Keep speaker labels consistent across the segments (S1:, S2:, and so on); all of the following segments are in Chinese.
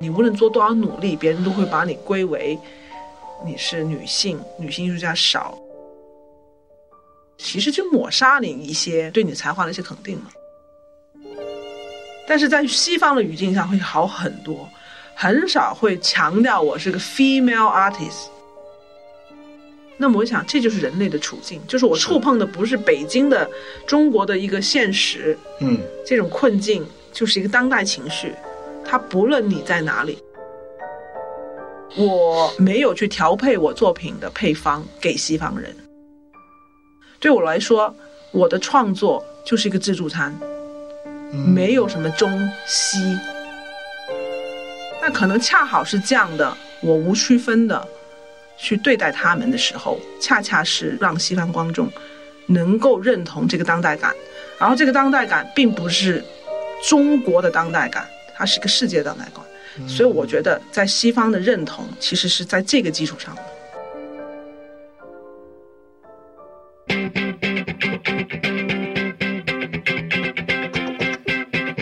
S1: 你无论做多少努力，别人都会把你归为你是女性，女性艺术家少。其实就抹杀你一些对你才华的一些肯定嘛。但是在西方的语境下会好很多，很少会强调我是个 female artist。那么我想，这就是人类的处境，就是我触碰的不是北京的中国的一个现实，
S2: 嗯，
S1: 这种困境就是一个当代情绪，它不论你在哪里，我没有去调配我作品的配方给西方人。对我来说，我的创作就是一个自助餐，
S2: 嗯
S1: 没有什么中西。那可能恰好是这样的，我无区分的去对待他们的时候，恰恰是让西方观众能够认同这个当代感，然后这个当代感并不是中国的当代感，它是一个世界当代感。所以我觉得，在西方的认同其实是在这个基础上的。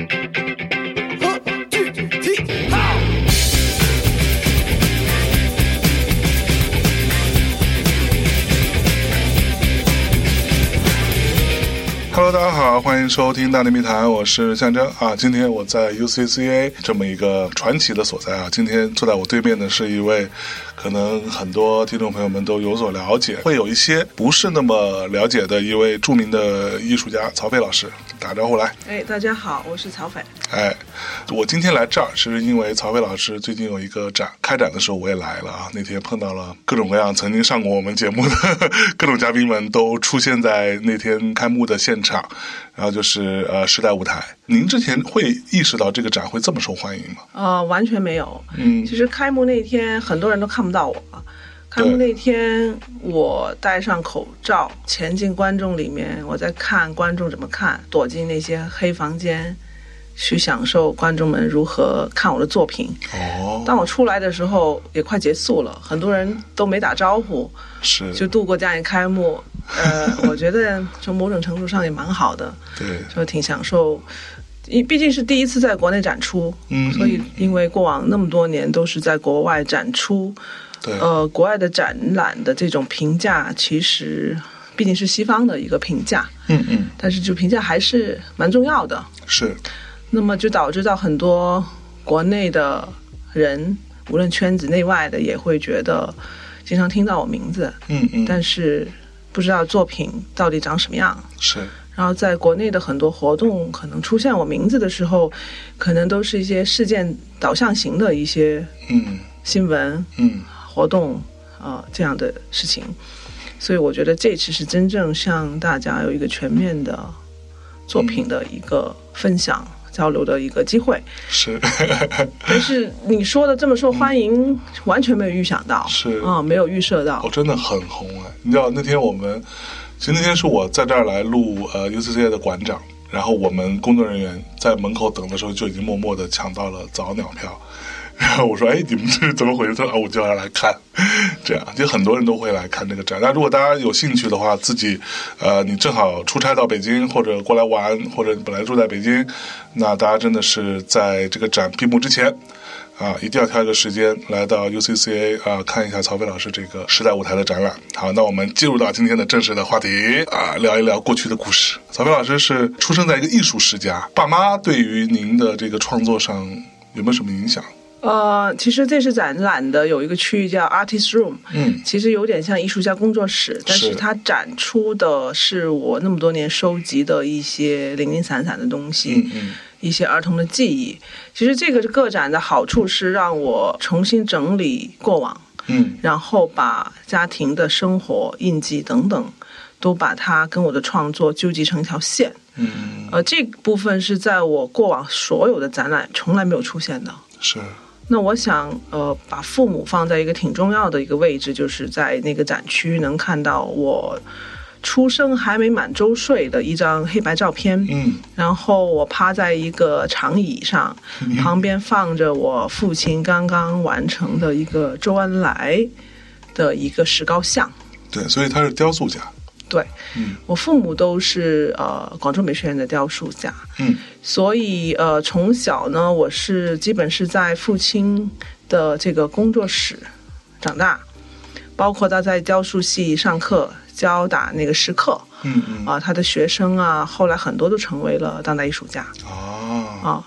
S3: 和具体好。
S2: Hello，大家好，欢迎收听《大内密谈》，我是象征啊。今天我在 UCCA 这么一个传奇的所在啊。今天坐在我对面的是一位，可能很多听众朋友们都有所了解，会有一些不是那么了解的一位著名的艺术家曹飞老师，打招呼来。
S1: 哎，大家好，我是曹斐。
S2: 哎，我今天来这儿是因为曹飞老师最近有一个展，开展的时候我也来了啊。那天碰到了各种各样曾经上过我们节目的 各种嘉宾们都出现在那天开幕的现场，然后就是呃时代舞台。您之前会意识到这个展会这么受欢迎吗？
S1: 呃，完全没有。
S2: 嗯
S1: 其实开幕那天很多人都看不到我。啊开幕那天，我戴上口罩，潜进观众里面，我在看观众怎么看，躲进那些黑房间，去享受观众们如何看我的作品。
S2: 哦，
S1: 当我出来的时候，也快结束了，很多人都没打招呼，
S2: 是，
S1: 就度过这样一开幕。呃，我觉得从某种程度上也蛮好的，
S2: 对，
S1: 就挺享受。因毕竟是第一次在国内展出，
S2: 嗯，
S1: 所以
S2: 嗯
S1: 因为过往那么多年都是在国外展出，
S2: 对，
S1: 呃，国外的展览的这种评价，其实毕竟是西方的一个评价，
S2: 嗯嗯，
S1: 但是就评价还是蛮重要的。
S2: 是，
S1: 那么就导致到很多国内的人，无论圈子内外的，也会觉得经常听到我名字，
S2: 嗯嗯，
S1: 但是不知道作品到底长什么样。
S2: 是，
S1: 然后在国内的很多活动可能出现我名字的时候，可能都是一些事件导向型的一些
S2: 嗯
S1: 新闻
S2: 嗯
S1: 活动啊、呃这样的事情。所以我觉得这次是真正向大家有一个全面的作品的一个分享、交流的一个机会。
S2: 是，
S1: 但是你说的这么受欢迎，完全没有预想到，
S2: 是
S1: 啊、没有预设到
S2: 哦，，真的很红哎！你知道那天我们，其实那天是我在这儿来录呃 UCCA 的馆长，然后我们工作人员在门口等的时候就已经默默的抢到了早鸟票，然后 我说：“哎，你们这是怎么回事？”他说：“啊，我就要来看。”这样，就很多人都会来看这个展。那如果大家有兴趣的话，自己呃，你正好出差到北京，或者过来玩，或者你本来住在北京，那大家真的是在这个展闭幕之前。啊，一定要挑一个时间来到 UCCA 啊，看一下曹飞老师这个时代舞台的展览。好，那我们进入到今天的正式的话题啊，聊一聊过去的故事。曹飞老师是出生在一个艺术世家，爸妈对于您的这个创作上有没有什么影响？
S1: 呃，其实这次展览的有一个区域叫 Artist Room，
S2: 嗯
S1: 其实有点像艺术家工作室，但
S2: 是
S1: 是它展出的是我那么多年收集的一些零零散散的东西，
S2: 嗯嗯，
S1: 一些儿童的记忆。其实这个个展的好处是让我重新整理过往，
S2: 嗯
S1: 然后把家庭的生活印记等等，都把它跟我的创作纠集成一条线。
S2: 嗯，
S1: 呃，这部分是在我过往所有的展览从来没有出现的。
S2: 是，
S1: 那我想，呃，把父母放在一个挺重要的一个位置，就是在那个展区能看到我出生还没满周岁的一张黑白照片，
S2: 嗯
S1: 然后我趴在一个长椅上，旁边放着我父亲刚刚完成的一个周恩来的一个石膏像。
S2: 对，所以他是雕塑家，
S1: 对
S2: 嗯
S1: 我父母都是呃广州美术院的雕塑家，
S2: 嗯
S1: 所以呃从小呢，我是基本是在父亲的这个工作室长大，包括他在雕塑系上课教打那个石刻
S2: 嗯嗯
S1: 啊、他的学生啊，后来很多都成为了当代艺术家
S2: 啊，
S1: 啊。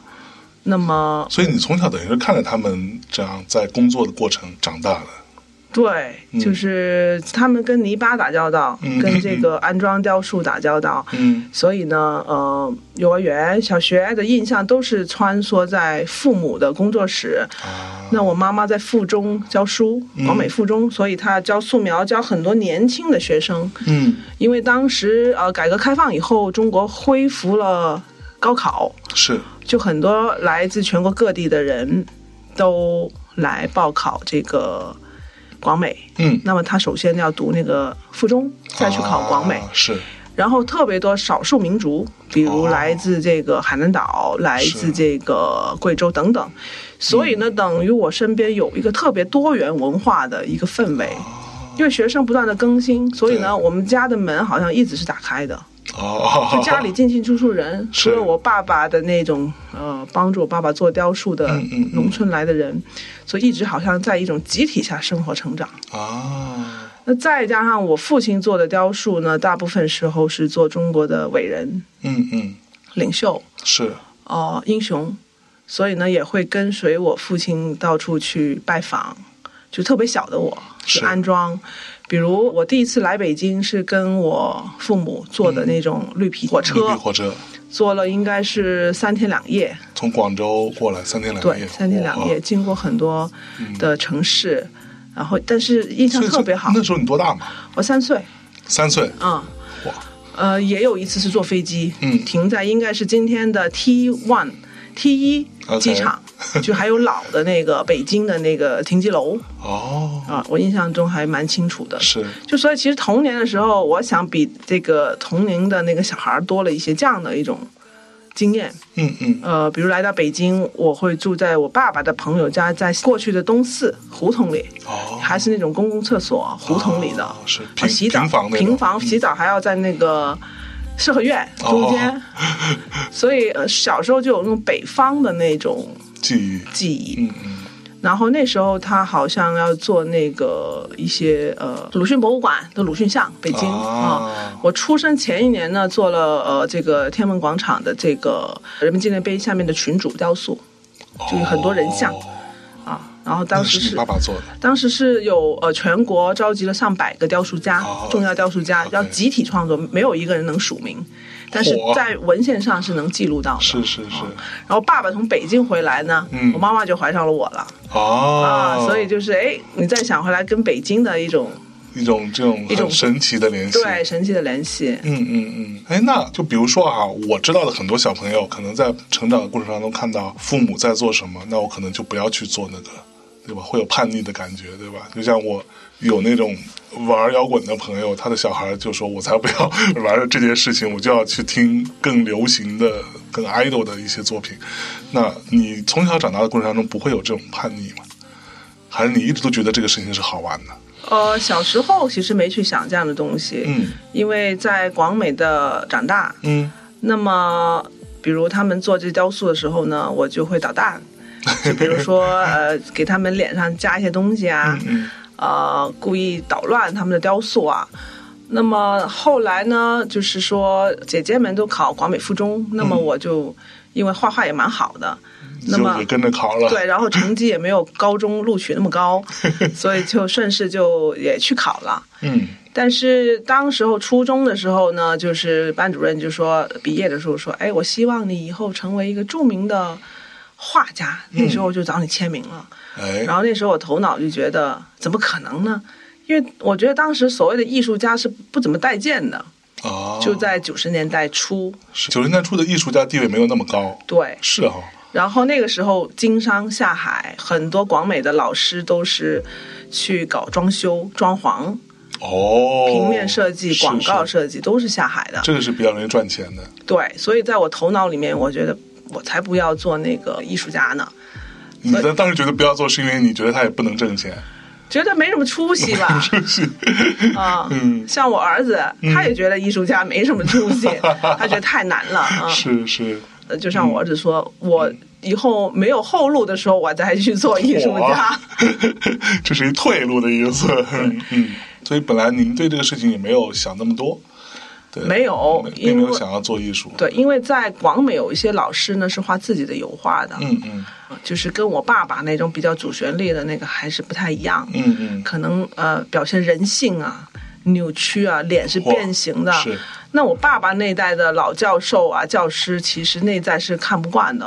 S1: 那么
S2: 所以你从小等于是看着他们这样在工作的过程长大的，
S1: 对，就是他们跟泥巴打交道，
S2: 嗯
S1: 跟这个安装雕塑打交道，
S2: 嗯
S1: 所以呢，呃，幼儿园、小学的印象都是穿梭在父母的工作室。
S2: 啊，嗯
S1: 那我妈妈在附中教书，广美附中，所以她教素描，教很多年轻的学生。
S2: 嗯
S1: 因为当时呃，改革开放以后，中国恢复了高考，
S2: 是
S1: 就很多来自全国各地的人都来报考这个广美。
S2: 嗯
S1: 那么他首先要读那个附中，再去考广美。
S2: 啊是
S1: 然后特别多少数民族，比如
S2: 哦
S1: 来自这个海南岛、来自这个贵州等等。所以呢，等于我身边有一个特别多元文化的一个氛围。因为学生不断的更新，所以呢，
S2: 对
S1: 我们家的门好像一直是打开的，
S2: 哦，
S1: 就 家里进进出出人，
S2: 是
S1: 除了我爸爸的那种呃帮助我爸爸做雕塑的
S2: 嗯嗯嗯
S1: 农村来的人，所以一直好像在一种集体下生活成长。
S2: 啊，
S1: 那再加上我父亲做的雕塑呢，大部分时候是做中国的伟人、
S2: 嗯嗯
S1: 领袖、
S2: 是
S1: 哦、英雄，所以呢也会跟随我父亲到处去拜访。就特别小的我
S2: 是
S1: 去安装，比如我第一次来北京是跟我父母坐的那种绿皮火
S2: 嗯绿皮
S1: 车，
S2: 火车
S1: 坐了应该是三天两夜，
S2: 从广州过来三天两夜，
S1: 对，三天两夜，
S2: 哇，
S1: 经过很多的城市，然后但是印象
S2: 所以
S1: 特别好
S2: 那。时候你多大嘛？
S1: 我三岁，
S2: 三岁
S1: 嗯，
S2: 哇，
S1: 呃，也有一次是坐飞机，
S2: 嗯
S1: 停在应该是今天的 T one T 一
S2: OK
S1: 机 场就还有老的那个北京的那个停机楼
S2: 哦，
S1: 啊，我印象中还蛮清楚的。
S2: 是
S1: 就所以其实童年的时候，我想比这个同龄的那个小孩儿多了一些这样的一种经验。
S2: 嗯嗯
S1: 呃，比如来到北京，我会住在我爸爸的朋友家，在过去的东四胡同里，
S2: 哦，
S1: 还是那种公共厕所，胡同里的。
S2: 哦是
S1: 啊，
S2: 平
S1: 洗澡
S2: 平房那种嗯
S1: 平房洗澡还要在那个四合院中间，
S2: 哦
S1: 所以呃小时候就有那种北方的那种
S2: 记忆，
S1: 记忆。
S2: 嗯嗯
S1: 然后那时候他好像要做那个一些呃鲁迅博物馆的鲁迅像，北京啊、
S2: 啊
S1: 我出生前一年呢，做了呃这个天安门广场的这个人民纪念碑下面的群主雕塑就是很多人像
S2: 哦
S1: 啊，然后
S2: 那
S1: 当时
S2: 是你
S1: 是
S2: 爸爸做的，
S1: 当时是有呃全国召集了上百个雕塑家，
S2: 哦
S1: 重要雕塑家
S2: OK
S1: 要集体创作，没有一个人能署名，但是
S2: 嚯
S1: 在文献上是能记录到的。
S2: 是是是
S1: 然后爸爸从北京回来呢，
S2: 嗯
S1: 我妈妈就怀上了我了、
S2: 啊
S1: 啊，所以就是哎，你再想回来跟北京的一种
S2: 一种这种
S1: 一种
S2: 很神奇的联系，
S1: 对神奇的联系，
S2: 嗯嗯嗯，哎，那就比如说哈、我知道的很多小朋友可能在成长的过程当中看到父母在做什么，那我可能就不要去做那个，对吧？会有叛逆的感觉，对吧？就像我有那种玩摇滚的朋友，他的小孩就说：“我才不要玩这件事情，我就要去听更流行的、更 idol 的一些作品。”那你从小长大的过程当中不会有这种叛逆吗？还是你一直都觉得这个事情是好玩的？
S1: 呃，小时候其实没去想这样的东西，
S2: 嗯
S1: 因为在广美的长大，
S2: 嗯，
S1: 那么，比如他们做这雕塑的时候呢，我就会捣蛋，就比如说呃，给他们脸上加一些东西啊，
S2: 嗯
S1: 呃，故意捣乱他们的雕塑啊。那么后来呢，就是说姐姐们都考广美附中，那么我就、因为画画也蛮好的，
S2: 你
S1: 那
S2: 就
S1: 么
S2: 也跟着考了。
S1: 对，然后成绩也没有高中录取那么高，所以就顺势就也去考了。
S2: 嗯，
S1: 但是当时候初中的时候呢，就是班主任就说，毕业的时候说，哎，我希望你以后成为一个著名的画家。那
S2: 嗯
S1: 时候就找你签名了。
S2: 哎，
S1: 然后那时候我头脑就觉得，怎么可能呢？因为我觉得当时所谓的艺术家是不怎么待见的，
S2: 哦
S1: 就在九十年代初，
S2: 九十年代初的艺术家地位没有那么高，
S1: 对。
S2: 是哈、
S1: 然后那个时候经商下海，很多广美的老师都是去搞装修、装潢、
S2: 哦，
S1: 平面设计、
S2: 是
S1: 广告
S2: 是
S1: 设计，都是下海的。
S2: 这个是比较容易赚钱的，
S1: 对，所以在我头脑里面，我觉得我才不要做那个艺术家呢。呃
S2: 你在当时觉得不要做，是因为你觉得他也不能挣钱，
S1: 觉得没什么出息 吧？ 啊，像我儿子，
S2: 嗯
S1: 他也觉得艺术家没什么出 息，他觉得太难了啊。
S2: 是是，
S1: 呃就像我儿子说，我以后没有后路的时候，我再去做艺术家
S2: 哇。 这是一退路的意思。嗯嗯，所以本来您对这个事情也没有想那么多，对，
S1: 没有
S2: 没
S1: 因
S2: 并
S1: 为
S2: 没有想要做艺术。
S1: 对，因为在广美有一些老师呢是画自己的油画的，
S2: 嗯，嗯
S1: 就是跟我爸爸那种比较主旋律的那个还是不太一样。
S2: 嗯嗯
S1: 可能呃表现人性啊、扭曲啊，脸是
S2: 嚯
S1: 变形的。
S2: 是
S1: 那我爸爸那一代的老教授啊、教师，其实内在是看不惯的，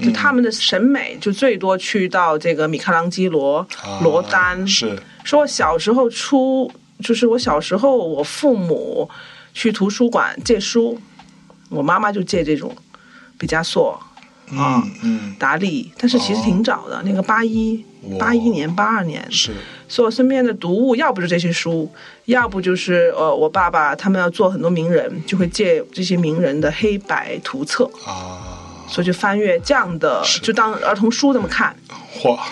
S1: 就
S2: 嗯
S1: 他们的审美就最多去到这个米开朗基罗、
S2: 啊
S1: 罗丹。
S2: 是
S1: 说我小时候出，就是我小时候我父母去图书馆借书，我妈妈就借这种毕加索。啊
S2: 嗯嗯
S1: 达利，但是其实挺早的，那个八一
S2: 哇
S1: 八一年、八二年，
S2: 是
S1: 所以我身边的读物，要不就这些书，要不就是呃，我爸爸他们要做很多名人，就会借这些名人的黑白图册，
S2: 啊，
S1: 所以就翻阅这样的，就当儿童书那么看。
S2: 哇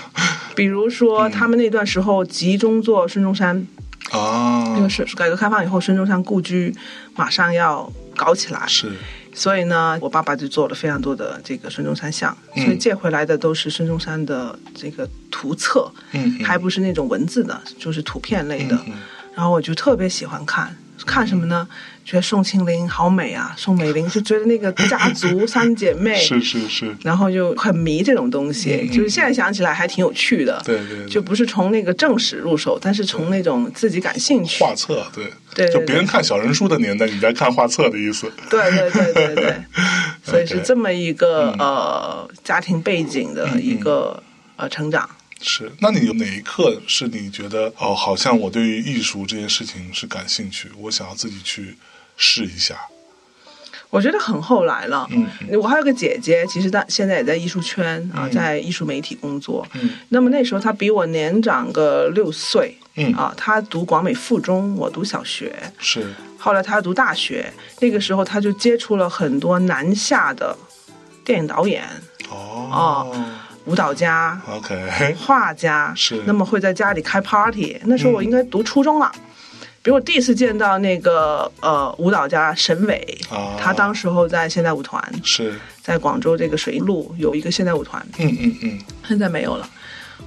S1: 比如说，他们那段时候集中做孙中
S2: 嗯
S1: 山，
S2: 啊
S1: 因为，是改革开放以后，孙中山故居马上要搞起来，
S2: 是
S1: 所以呢，我爸爸就做了非常多的这个孙中山像，
S2: 嗯
S1: 所以借回来的都是孙中山的这个图册，
S2: 嗯嗯
S1: 还不是那种文字的，就是图片类的。
S2: 嗯
S1: 然后我就特别喜欢看，看什么呢？觉得宋庆龄好美啊，宋美龄就觉得那个家 族三姐妹，
S2: 是是是，
S1: 然后就很迷这种东西，
S2: 嗯嗯
S1: 就是现在想起来还挺有趣的。
S2: 对对对
S1: 就不是从那个正史入手，但是从那种自己感兴趣。
S2: 画册对。
S1: 对对
S2: 就
S1: 对
S2: 别人看小人书的年代，你在看画册的意思。
S1: 对对对对 对，所以是
S2: OK 嗯
S1: 这么一个、呃家庭背景的一个、呃成长。
S2: 是，那你有哪一刻是你觉得哦，好像我对于艺术这件事情是感兴趣，我想要自己去试一下？
S1: 我觉得很后来了，
S2: 嗯
S1: 我还有个姐姐，其实她现在也在艺术圈啊，
S2: 嗯
S1: 在艺术媒体工作。
S2: 嗯
S1: 那么那时候她比我年长个六岁，
S2: 嗯
S1: 啊，她读广美附中，我读小学。
S2: 是
S1: 后来她读大学，那个时候她就接触了很多南下的电影导演、
S2: 哦
S1: 舞蹈家、
S2: o k
S1: 画家，
S2: 是嗯
S1: 那么会在家里开 party。那时候我应该读初中了，比如我第一次见到那个呃舞蹈家沈伟，
S2: 啊
S1: 他当时候在现代舞团，
S2: 是，
S1: 在广州这个水路有一个现代舞团，
S2: 嗯嗯嗯
S1: 现在没有了。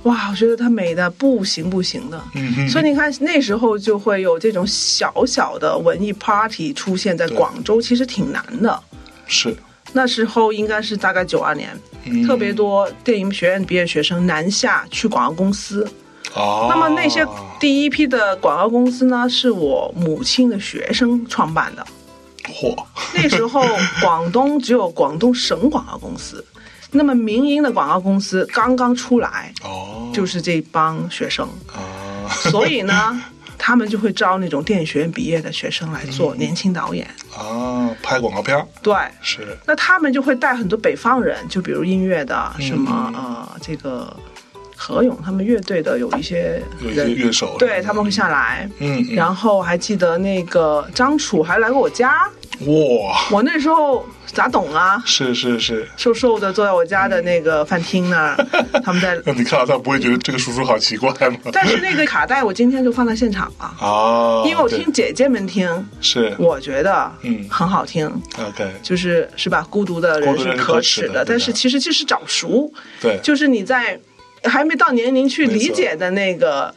S1: 哇，我觉得她美的不行不行的，
S2: 嗯哼，
S1: 所以你看那时候就会有这种小小的文艺 party 出现在
S2: 对
S1: 广州，其实挺难的。
S2: 是、
S1: 那时候应该是大概九二年，
S2: 嗯
S1: 特别多电影学院毕业学生南下去广告公司，
S2: 哦。
S1: 那么那些第一批的广告公司呢，是我母亲的学生创办的。
S2: 嚯，
S1: 那时候广东只有广东省广告公司，那么民营的广告公司刚刚出来，
S2: 哦，
S1: 就是这帮学生，
S2: 啊
S1: 所以呢，他们就会招那种电影学院毕业的学生来
S2: 嗯
S1: 做年轻导演。
S2: 啊，拍广告片儿
S1: 对，
S2: 是
S1: 那他们就会带很多北方人，就比如音乐的
S2: 嗯
S1: 什么呃，这个何勇他们乐队的有一些
S2: 有一些
S1: 人，
S2: 乐手，
S1: 对他们会下来。
S2: 嗯，嗯，
S1: 然后还记得那个张楚还来过我家，
S2: 哇，
S1: 我那时候咋懂啊？
S2: 是是是，
S1: 瘦瘦的坐在我家的那个饭厅那 儿，他们在。
S2: 那你看到他不会觉得这个叔叔好奇怪吗？
S1: 但是那个卡带我今天就放在现场了，
S2: 啊，
S1: 因为我
S2: 对
S1: 听姐姐们听，
S2: 是
S1: 我觉得
S2: 嗯
S1: 很好听，
S2: OK，
S1: 就是是吧？孤独的人
S2: 孤独的
S1: 是
S2: 人是
S1: 可
S2: 可
S1: 耻
S2: 耻的
S1: 的，但是
S2: 对的
S1: 其实就是早熟，
S2: 对，
S1: 就是你在还没到年龄去
S2: 没错
S1: 理解的那个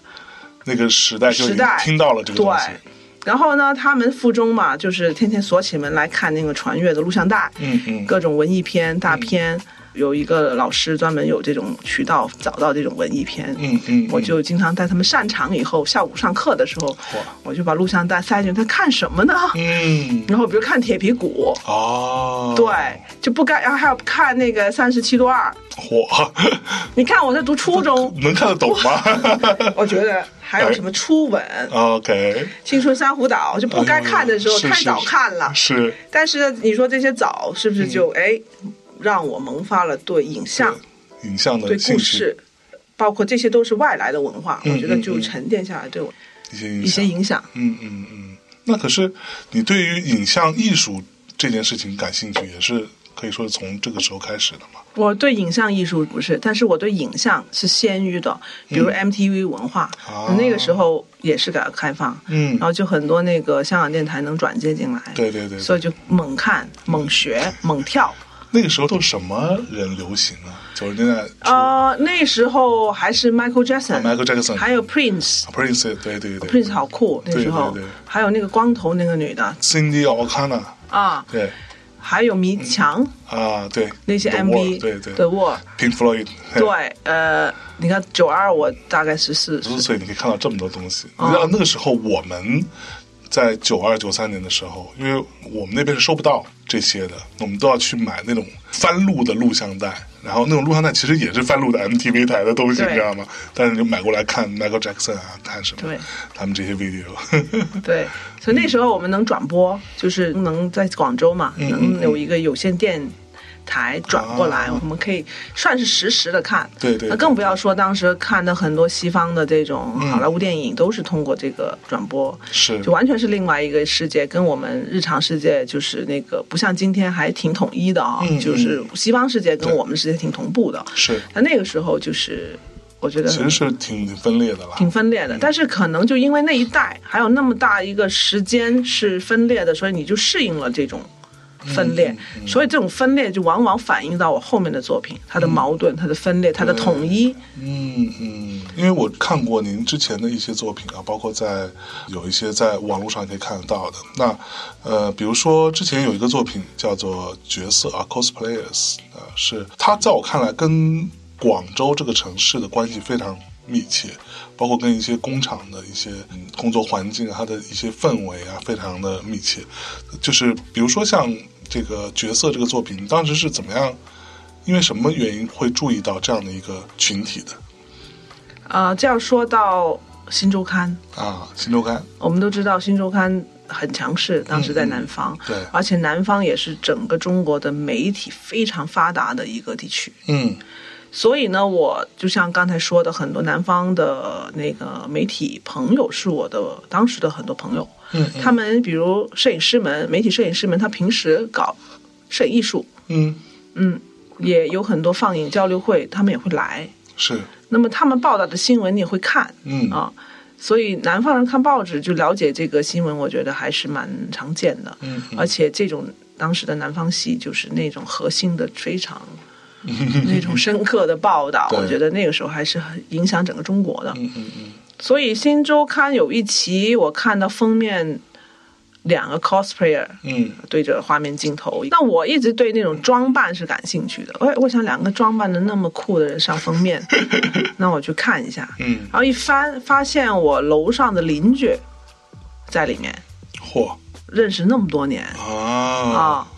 S2: 那个时代就已
S1: 时
S2: 经
S1: 代
S2: 听到了这个东西，
S1: 对然后呢，他们附中嘛，就是天天锁起门来看那个传阅的录像带，
S2: 嗯嗯
S1: 各种文艺片、大片。有一个老师专门有这种渠道找到这种文艺片，
S2: 嗯嗯
S1: 我就经常带他们上场以后，下午上课的时候，我就把录像带塞进去，他看什么呢？
S2: 嗯，
S1: 然后比如看《铁皮鼓》，
S2: 哦，
S1: 对，就不该，然后还要看那个《三十七度二》。
S2: 火，
S1: 你看我在读初中，
S2: 能看得懂吗
S1: 我觉得还有什么初吻、
S2: ？OK，
S1: 青春珊瑚岛，就不该看的时候
S2: 哎呦
S1: 太
S2: 是
S1: 早
S2: 是
S1: 看了，
S2: 是嗯
S1: 但是呢，你说这些早是不是就哎，让我萌发了对影像、
S2: 影像
S1: 对
S2: 的
S1: 故
S2: 兴趣，
S1: 事，包括这些都是外来的文化，
S2: 嗯
S1: 我觉得
S2: 嗯
S1: 就
S2: 嗯
S1: 沉淀下来对我
S2: 一些影
S1: 一些
S2: 响，
S1: 影响。
S2: 嗯嗯嗯。那可是你对于影像艺术这件事情感兴趣，也是可以说是从这个时候开始的嘛。
S1: 我对影像艺术不是，但是我对影像是先于的，比
S2: 嗯
S1: 如 MTV 文化，
S2: 啊
S1: 那个时候也是改革开放，
S2: 嗯
S1: 然，后就很多那个香港电台能转接进来，
S2: 对对对对
S1: 所以就猛看、猛学、猛跳。
S2: 那个时候都什么人流行啊？九十年代初、
S1: 呃，那时候还是 Michael Jackson、
S2: m i c h a e l Jackson，啊
S1: 还有 Prince。
S2: Prince，对对对
S1: Prince 好酷，那
S2: 对
S1: 时候
S2: 对对
S1: 还有那个光头那个女的
S2: ，Cindy O'Connor，
S1: 啊，
S2: 对
S1: 还有迷墙
S2: 啊对，
S1: 那些
S2: 嗯 The
S1: MV，
S2: Wall，对对
S1: The Wall，
S2: ，Pink Floyd，嘿
S1: 对，呃，你看九二我大概十四，
S2: 十四岁你可以看到这么多东西。
S1: 嗯
S2: 你知道那个时候我们在九二九三年的时候，因为我们那边是收不到这些的，我们都要去买那种翻录的录像带。然后那种录像带其实也是翻录的 MTV 台的东西，
S1: 对
S2: 你知道吗？但是你买过来看 Michael Jackson 啊，看什么
S1: 对
S2: 他们这些 video，
S1: 对，所以那时候我们能转播，就是能在广州嘛，
S2: 嗯
S1: 能有一个有线电台转过来，
S2: 啊
S1: 我们可以算是实时的看。
S2: 对对
S1: 那
S2: 对
S1: 更不要说当时看的很多西方的这种
S2: 嗯
S1: 好莱坞电影都是通过这个转播，
S2: 是
S1: 就完全是另外一个世界，跟我们日常世界就是那个不像今天还挺统一的啊、
S2: 嗯嗯
S1: 就是西方世界跟
S2: 对
S1: 我们世界挺同步的。
S2: 是，
S1: 那那个时候就是，我觉得
S2: 其实是挺挺分裂的啦。
S1: 挺分裂的，但是可能就因为那一代还有那么大一个时间是分裂的，所以你就适应了这种分裂，所以这种分裂就往往反映到我后面的作品，它的矛盾、它的分裂、它的统一，
S2: 嗯嗯，因为我看过您之前的一些作品啊，包括在有一些在网络上可以看得到的。那呃，比如说之前有一个作品叫做《角色啊 Cosplayers》啊、是它在我看来跟广州这个城市的关系非常密切，包括跟一些工厂的一些嗯工作环境啊，它的一些氛围啊，非常的密切。就是比如说像这个角色这个作品，你当时是怎么样？因为什么原因会注意到这样的一个群体的？
S1: 啊、这样说到《新周刊》，
S2: 啊，新周刊，
S1: 我们都知道《新周刊》很强势，当时在南方，
S2: 对
S1: 而且南方也是整个中国的媒体非常发达的一个地区，
S2: 嗯
S1: 所以呢，我就像刚才说的，很多南方的那个媒体朋友是我的当时的很多朋友，
S2: 嗯
S1: 他们比如摄影师们、媒体摄影师们，他平时搞摄影艺术，
S2: 嗯，
S1: 嗯，也有很多放映交流会，他们也会来。
S2: 是，
S1: 那么他们报道的新闻你也会看
S2: 嗯
S1: 啊，所以南方人看报纸就了解这个新闻，我觉得还是蛮常见的。
S2: 嗯
S1: 而且这种当时的南方系就是那种核心的非 常那种深刻的报道，
S2: 对
S1: 我觉得那个时候还是很影响整个中国的。
S2: 嗯嗯嗯，
S1: 所以《新周刊》有一期我看到封面两个 cosplayer
S2: 嗯
S1: 对着画面镜头，那我一直对那种装扮是感兴趣的。我
S2: 嗯
S1: 我想两个装扮的那么酷的人上封 面，那我去看一下。
S2: 嗯，
S1: 然后一翻，发现我楼上的邻居在里面，
S2: 嚯
S1: 认识那么多年
S2: 啊，
S1: 啊，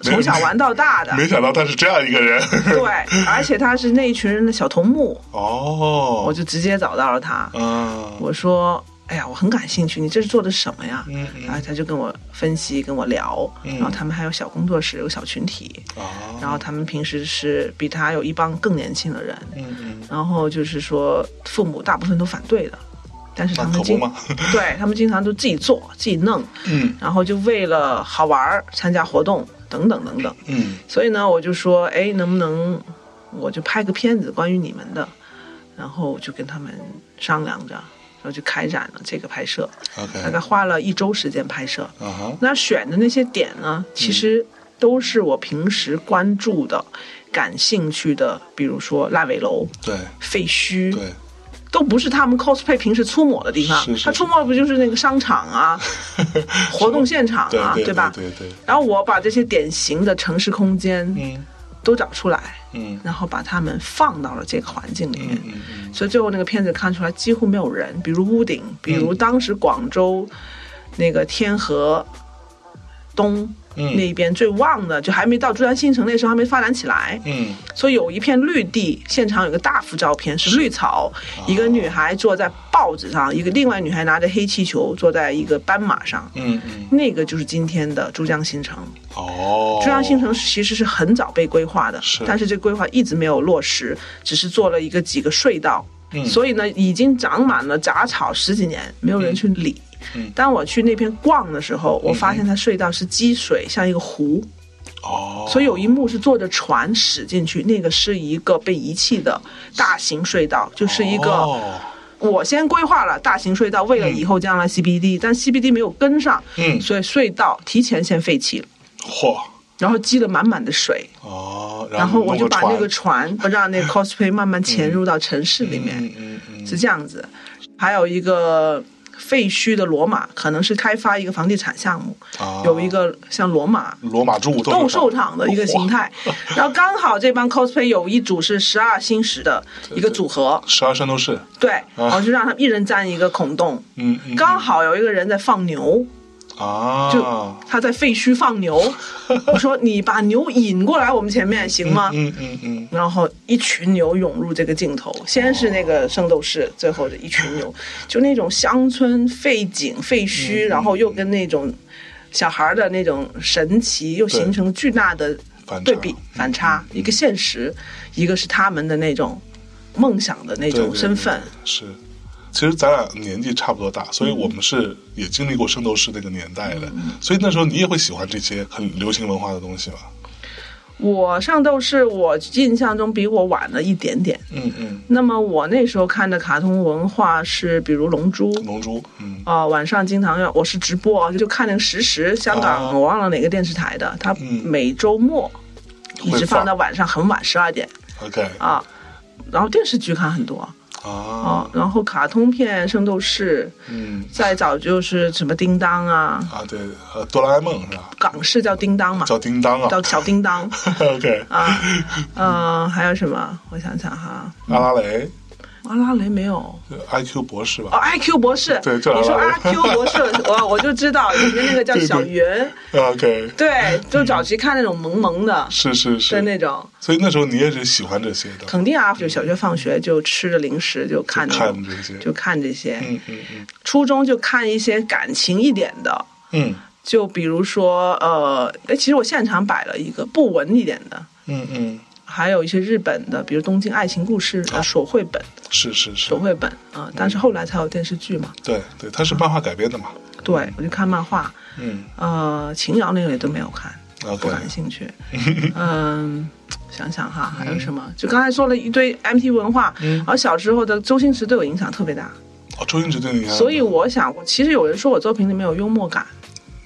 S1: 从小玩到大的，
S2: 没想到他是这样一个人，
S1: 对，而且他是那一群人的小头目，
S2: 哦，
S1: 我就直接找到了他，
S2: 啊，
S1: 我说。哎呀，我很感兴趣，你这是做的什么呀？
S2: 嗯
S1: 然后他就跟我分析，跟我聊，
S2: 嗯
S1: 然后他们还有小工作室，有小群体，
S2: 啊，
S1: 然后他们平时是比他有一帮更年轻的人，
S2: 嗯嗯，
S1: 然后就是说父母大部分都反对的，但是他
S2: 那
S1: 们
S2: 可不
S1: 经
S2: 嘛，
S1: 对他们经常都自己做自己弄，
S2: 嗯
S1: 然后就为了好玩儿参加活动等等等等，
S2: 嗯
S1: 所以呢，我就说，哎，能不能我就拍个片子关于你们的，然后就跟他们商量着，然后就开展了这个拍摄，
S2: ，OK，
S1: 大概花了一周时间拍摄。
S2: 啊哈，
S1: 那选的那些点呢，其实都是我平时关注的、感兴趣的，比如说烂尾楼、
S2: 对
S1: 废墟，
S2: 对，
S1: 都不是他们 cosplay 平时出没的地方。
S2: 是是
S1: 他出没不就是那个商场 啊、活动现场
S2: 对
S1: 啊，
S2: 对
S1: 吧？
S2: 对对，
S1: 然后我把这些典型的城市空间
S2: 嗯
S1: 都找出来，
S2: 嗯
S1: 然后把它们放到了这个环境里面。
S2: 嗯嗯，
S1: 所以最后那个片子看出来几乎没有人，比如屋顶，比如当时广州那个天河东。
S2: 嗯
S1: 那边最旺的，就还没到珠江新城那时候还没发展起来，
S2: 嗯
S1: 所以有一片绿地，现场有个大幅照片是绿草，一个女孩坐在报纸上，一个另外女孩拿着黑气球坐在一个斑马上，
S2: 嗯嗯，
S1: 那个就是今天的珠江新城。
S2: 哦，
S1: 珠江新城其实是很早被规划的，
S2: 是
S1: 但是这规划一直没有落实，只是做了一个几个隧道，
S2: 嗯
S1: 所以呢，已经长满了杂草十几年，没有人去理。
S2: 嗯
S1: 当我去那边逛的时候，我发现它隧道是积水，像一个湖，
S2: 哦，
S1: 所以有一幕是坐着船驶进去，那个是一个被遗弃的大型隧道，就是一个、
S2: 哦
S1: 我先规划了大型隧道，为了以后将来 CBD，、但 CBD 没有跟上，
S2: 嗯
S1: 所以隧道提前先废弃了，
S2: 嚯
S1: 然后积了满满的水，
S2: 哦，
S1: 然后我
S2: 弄
S1: 就把那
S2: 船
S1: 个船嗯不让那 cosplay 慢慢潜入到城市里面，
S2: 嗯嗯嗯，
S1: 是这样子。还有一个废墟的罗马，可能是开发一个房地产项目，
S2: 啊
S1: 有一个像罗马
S2: 罗马柱
S1: 斗兽场哦的一个形，态， 然后刚好这帮 cosplay 有一组是十二星矢的一个组合，
S2: 十二圣斗士，
S1: 对，然后就让他们一人占一个孔洞，
S2: 嗯嗯
S1: 刚好有一个人在放牛，
S2: 啊，
S1: 就他在废墟放 牛，我说你把牛引过来我们前面行吗？
S2: 嗯嗯嗯，
S1: 然后一群牛涌入这个镜头，先是那个圣斗士，最后的一群牛，就那种乡村废景废墟，然后又跟那种小孩儿的那种神奇，又形成巨大的
S2: 反
S1: 对
S2: 差
S1: 比反差，一个现实，一个是他们的那种梦想的那
S2: 对
S1: 种
S2: 对
S1: 身
S2: 对
S1: 份，
S2: 是。其实咱俩年纪差不多大，所以我们
S1: 嗯
S2: 是也经历过圣斗士那个年代的，所以那时候你也会喜欢这些很流行文化的东西吧？
S1: 我上斗士，我印象中比我晚了一点点。
S2: 嗯嗯，
S1: 那么我那时候看的卡通文化是，比如《龙珠》
S2: 龙珠，嗯
S1: 啊、晚上经常要我是直播，就看那个实时香港，
S2: 啊
S1: 我忘了哪个电视台的，它
S2: 嗯
S1: 每周末一
S2: 会
S1: 直
S2: 放
S1: 放到晚上很晚十二点
S2: ，OK
S1: 啊。然后电视剧看很多
S2: 啊
S1: 啊，，然后卡通片《圣斗士》，
S2: 嗯
S1: 再早就是什么叮当啊，
S2: 啊，对，呃，哆啦 A 梦是吧？
S1: 港式叫叮当嘛，
S2: 叫叮当啊
S1: 叫小叮 当
S2: ，OK，
S1: 啊，嗯、还有什么？我想想哈，
S2: 阿拉蕾
S1: 阿拉蕾没有。
S2: ，IQ 博士
S1: 哦
S2: 吧？
S1: ，IQ 博士，
S2: 嗯对
S1: 你
S2: 这
S1: 说
S2: 来了
S1: IQ 博 士，我我就知道里面那个叫小云，
S2: ，OK，
S1: 对，就早
S2: 嗯
S1: 期看那种萌萌的，
S2: 是是，
S1: 就是那种，
S2: 所以那时候你也是喜欢这些的，
S1: 肯定啊，就小学放学就吃着零食就看
S2: 就
S1: 那
S2: 看
S1: 种，
S2: 这些，
S1: 就看这些，
S2: 嗯嗯嗯
S1: 初中就看一些感情一点的，
S2: 嗯
S1: 就比如说呃，哎，其实我现场摆了一个不文一点的。
S2: 嗯嗯，
S1: 还有一些日本的，比如《东京爱情故事》呃，手绘本，
S2: 是是是
S1: 手，绘本啊、但是后来才有电视剧嘛。
S2: 对对，它是漫画改编的嘛，
S1: 对，我就看漫画，
S2: 嗯
S1: 呃，秦瑶那个也都没有看，
S2: ，OK，
S1: 不感兴趣。嗯，想想哈，还有什么？就刚才说了一堆 MT 文化，然后小时候的周星驰对我影响特别大，
S2: 哦，周星驰对你看，
S1: 所以我想，我其实有人说我作品里面有幽默感，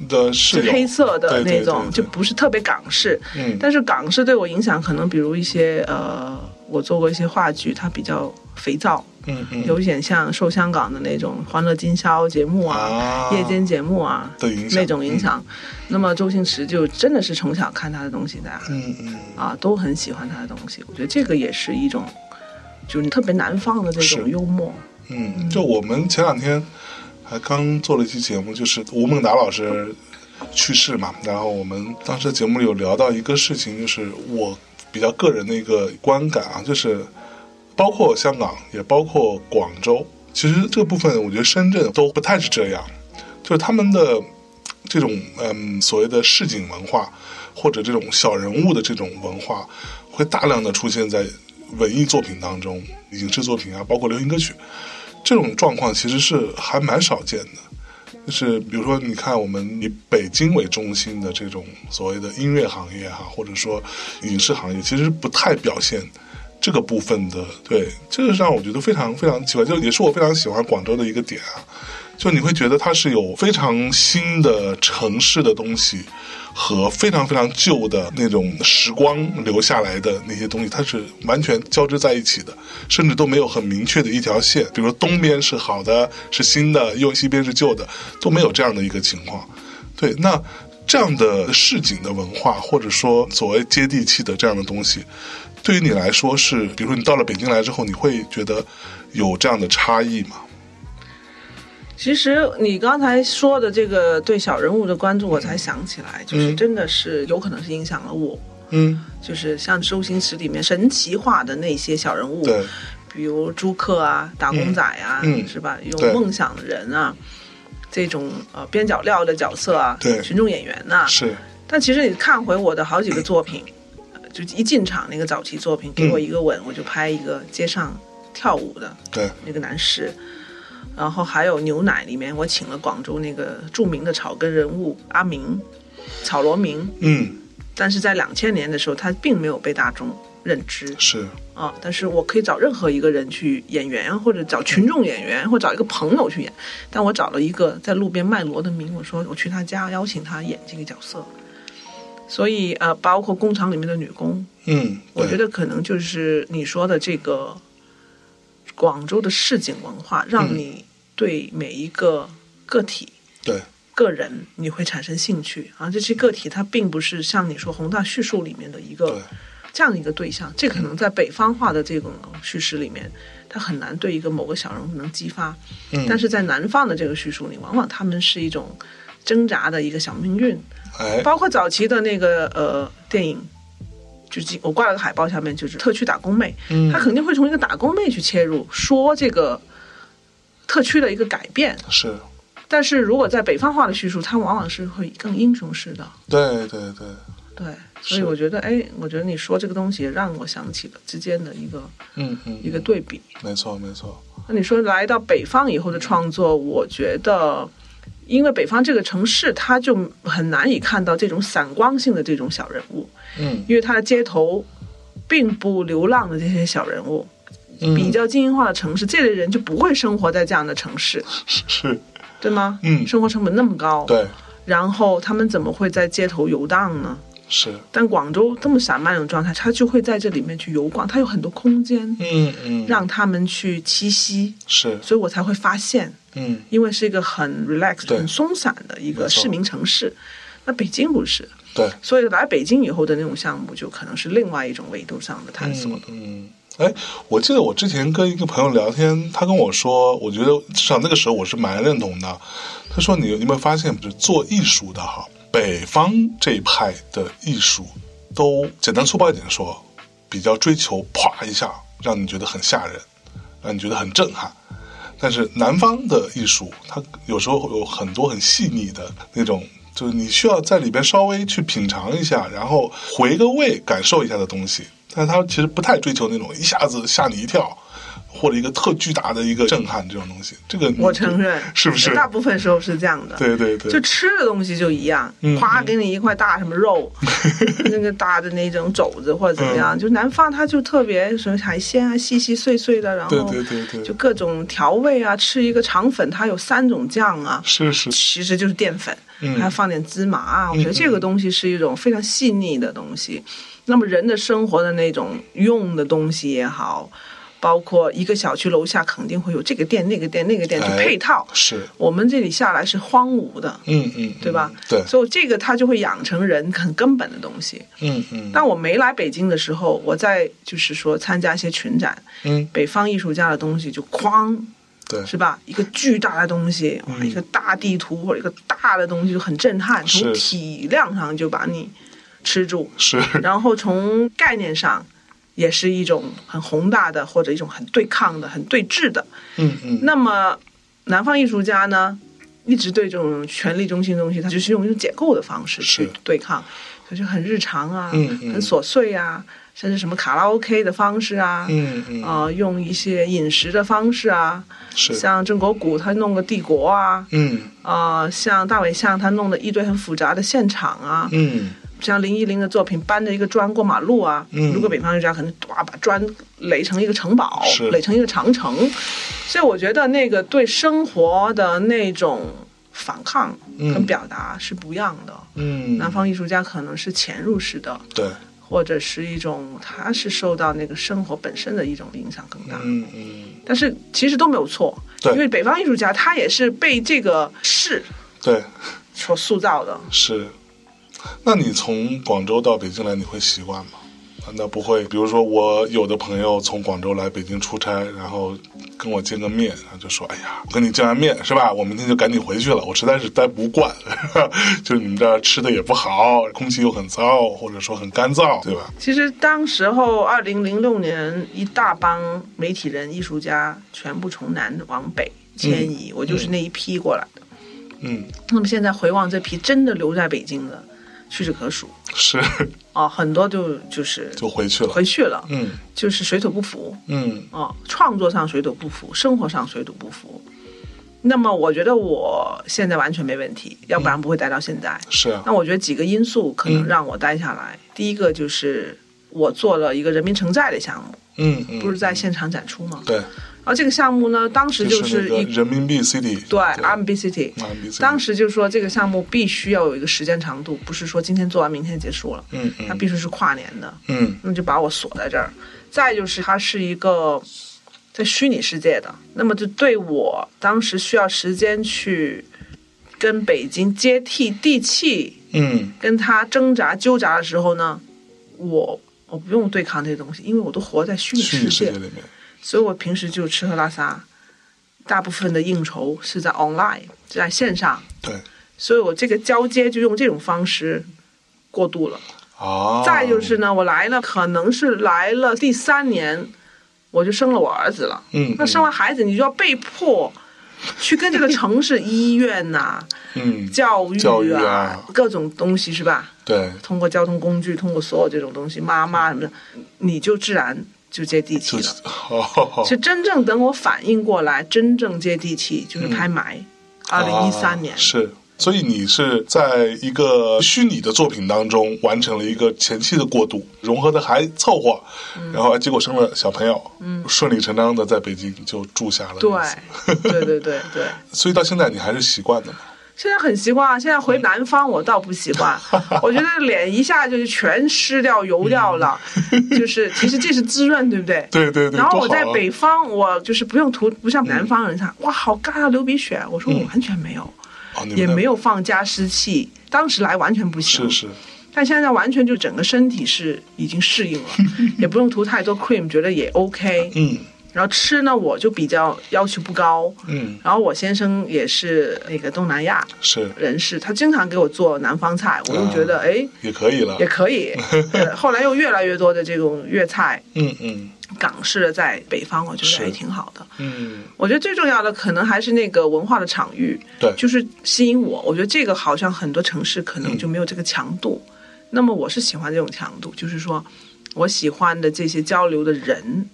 S2: 的是
S1: 就
S2: 有
S1: 黑色的
S2: 对对
S1: 那种，
S2: 对
S1: 就
S2: 对
S1: 不是特别港式。
S2: 嗯
S1: 但是港式对我影响，可能比如一些呃，我做过一些话剧，它比较肥皂。
S2: 嗯嗯
S1: 有点像受香港的那种《欢乐今宵》节目啊、
S2: 啊
S1: 夜间节目啊
S2: 的影响嗯
S1: 那种影响。那么周星驰就真的是从小看他的东西的啊、
S2: 嗯嗯，
S1: 啊，都很喜欢他的东西。我觉得这个也是一种，就是特别南方的这种
S2: 是
S1: 幽默。
S2: 嗯，就我们前两天还刚做了一期节目，就是吴孟达老师去世嘛，然后我们当时节目里有聊到一个事情，就是我比较个人的一个观感啊，就是包括香港，也包括广州，其实这部分我觉得深圳都不太是这样，就是他们的这种嗯所谓的市井文化，或者这种小人物的这种文化，会大量的出现在文艺作品当中，影视作品啊，包括流行歌曲，这种状况其实是还蛮少见的。就是比如说，你看我们以北京为中心的这种所谓的音乐行业哈、或者说影视行业，其实不太表现这个部分的。对，这个让我觉得非常非常奇怪，就也是我非常喜欢广州的一个点啊。就你会觉得它是有非常新的城市的东西和非常非常旧的那种时光留下来的那些东西，它是完全交织在一起的，甚至都没有很明确的一条线。比如说东边是好的，是新的，右西边是旧的，都没有这样的一个情况。对，那这样的市井的文化，或者说所谓接地气的这样的东西，对于你来说是，比如说你到了北京来之后，你会觉得有这样的差异吗？
S1: 其实你刚才说的这个对小人物的关注，我才想起来，就是
S2: 嗯
S1: 真的是有可能是影响了我。
S2: 嗯，
S1: 就是像周星驰里面神奇化的那些小人物，
S2: 对，
S1: 比如租客啊、打工仔啊，
S2: 嗯嗯
S1: 是吧？有
S2: 对
S1: 梦想的人啊，这种呃边角料的角色啊，
S2: 对
S1: 群众演员呐、
S2: 是，
S1: 但其实你看回我的好几个作品，呃就一进场那个早期作品，
S2: 嗯
S1: 给我一个吻，我就拍一个街上跳舞的
S2: 对，
S1: 那个男士。然后还有牛奶里面，我请了广州那个著名的草根人物阿明，草罗明，
S2: 嗯，
S1: 但是在两千年的时候，它并没有被大众认知
S2: 是
S1: 啊。但是我可以找任何一个人去演员，或者找群众演员，或找一个朋友去演。但我找了一个在路边卖锣的民，我说我去他家邀请他演这个角色。所以呃，包括工厂里面的女工，
S2: 嗯，
S1: 我觉
S2: 对
S1: 得可能就是你说的这个广州的市井文化，
S2: 嗯
S1: 让你对每一个个体、
S2: 对
S1: 个人你会产生兴趣啊。这些个体它并不是像你说宏大叙述里面的一
S2: 对嗯
S1: 个这样的一个对象，这可能在北方话的这种叙事里面，它很难对一个某个小人物能激发。
S2: 嗯
S1: 但是在南方的这个叙述里，往往他们是一种挣扎的一个小命运，
S2: 哎
S1: 包括早期的那个呃电影，就是我挂了个海报，下面就是特区打工妹，
S2: 嗯
S1: 他肯定会从一个打工妹去切入，说这个特区的一个改变。
S2: 是
S1: 但是如果在北方话的叙述，它往往是会更英雄式的。
S2: 对对对
S1: 对，所以我觉得，哎，我觉得你说这个东西让我想起了之间的一个
S2: 嗯嗯
S1: 一个对比。
S2: 没错没错
S1: 那你说来到北方以后的创作，我觉得，因为北方这个城市，它就很难以看到这种散光性的这种小人物，
S2: 嗯
S1: 因为它的街头并不流浪的这些小人物，
S2: 嗯
S1: 比较精英化的城市，这类人就不会生活在这样的城市，
S2: 嗯是
S1: 对吗？
S2: 嗯
S1: 生活成本那么高，，
S2: 对
S1: 然后他们怎么会在街头游荡呢？
S2: 是
S1: 但广州这么散漫的状态，他就会在这里面去游逛，他有很多空间
S2: 嗯嗯
S1: 让他们去栖息，
S2: 是
S1: 所以我才会发现，
S2: 嗯
S1: 因为是一个很 relax、
S2: 对
S1: 很松散的一
S2: 没
S1: 个
S2: 错
S1: 市民城市。那北京不是，
S2: 对
S1: 所以来北京以后的那种项目，就可能是另外一种维度上的探索。
S2: 嗯，哎，我记得我之前跟一个朋友聊天，他跟我说，我觉得至少那个时候我是蛮认同的。他说你有没有发现，就是做艺术的哈，北方这一派的艺术都简单粗暴一点说，比较追求啪一下，让你觉得很吓人，让你觉得很震撼。但是南方的艺术，它有时候有很多很细腻的那种，就是你需要在里边稍微去品尝一下，然后回个味，感受一下的东西。但是它其实不太追求那种一下子吓你一跳，或者一个特巨大的一个震撼这种东西。这个你
S1: 我承认，
S2: 是不是？
S1: 大部分时候是这样的。
S2: 对对对，
S1: 就吃的东西就一样
S2: 嗯，
S1: 夸给你一块大什么 肉，那个大的那种肘子或者怎么
S2: 嗯
S1: 样，就南方它就特别什么海鲜啊，细细碎碎的，然
S2: 对
S1: 后
S2: 对对对，
S1: 就各种调味啊，吃一个肠粉它有三种酱啊，
S2: 是是，
S1: 其实就是淀粉，
S2: 嗯
S1: 还要放点芝麻啊。我觉得这个东西是一种非常细腻的东西。那么人的生活的那种用的东西也好，包括一个小区楼下肯定会有这个店、那个店、那个店去
S2: 哎
S1: 配套。
S2: 是，
S1: 我们这里下来是荒芜的，
S2: 嗯嗯，
S1: 对吧
S2: 嗯？对，
S1: 所以这个它就会养成人很根本的东西。
S2: 嗯嗯，
S1: 当我没来北京的时候，我在就是说参加一些群展，
S2: 嗯
S1: 北方艺术家的东西就哐，
S2: 对
S1: 是吧？一个巨大的东西，
S2: 嗯
S1: 哇，一个大地图或者一个大的东西就很震撼，
S2: 是
S1: 从体量上就把你吃住，
S2: 是，
S1: 然后从概念上。也是一种很宏大的，或者一种很对抗的、很对峙的。
S2: 嗯嗯，
S1: 那么，南方艺术家呢，一直对这种权力中心的东西，他就是用一种解构的方式去
S2: 是
S1: 对抗，所以就很日常啊，
S2: 嗯嗯
S1: 很琐碎啊，甚至什么卡拉 OK 的方式啊，
S2: 嗯嗯
S1: 啊、用一些饮食的方式啊，
S2: 是，
S1: 像郑国谷他弄个帝国啊，
S2: 嗯
S1: 啊、像大尾象他弄了一堆很复杂的现场啊，
S2: 嗯
S1: 像林依林的作品搬着一个砖过马路啊，
S2: 嗯
S1: 如果北方艺术家可能哇把砖垒成一个城堡
S2: 是，
S1: 垒成一个长城，所以我觉得那个对生活的那种反抗跟
S2: 嗯
S1: 表达是不一样的。
S2: 嗯，
S1: 南方艺术家可能是潜入式的，
S2: 对。
S1: 或者是一种，他是受到那个生活本身的一种影响更大。
S2: 嗯嗯，
S1: 但是其实都没有错，
S2: 对
S1: 因为北方艺术家他也是被这个市
S2: 对，
S1: 所塑造的。
S2: 是。那你从广州到北京来，你会习惯吗？难道不会？比如说，我有的朋友从广州来北京出差，然后跟我见个面，然后就说：“哎呀，我跟你见完面是吧？我明天就赶紧回去了，我实在是待不惯， 就是你们这儿吃的也不好，空气又很糟，或者说很干燥，对吧
S1: 其实当时候，二零零六年，一大帮媒体人、艺术家全部从南往北迁移，我就是那一批过来的。？”
S2: 嗯，
S1: 那么现在回望这批真的留在北京的，屈指可数
S2: 是，
S1: 啊，很多就就是
S2: 就回去了。
S1: 回去了，
S2: 嗯
S1: 就是水土不服哦
S2: 嗯
S1: 啊，创作上水土不服，生活上水土不服。那么我觉得我现在完全没问题，要不然不会待到现在。
S2: 是啊，
S1: 那我觉得几个因素可能
S2: 嗯
S1: 让我待下来，第一个就是我做了一个人民城寨的项目，
S2: 嗯嗯，
S1: 不是在现场展出吗？
S2: 对，
S1: 然后这个项目呢，当时就
S2: 就是
S1: 是
S2: 那
S1: 一
S2: 个嗯人民币 CD，
S1: 对 RMB City，
S2: RMB
S1: 当时就说这个项目必须要有一个时间长度，不是说今天做完明天结束了，
S2: 嗯
S1: 它
S2: 嗯
S1: 必须是跨年的，
S2: 嗯
S1: 那么就把我锁在这儿。再就是它是一个在虚拟世界的，那么就对我当时需要时间去跟北京接替地气，
S2: 嗯
S1: 跟它挣扎纠杂的时候呢，我我不用对抗这些东西，因为我都活在虚拟
S2: 虚拟
S1: 世
S2: 世
S1: 界
S2: 界，里面，
S1: 所以我平时就吃喝拉撒，大部分的应酬是在 online，是在线上。
S2: 对
S1: 所以我这个交接就用这种方式过渡了。
S2: 啊，
S1: 再就是呢，我来了，可能是来了第三年，我就生了我儿子了。
S2: 嗯，
S1: 那生完孩子，你就要被迫去跟这个城 市医院呐、
S2: 嗯，嗯
S1: 教育啊、
S2: 教育啊
S1: 各种东西是吧？
S2: 对，
S1: 通过交通工具，通过所有这种东西，妈妈什么的，你就自然就接地气
S2: 就哦
S1: 了。
S2: 是好好好
S1: 其，实真正等我反应过来，真正接地气就是
S2: 嗯
S1: 拍埋，二零一三年
S2: 啊、。是。所以你是在一个虚拟的作品当中完成了一个前期的过渡，融合的还凑合，
S1: 嗯
S2: 然后结果生了小朋友，顺理成章的在北京就住下了。
S1: 对，对对对对。
S2: 所以到现在你还是习惯的嘛？
S1: 现在很习惯啊，现在回南方我倒不习 惯，我觉得脸一下就是全湿掉、油掉了，就是其实这是滋润，对不对？
S2: 嗯对对对。
S1: 然后我
S2: 多好
S1: 在
S2: 啊
S1: 北方，我就是不用涂，不像南方人看，哇，好干啊，流鼻血。我
S2: 嗯
S1: 说我完全没有，
S2: 哦你们
S1: 也
S2: 在
S1: 没有放加湿器，当时来完全不行。
S2: 是是
S1: 但现在完全就整个身体是已经适 应了，也不用涂太多 cream，觉得也 OK。
S2: 嗯
S1: 然后吃呢，我就比较要求不高。
S2: 嗯
S1: 然后我先生也是那个东南亚，
S2: 是
S1: 人士，他经常给我做南方菜，我就觉得哎、
S2: 也可以了
S1: 也。可以、呃后来又越来越多的这种粤菜、
S2: 嗯嗯
S1: 港式的在北方，我觉
S2: 是
S1: 得还挺好的。
S2: 嗯，
S1: 我觉得最重要的可能还是那个文化的场域，
S2: 对，
S1: 就是吸引我。我觉得这个好像很多城市可能就没有这个强度，那么我是喜欢这种强度，就是说我喜欢的这些交流的人，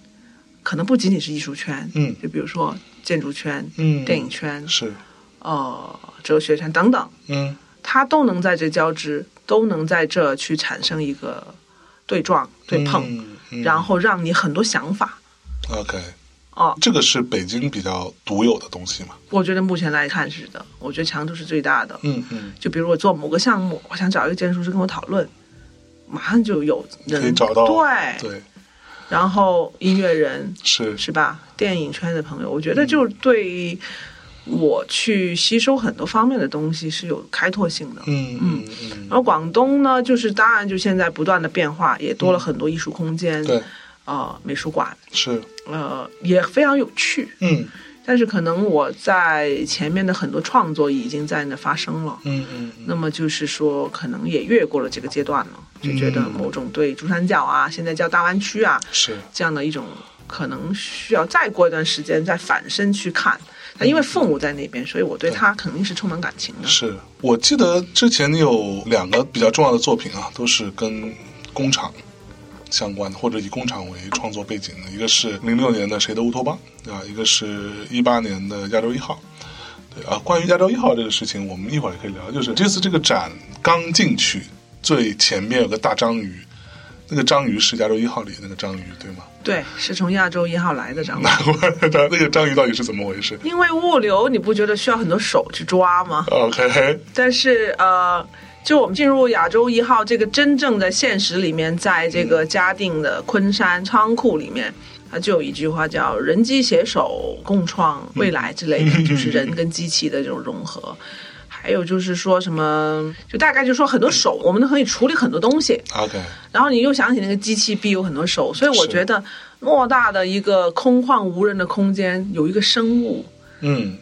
S1: 可能不仅仅是艺术圈，
S2: 嗯
S1: 就比如说建筑圈、
S2: 嗯
S1: 电影圈、
S2: 是
S1: 呃哲学圈等等。
S2: 嗯
S1: 它都能在这交织，都能在这去产生一个对撞、对碰，
S2: 嗯嗯
S1: 然后让你很多想法。
S2: OK
S1: 哦，
S2: 这个是北京比较独有的东西嘛？
S1: 我觉得目前来看是的，我觉得强度是最大的。
S2: 嗯嗯，
S1: 就比如我做某个项目，我想找一个建筑师跟我讨论，马上就有
S2: 可以
S1: 人
S2: 找到
S1: 对，
S2: 对
S1: 然后音乐人
S2: 是
S1: 是吧？电影圈的朋友，我觉得
S2: 嗯
S1: 就是对我去吸收很多方面的东西是有开拓性的。
S2: 嗯嗯嗯
S1: 然后广东呢，就是当然就现在不断的变化，也多了很多艺术空间，
S2: 嗯对
S1: 呃，美术馆，
S2: 是
S1: 呃，也非常有趣。
S2: 嗯
S1: 但是可能我在前面的很多创作已经在那发生了，
S2: 嗯嗯嗯
S1: 那么就是说，可能也越过了这个阶段了，就觉得
S2: 嗯
S1: 某种对珠三角啊，现在叫大湾区啊，
S2: 是
S1: 这样的一种可能需要再过一段时间再反身去看。但因为父母在那边，所以我对他肯定是充满感情的。
S2: 是，我记得之前你有两个比较重要的作品啊，都是跟工厂相关的，或者以工厂为创作背景的。一个是零六年的《谁的乌托邦》，啊，一个是一八年的《亚洲一号》。对啊，关于《亚洲一号》这个事情，我们一会儿也可以聊。就是这次这个展刚进去，最前面有个大章鱼，那个章鱼是《亚洲一号》里那个章鱼，对吗？
S1: 对，是从亚洲一号来的，张老师
S2: 那个章鱼到底是怎么回事
S1: 因为物流，你不觉得需要很多手去抓吗？
S2: ？OK，
S1: 但是呃，就我们进入亚洲一号这个真正的现实里面，在这个嘉定的昆山仓库里面，它就有一句话叫“人机携手共创未来”之类的，就是人跟机器的这种融合。还有就是说什么，就大概就说很多手，我们都可以处理很多东西。
S2: OK，
S1: 然后你又想起那个机器必有很多手，所以我
S2: 是
S1: 觉得莫大的一个空旷无人的空间，有一个生物
S2: 嗯，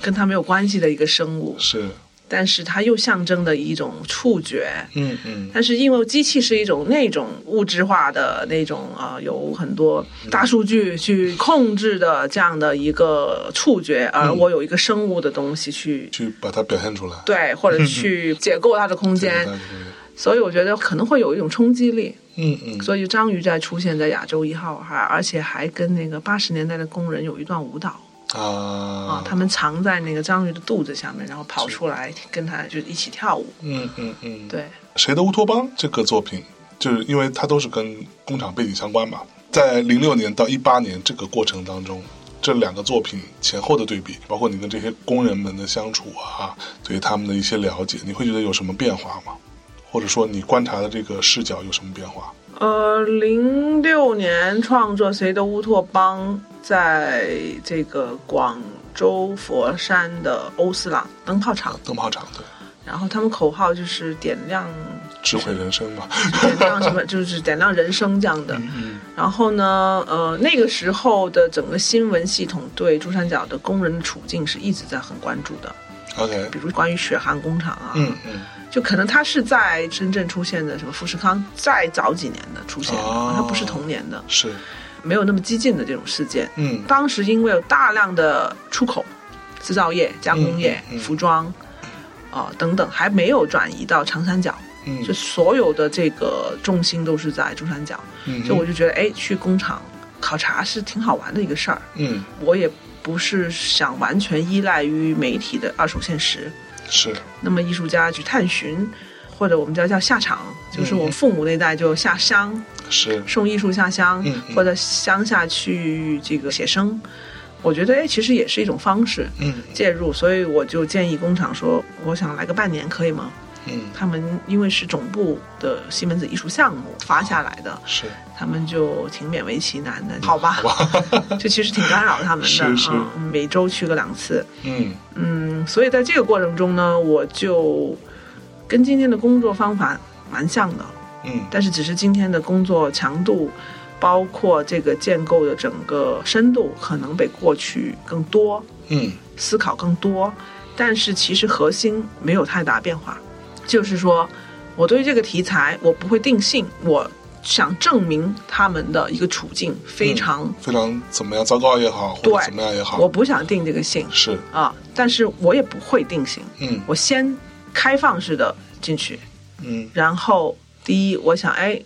S1: 跟它没有关系的一个生物，
S2: 是，
S1: 但是它又象征的一种触觉。
S2: 嗯嗯
S1: 但是因为机器是一种那种物质化的那种啊、呃有很多大数据去控制的这样的一个触觉，而我有一个生物的东西去。
S2: 去把它表现出来。
S1: 对，或者去解构它的空间，所以我觉得可能会有一种冲击力。
S2: 嗯嗯，
S1: 所以章鱼在出现在亚洲一号，还而且还跟那个八十年代的工人有一段舞蹈，
S2: 啊
S1: 啊，他们藏在那个章鱼的肚子下面，然后跑出来跟他就一起跳舞。
S2: 嗯嗯嗯，
S1: 对，
S2: 谁的乌托邦这个作品，就是因为它都是跟工厂背景相关嘛。在零六年到一八年这个过程当中，这两个作品前后的对比，包括你跟这些工人们的相处啊，对于他们的一些了解，你会觉得有什么变化吗？或者说你观察的这个视角有什么变化？
S1: 呃，零六年创作《谁的乌托邦》在这个广州佛山的欧斯朗灯泡厂，
S2: 灯泡厂对，
S1: 然后他们口号就是点亮
S2: 智慧人生嘛，
S1: 点亮什么，就是点亮人生这样的。
S2: 嗯
S1: 然后呢，呃，那个时候的整个新闻系统对珠三角的工人的处境是一直在很关注的，
S2: OK，
S1: 比如关于血汗工厂啊，
S2: 嗯嗯
S1: 就可能它是在深圳出现的，什么富士康再早几年的出现的，
S2: 哦
S1: 它不是同年的，
S2: 是，
S1: 没有那么激进的这种事件。
S2: 嗯
S1: 当时因为有大量的出口，制造业、加工业、
S2: 嗯嗯嗯
S1: 服装，啊、等等，还没有转移到长三角，
S2: 嗯，
S1: 就所有的这个重心都是在珠三角，
S2: 嗯
S1: 所以我就觉得，哎，去工厂考察是挺好玩的一个事儿。
S2: 嗯
S1: 我也不是想完全依赖于媒体的二手现实，
S2: 是
S1: 那么艺术家去探寻，或者我们叫叫下场，
S2: 嗯
S1: 就是我父母那代就下乡
S2: 是
S1: 送艺术下乡
S2: 嗯嗯，
S1: 或者乡下去这个写生，我觉得哎，其实也是一种方式
S2: 嗯
S1: 介入，所以我就建议工厂说，我想来个半年可以吗？
S2: 嗯
S1: 他们因为是总部的西门子艺术项目发下来的，
S2: 是
S1: 他们就挺勉为其难的，好吧， 就其实挺干扰他们的，
S2: 是是
S1: 嗯，每周去个两次，
S2: 嗯
S1: 嗯，所以在这个过程中呢，我就跟今天的工作方法蛮像的，
S2: 嗯
S1: 但是只是今天的工作强度，包括这个建构的整个深度，可能比过去更多，
S2: 嗯
S1: 思考更多，但是其实核心没有太大变化，就是说我对于这个题材我不会定性，我想证明他们的一个处境非常，
S2: 非常怎么样糟糕也好，或者
S1: 对
S2: 怎么样也好，
S1: 我不想定这个性
S2: 是
S1: 啊，但是我也不会定性，
S2: 嗯
S1: 我先开放式的进去，
S2: 嗯
S1: 然后第一，我想哎，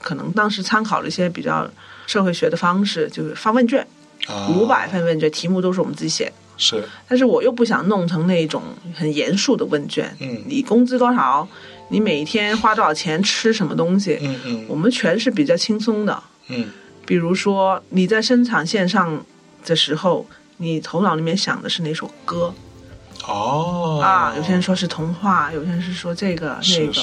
S1: 可能当时参考了一些比较社会学的方式，就是发问卷，
S2: 啊
S1: 五百份问卷，题目都是我们自己写的
S2: 是
S1: 但是我又不想弄成那种很严肃的问卷。
S2: 嗯
S1: 你工资多少？你每天花多少钱？吃什么东西？
S2: 嗯嗯
S1: 我们全是比较轻松的。
S2: 嗯
S1: 比如说你在生产线上的时候，你头脑里面想的是哪首歌、
S2: 哦
S1: 啊？有些人说是童话，有些人是说这个那
S2: 是
S1: 个，
S2: 是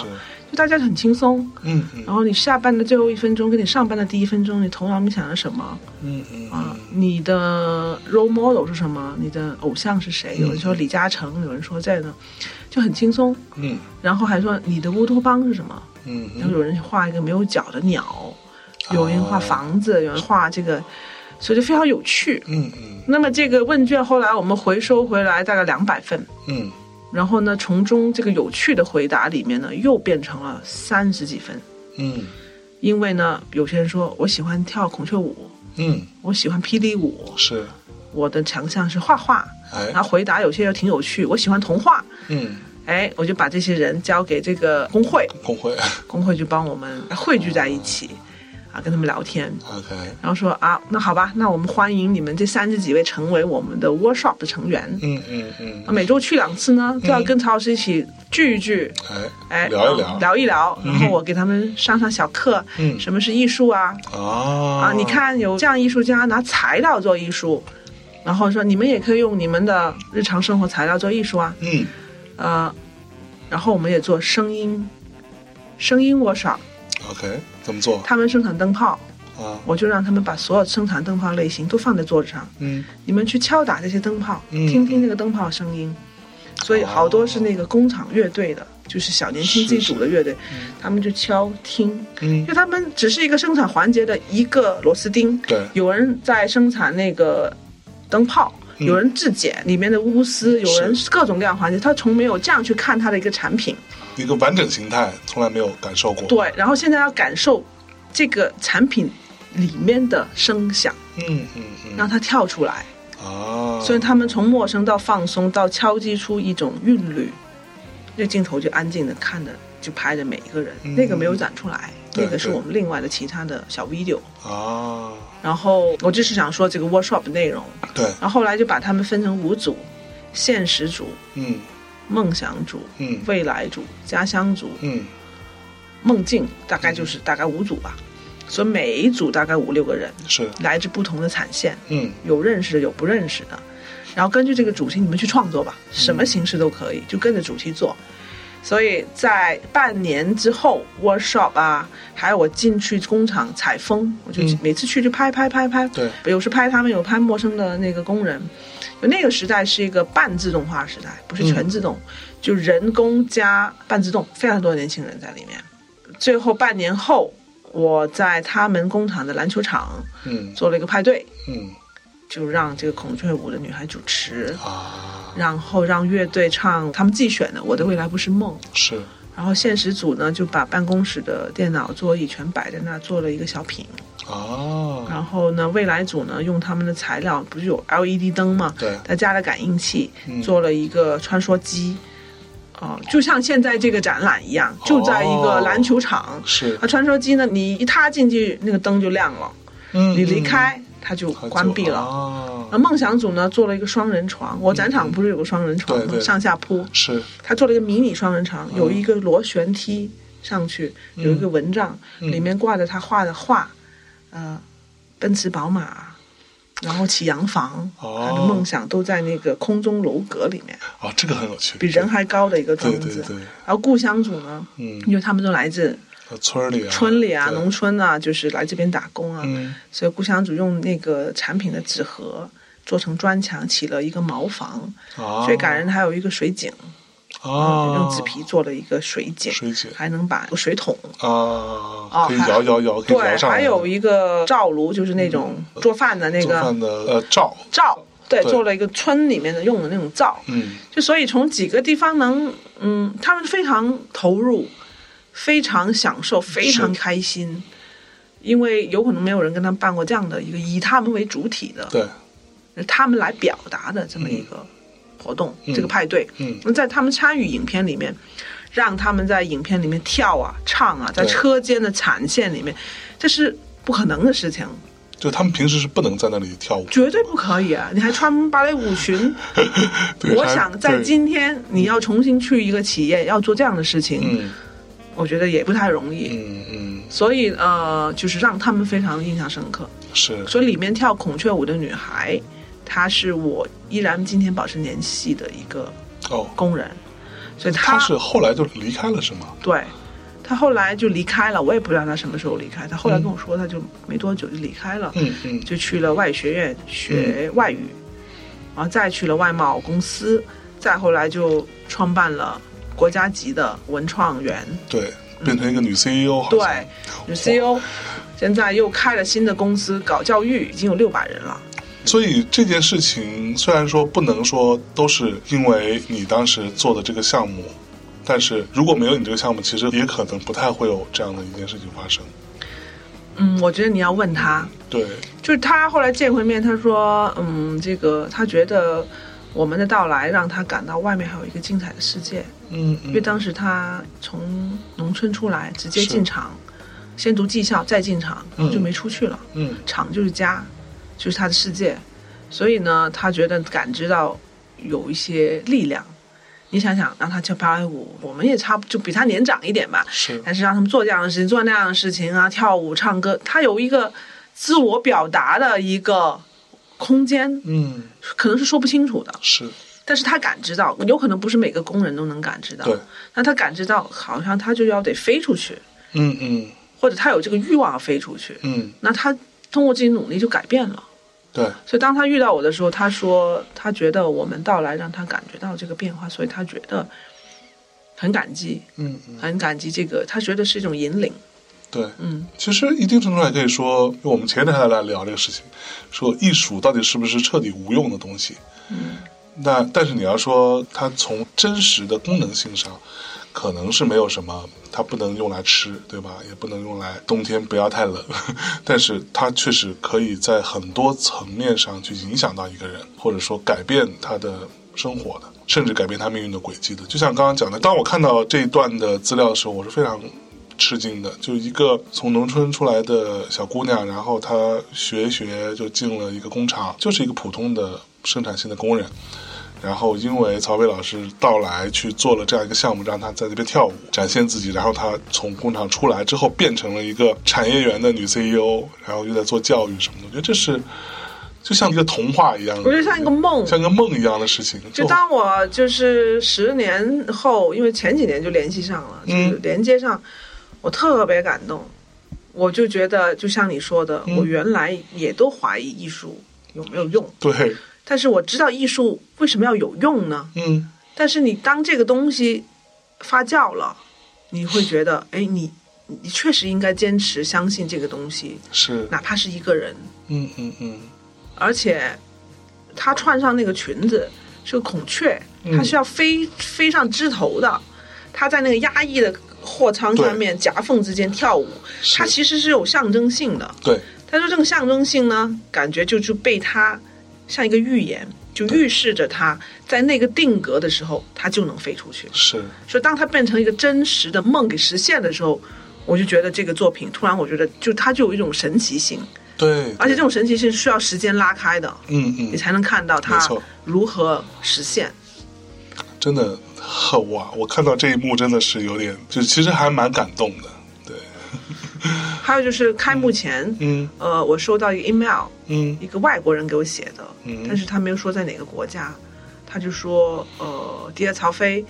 S1: 就大家很轻松。
S2: 嗯嗯
S1: 然后你下班的最后一分钟跟你上班的第一分钟，你头脑里面想的什么？
S2: 嗯嗯
S1: 啊，你的 role model 是什么？你的偶像是
S2: 嗯
S1: 谁？有人说李嘉诚，有人说这个，就很轻松。
S2: 嗯
S1: 然后还说你的乌托邦是什么？
S2: 嗯
S1: 然后
S2: 嗯
S1: 有人画一个没有脚的鸟，有人画房
S2: 哦
S1: 子，有人画这个，所以就非常有趣。
S2: 嗯嗯
S1: 那么这个问卷后来我们回收回来大概两百份，
S2: 嗯
S1: 然后呢，从中这个有趣的回答里面呢，又变成了三十几分。
S2: 嗯
S1: 因为呢，有些人说我喜欢跳孔雀舞，
S2: 嗯
S1: 我喜欢霹雳舞，
S2: 是
S1: 我的强项是画画。
S2: 哎
S1: 然后回答有些又挺有趣，我喜欢童话，
S2: 嗯
S1: 哎，我就把这些人交给这个工会，
S2: 工会
S1: 工会就帮我们汇聚在一起，啊，跟他们聊天，
S2: OK
S1: 然后说啊，那好吧，那我们欢迎你们这三十几位成为我们的 workshop 的成员。
S2: 嗯嗯嗯
S1: 啊每周去两次呢，都要跟曹老师一起聚一聚，哎，
S2: 哎聊一
S1: 然后
S2: 聊
S1: 聊一聊，然后我给他们上上小课，
S2: 嗯
S1: 什么是艺术啊？
S2: 啊
S1: 啊，你看有这样艺术家拿材料做艺术，然后说你们也可以用你们的日常生活材料做艺术啊。
S2: 嗯
S1: 呃，然后我们也做声音，声音 workshop，
S2: OK 怎么做
S1: 他们生产灯泡，
S2: 啊
S1: 我就让他们把所有生产灯泡类型都放在桌子上，
S2: 嗯
S1: 你们去敲打这些灯泡，
S2: 嗯
S1: 听听这个灯泡声音。所以好多是那个工厂乐队的，就是小年轻自己组的乐队，他们就敲听，因
S2: 嗯
S1: 为他们只是一个生产环节的一个螺丝钉，
S2: 对
S1: 有人在生产那个灯泡，
S2: 嗯
S1: 有人质检里面的钨丝，有人
S2: 是
S1: 各种各样环节，他从没有这样去看他的一个产品。
S2: 一个完整形态从来没有感受过
S1: 对，然后现在要感受这个产品里面的声响，
S2: 嗯嗯嗯
S1: 让它跳出来。
S2: 啊
S1: 所以他们从陌生到放松，到敲击出一种韵律，那镜头就安静的看着，就拍着每一个人，那个没有展出来。那
S2: 嗯对
S1: 个是
S2: 对
S1: 我们另外的其他的小 video。
S2: 啊，
S1: 然后我就是想说这个 workshop 内容，
S2: 对，
S1: 然后后来就把他们分成五组：现实组、
S2: 嗯
S1: 梦想组、
S2: 嗯
S1: 未来组、家乡组、
S2: 嗯
S1: 梦境，大概就是大概五组吧。所以每一组大概五六个人，
S2: 是，
S1: 来自不同的产线，
S2: 嗯
S1: 有认识的，有不认识的。然后根据这个主题，你们去创作吧，
S2: 嗯
S1: 什么形式都可以，就跟着主题做。所以在半年之后，workshop 啊，还有我进去工厂采风，我就
S2: 嗯
S1: 每次去就拍拍拍拍，
S2: 对，
S1: 有时拍他们，有拍陌生的那个工人。那个时代是一个半自动化时代，不是全自动，
S2: 嗯
S1: 就人工加半自动，非常多的年轻人在里面。最后半年后，我在他们工厂的篮球场
S2: 嗯
S1: 做了一个派对，
S2: 嗯
S1: 就让这个孔雀舞的女孩主持，
S2: 啊，
S1: 然后让乐队唱他们自己选的《我的未来不是梦》，
S2: 是，啊
S1: 然后现实组呢就把办公室的电脑座椅全摆在那儿做了一个小品，
S2: 啊，
S1: 然后呢未来组呢用他们的材料不是有 LED 灯嘛，
S2: 对
S1: 他加了感应器
S2: 嗯，
S1: 做了一个穿梭机，哦、就像现在这个展览一样，就在一个篮球场，
S2: 是
S1: 啊，，穿梭机呢你一踏进去那个灯就亮了，
S2: 嗯
S1: 你离开它就关闭了。
S2: 啊
S1: 啊，梦想组呢做了一个双人床，我展场不是有个双人床吗？
S2: 嗯对对嗯
S1: 上下铺，
S2: 是，
S1: 他做了一个迷你双人床，有一个螺旋梯上去，
S2: 嗯
S1: 有一个蚊帐，里面挂着他画的画，呃，奔驰、宝马，然后骑洋房，
S2: 哦
S1: 他的梦想都在那个空中楼阁里面，
S2: 啊，这个很有趣，
S1: 比人还高的一个
S2: 对
S1: 装
S2: 对
S1: 置。
S2: 对，
S1: 然后故乡组呢，因
S2: 嗯，
S1: 为他们都来自
S2: 村里啊，
S1: 村里啊、
S2: 对
S1: 农，村啊，就是来这边打工啊，
S2: 嗯
S1: 所以故乡组用那个产品的纸盒做成砖墙，起了一个茅房。
S2: 啊，
S1: 最感人的还有一个水井，
S2: 啊，
S1: 用纸皮做了一个水井，
S2: 水井
S1: 还能把水桶。
S2: 啊，
S1: 哦
S2: 可以
S1: 还
S2: 摇摇摇，可
S1: 对
S2: 以摇，上来，嗯
S1: 还有一个灶炉，就是那种做饭的那
S2: 做
S1: 个
S2: 饭的呃灶，
S1: 灶，对，
S2: 对
S1: 做了一个村里面的用的那种灶。
S2: 嗯
S1: 就所以从几个地方能，嗯，他们非常投入，非常享受，非常开心，因为有可能没有人跟他们办过这样的一个以他们为主体的
S2: 对，
S1: 他们来表达的这么一个活动，这个派对。
S2: 嗯
S1: 那在他们参与影片里面，让他们在影片里面跳啊、唱啊，在
S2: 对
S1: 车间的产线里面，这是不可能的事情，
S2: 就他们平时是不能在那里跳舞，
S1: 绝对不可以啊！你还穿芭蕾舞裙，
S2: 对
S1: 我
S2: 还
S1: 想在
S2: 对
S1: 今天你要重新去一个企业要做这样的事情，
S2: 嗯
S1: 我觉得也不太容易。
S2: 嗯嗯
S1: 所以呃，就是让他们非常印象深刻。
S2: 是
S1: 所以里面跳孔雀舞的女孩，她是我依然今天保持联系的一个
S2: 哦，
S1: 工人，所以
S2: 他
S1: 他
S2: 是后来就离开了是吗？
S1: 对，他后来就离开了，我也不知道他什么时候离开。他后来跟我说，他就没多久就离开了，
S2: 嗯嗯
S1: 就去了外语学院学外语，然后再去了外贸公司，再后来就创办了国家级的文创园，
S2: 对，变成一个女 CEO 好像
S1: 对，有 CEO。现在又开了新的公司搞教育，已经有六百人了。
S2: 所以这件事情虽然说不能说都是因为你当时做的这个项目，但是如果没有你这个项目，其实也可能不太会有这样的一件事情发生。
S1: 嗯，我觉得你要问他，
S2: 对，
S1: 就是他后来见回面，他说，嗯，这个他觉得我们的到来让他感到外面还有一个精彩的世界，
S2: 嗯
S1: 因为
S2: 嗯
S1: 当时他从农村出来，直接
S2: 是
S1: 进厂，先读技校，再进厂，然后就
S2: 嗯
S1: 没出去了。
S2: 嗯
S1: 厂就是家，就是他的世界，所以呢，他觉得感知到有一些力量。你想想，让他跳芭蕾舞，我们也差不就比他年长一点吧，
S2: 是
S1: 但是让他们做这样的事情，做那样的事情啊，跳舞、唱歌，他有一个自我表达的一个空间，
S2: 嗯
S1: 可能是说不清楚的，
S2: 是
S1: 但是他感知到，有可能不是每个工人都能感知到
S2: 对。
S1: 那他感知到，好像他就要得飞出去，
S2: 嗯嗯
S1: 或者他有这个欲望飞出去，
S2: 嗯
S1: 那他通过自己努力就改变了。
S2: 对
S1: 所以当他遇到我的时候，他说他觉得我们到来让他感觉到这个变化，所以他觉得很感激，
S2: 嗯嗯
S1: 很感激这个，他觉得是一种引领。
S2: 对。
S1: 嗯，
S2: 其实一定程度上也可以说，我们前一天还在聊这个事情，说艺术到底是不是彻底无用的东西？嗯，那但是你要说它从真实的功能性上，可能是没有什么，它不能用来吃，对吧？也不能用来冬天不要太冷，但是它确实可以在很多层面上去影响到一个人，或者说改变他的生活的，甚至改变他命运的轨迹的。就像刚刚讲的，当我看到这一段的资料的时候，我是非常吃惊的，就一个从农村出来的小姑娘，然后她学一学就进了一个工厂，就是一个普通的生产线的工人。然后因为曹伟老师到来去做了这样一个项目，让她在那边跳舞展现自己，然后她从工厂出来之后变成了一个产业园的女 CEO，然后又在做教育什么的，我觉得这是就像一个童话一样的，
S1: 我觉得像一个梦。
S2: 像个梦一样的事情。
S1: 就当我就是十年后，因为前几年就联系上了，就
S2: 嗯
S1: 是连接上，我特别感动。我就觉得，就像你说的，
S2: 嗯
S1: 我原来也都怀疑艺术有没有用，
S2: 对，
S1: 但是我知道艺术为什么要有用呢？
S2: 嗯，
S1: 但是你当这个东西发酵了，你会觉得，哎，你你确实应该坚持相信这个东西，
S2: 是，
S1: 哪怕是一个人，
S2: 嗯嗯嗯，
S1: 而且她穿上那个裙子是个孔雀，
S2: 嗯
S1: 它是要飞飞上枝头的，它在那个压抑的货仓上面夹缝之间跳舞，
S2: 是
S1: 它其实是有象征性的。
S2: 对，
S1: 但是这个象征性呢，感觉就就被它像一个预言，就预示着它在那个定格的时候，它就能飞出去。
S2: 是，
S1: 所以当它变成一个真实的梦给实现的时候，我就觉得这个作品突然，我觉得就它就有一种神奇性，
S2: 对，
S1: 而且这种神奇性是需要时间拉开的，
S2: 嗯嗯
S1: 你，才能看到
S2: 没
S1: 它
S2: 错
S1: 如何实现。
S2: 真的很哇！我看到这一幕真的是有点，就其实还蛮感动的。对，
S1: 还有就是开幕前，
S2: 嗯
S1: 呃，我收到一个 email，
S2: 嗯
S1: 一个外国人给我写的，
S2: 嗯
S1: 但是他没有说在哪个国家，他就说，呃，Dear 曹飞，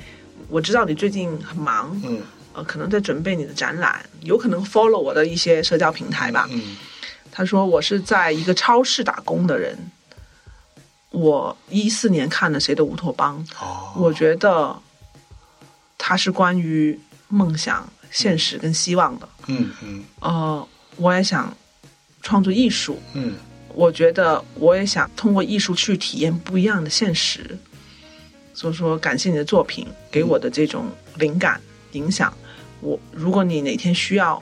S1: 我知道你最近很忙，
S2: 嗯
S1: 呃，可能在准备你的展览，有可能 follow 我的一些社交平台吧。
S2: 嗯
S1: 他说我是在一个超市打工的人，我一四年看了谁的乌托邦，
S2: 哦，
S1: 我觉得它是关于梦想、现实跟希望的。
S2: 嗯嗯
S1: 呃，我也想创作艺术，
S2: 嗯
S1: 我觉得我也想通过艺术去体验不一样的现实。所以说，感谢你的作品给我的这种灵感影响。我如果你哪天需要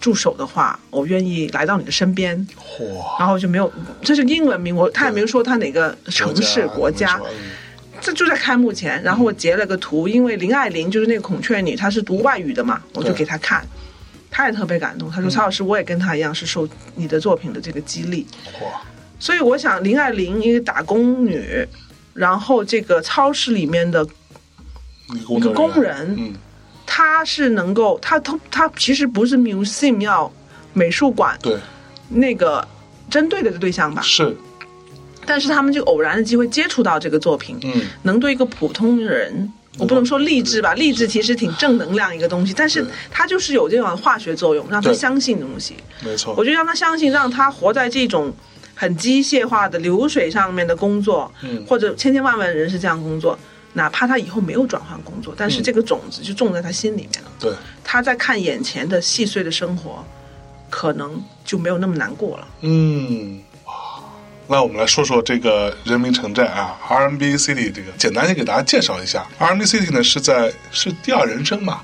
S1: 助手的话，我愿意来到你的身边。
S2: 嚯！
S1: 然后就没有，这是英文名，我他也没有说他哪个城市国家，
S2: 没错嗯
S1: 这就在开幕前。然后我截了个图，因为林爱玲就是那个孔雀女，她是读外语的嘛，我就
S2: 对嗯
S1: 给她看，她也特别感动。她说：“曹老师，我也跟她一样是受你的作品的这个激励。”
S2: 嚯！
S1: 所以我想，林爱玲一个打工女，然后这个超市里面的
S2: 一个
S1: 一个工
S2: 人
S1: 人，
S2: 嗯，
S1: 她是能够，她她她其实不是 museum 要美术馆
S2: 对，
S1: 那个针对的对象吧，
S2: 是，
S1: 但是他们就偶然的机会接触到这个作品，
S2: 嗯，
S1: 能对一个普通人。我不能说励志吧，励志其实挺正能量一个东西，但是
S2: 对
S1: 它就是有这种化学作用，让他
S2: 对
S1: 相信东西。
S2: 没错
S1: 我，就让他相信，让他活在这种很机械化的流水上面的工作，
S2: 嗯
S1: 或者千千万万人是这样工作，哪怕他以后没有转换工作，但是
S2: 嗯
S1: 这个种子就种在他心里面了。
S2: 对，
S1: 他在看眼前的细碎的生活，可能就没有那么难过了。
S2: 嗯。哇那我们来说说这个人民城寨啊，R&B City 这个，简单先给大家介绍一下。R&B City 呢是在是第二人生嘛，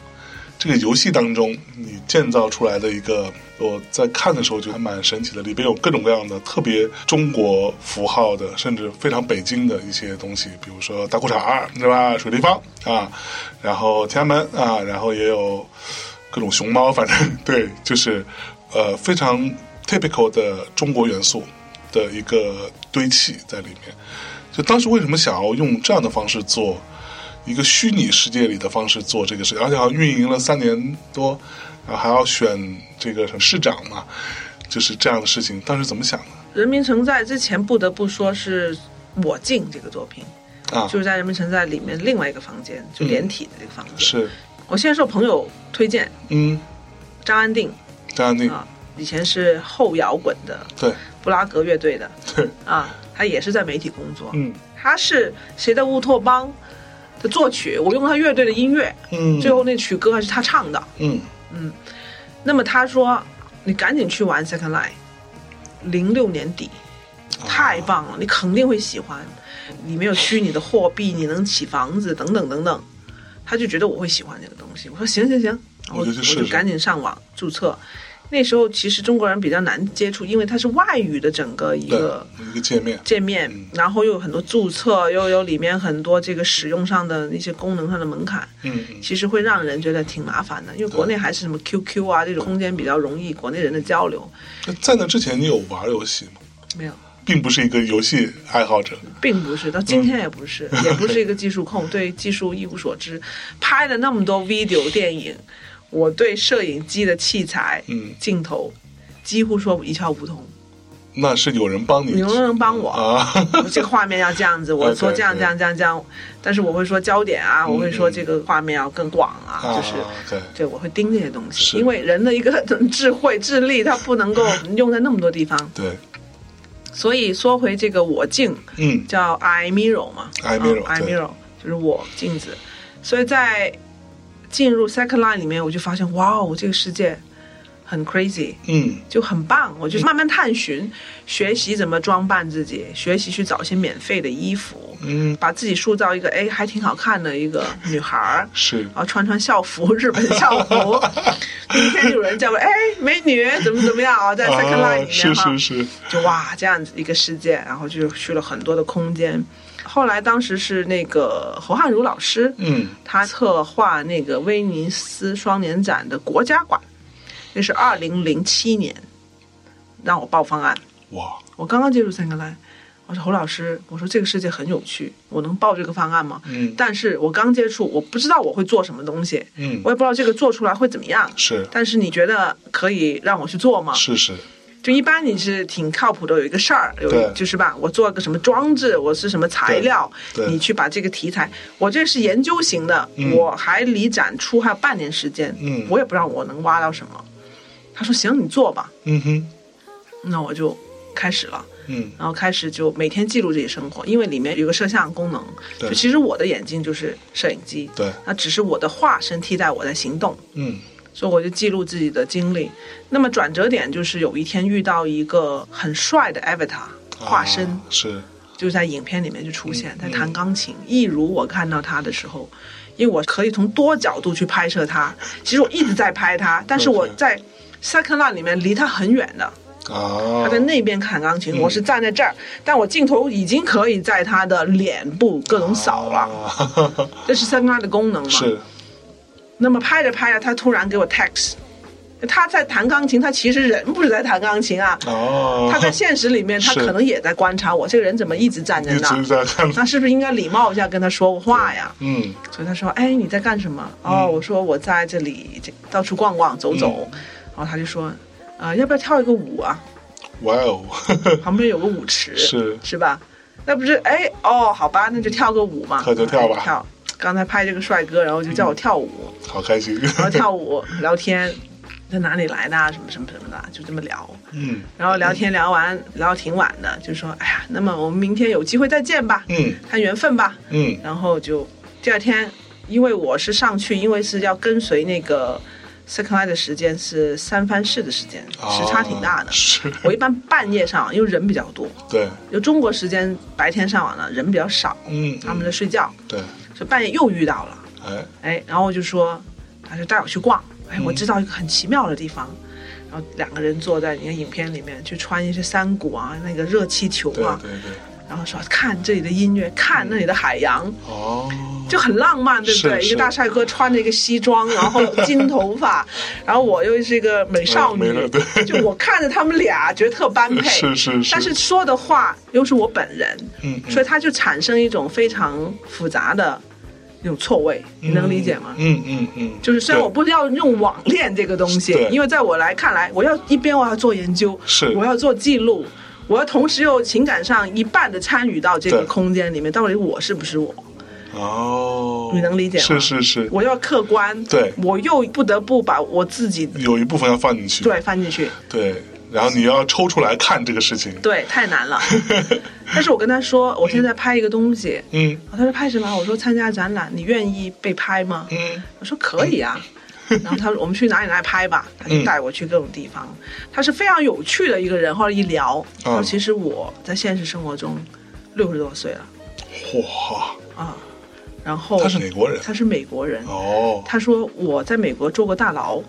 S2: 这个游戏当中你建造出来的一个，我在看的时候觉得还蛮神奇的，里边有各种各样的特别中国符号的，甚至非常北京的一些东西，比如说大裤衩儿是吧，水立方啊，然后天安门啊，然后也有各种熊猫，反正对，就是呃非常 typical 的中国元素的一个堆砌在里面。就当时为什么想要用这样的方式做？一个虚拟世界里的方式做这个事情，而且好像运营了三年多，然后还要选这个什么市长嘛，就是这样的事情。当时怎么想的
S1: 人民城寨之前不得不说是我进这个作品，
S2: 啊？
S1: 就是在人民城寨里面另外一个房间，就连体的这个房间。
S2: 是，
S1: 我先受朋友推荐，
S2: 嗯，
S1: 张安定
S2: 这样那个，
S1: 啊，以前是后摇滚的
S2: 对
S1: 布拉格乐队的，
S2: 对，
S1: 啊，他也是在媒体工作，
S2: 嗯
S1: 他是谁的乌托邦的作曲，我用他乐队的音乐，
S2: 嗯，
S1: 最后那曲歌还是他唱的。
S2: 嗯
S1: 那么他说，你赶紧去玩 Second Life，零六年底，
S2: 哦
S1: 太
S2: 啊
S1: 棒了，你肯定会喜欢，里面有虚拟的货币，你能起房子等等等等。他就觉得我会喜欢这个东西，我说行行行，
S2: 我就去试试
S1: 我就赶紧上网注册，那时候其实中国人比较难接触，因为它是外语的整个一
S2: 对
S1: 个，
S2: 一个界面，
S1: 界面，然后又有很多注册，又有里面很多这个使用上的那些功能上的门槛，
S2: 嗯嗯，
S1: 其实会让人觉得挺麻烦的。因为国内还是什么 QQ 啊这种空间比较容易，国内人的交流
S2: 那在那之前你有玩游戏吗？
S1: 没有，
S2: 并不是一个游戏爱好者，
S1: 并不是到今天也不是，也不是一个技术控，对技术一无所知。拍了那么多 video 电影，我对摄影机的器材、
S2: 嗯，
S1: 镜头几乎说一窍不通。
S2: 那是有人帮你，
S1: 你能不能帮我？
S2: 嗯啊？
S1: 这个画面要这样子，我说
S2: OK，
S1: 这样这样这样这样，但是我会说焦点啊，我会说这个画面要更广啊，就是。
S2: 嗯啊对，
S1: 对，我会盯这些东西，
S2: 是
S1: 因为人的一个 智慧、智力，它不能够用在那么多地方。
S2: 对，
S1: 所以说回这个我镜，
S2: 嗯，
S1: 叫 I mirror 嘛
S2: I mirror，
S1: 啊，I
S2: 对
S1: mirror 就是我镜子。所以在进入 Second Line 里面，我就发现，哇哦，这个世界很 crazy，
S2: 嗯，
S1: 就很棒。我就慢慢探寻，学习怎么装扮自己，学习去找一些免费的衣服，
S2: 嗯，
S1: 把自己塑造一个哎还挺好看的一个女孩儿。
S2: 是，
S1: 然后穿穿校服， 日本校 服。明天有人叫我，哎，美女，怎么怎么 样啊？在 Second Line 里面
S2: 啊，是
S1: 哈
S2: 是是，
S1: 就哇这样子一个世界，然后就去了很多的空间。后来当时是那个侯汉儒老师，
S2: 嗯，
S1: 他策划那个威尼斯双年展的国家馆，那是二零零七年，让我报方案。
S2: 哇，
S1: 我刚刚接触三个来，我说侯老师，我说这个世界很有趣，我能报这个方案吗？
S2: 嗯
S1: 但是我刚接触，我不知道我会做什么东西，
S2: 嗯
S1: 我，也不知道这个做出来会怎么样。
S2: 是
S1: 但是你觉得可以让我去做吗？
S2: 是是，
S1: 就一般你是挺靠谱的，有一个事儿，有
S2: 对
S1: 一就是吧，我做个什么装置，我是什么材料
S2: 对，对
S1: 你去把这个题材，我这是研究型的，
S2: 嗯
S1: 我还离展出还有半年时间，
S2: 嗯
S1: 我也不知道我能挖到什么。他说行，你做吧，
S2: 嗯哼，
S1: 那我就开始了，
S2: 嗯
S1: 然后开始就每天记录自己生活，因为里面有个摄像功能，
S2: 对
S1: 就其实我的眼睛就是摄影机，
S2: 对，
S1: 那只是我的化身替代我在行动。
S2: 嗯
S1: 所以我就记录自己的经历。那么转折点就是有一天遇到一个很帅的 Avatar 化身，
S2: 啊是，
S1: 就是在影片里面就出现，在
S2: 嗯
S1: 弹钢琴。一如我看到他的时候，因为我可以从多角度去拍摄他。其实我一直在拍他，但是我
S2: OK
S1: 在 Second Line 里面离他很远的，
S2: 啊，
S1: 他在那边弹钢琴，
S2: 嗯
S1: 我是站在这儿，但我镜头已经可以在他的脸部各种扫了。
S2: 了，
S1: 这是 Second Line 的功能嘛？
S2: 哦 是，
S1: 那么拍着拍着，他突然给我 text，他在弹钢琴，他其实人不是在弹钢琴啊，
S2: 哦，
S1: 他在现实里面，他
S2: 是
S1: 可能也在观察我，这个人怎么一直站在
S2: 一
S1: 那
S2: 直？在看，
S1: 那是不是应该礼貌一下跟他说话呀？
S2: 嗯
S1: 所以他说：“哎，你在干什么？”哦，我说我在这里这到处逛逛走走，
S2: 嗯
S1: 然后他就说：“呃，要不要跳一个舞 啊？
S2: 哇哦，
S1: 旁边有个舞池，
S2: 是
S1: 是吧？那不是哎哦，好吧，那就跳个舞嘛，哎
S2: 跳就跳吧
S1: 跳。刚才拍这个帅哥，然后就叫我跳舞，
S2: 好开心，
S1: 然后跳舞聊天，在哪里来的啊，什么什么什么的，就这么聊。
S2: 嗯
S1: 然后聊天聊完聊挺晚的，就说哎呀，那么我们明天有机会再见吧，
S2: 嗯
S1: 看缘分吧。
S2: 嗯，
S1: 然后就第二天，因为我是上去，因为是要跟随那个 second line 的时间是三藩市的时间，时差挺大的
S2: 啊。是，
S1: 我一般半夜上网，因为人比较多，
S2: 对，
S1: 就中国时间白天上网呢人比较少，
S2: 嗯，
S1: 他们在睡觉，
S2: 对，
S1: 所以半夜又遇到了。
S2: 哎，
S1: 哎，然后我就说，啊他就带我去逛，
S2: 嗯
S1: 哎，我知道一个很奇妙的地方。然后两个人坐在你看影片里面，去穿一些山谷啊，那个热气球
S2: 对
S1: 啊，
S2: 对对，
S1: 然后说看这里的音乐，看那里的海洋，
S2: 哦，
S1: 就很浪漫，对不对？
S2: 是
S1: 一个大
S2: 是
S1: 帅哥穿着一个西装，然后金头发， 然后我又是一个美少
S2: 没
S1: 女
S2: 了对，
S1: 就我看着他们俩觉得特般配，
S2: 是是是
S1: 但是说的话又是我本人，
S2: 嗯，嗯
S1: 所以它就产生一种非常复杂的那种错位，你能理解吗？
S2: 嗯嗯嗯，
S1: 就是虽然
S2: 对
S1: 我不要用网恋这个东西
S2: 对，
S1: 因为在我来看来，我要一边我要做研究，
S2: 是
S1: 我要做记录，我要同时又情感上一半的参与到这个
S2: 对
S1: 空间里面，到底我是不是我？
S2: 哦，
S1: 你能理解吗
S2: 是是是，
S1: 我要客观，
S2: 对
S1: 我又不得不把我自己
S2: 有一部分要放进去，
S1: 对翻进去，
S2: 对，然后你要抽出来看这个事情，
S1: 对，太难 了。但是我跟他说，我现在拍一个东西，
S2: 嗯
S1: 然后他说拍什么？我说参加展览，你愿意被拍吗？
S2: 嗯
S1: 我说可以 啊。然后他说我们去哪里哪里拍吧，他
S2: 嗯
S1: 就带我去各种地方。他是非常有趣的一个人，后来一
S2: 哦
S1: 聊，他说其实我在现实生活中六十多岁了
S2: 哇，
S1: 啊，然后
S2: 他是美国人
S1: 他是美国人。
S2: 哦，
S1: 他说我在美国坐过大牢，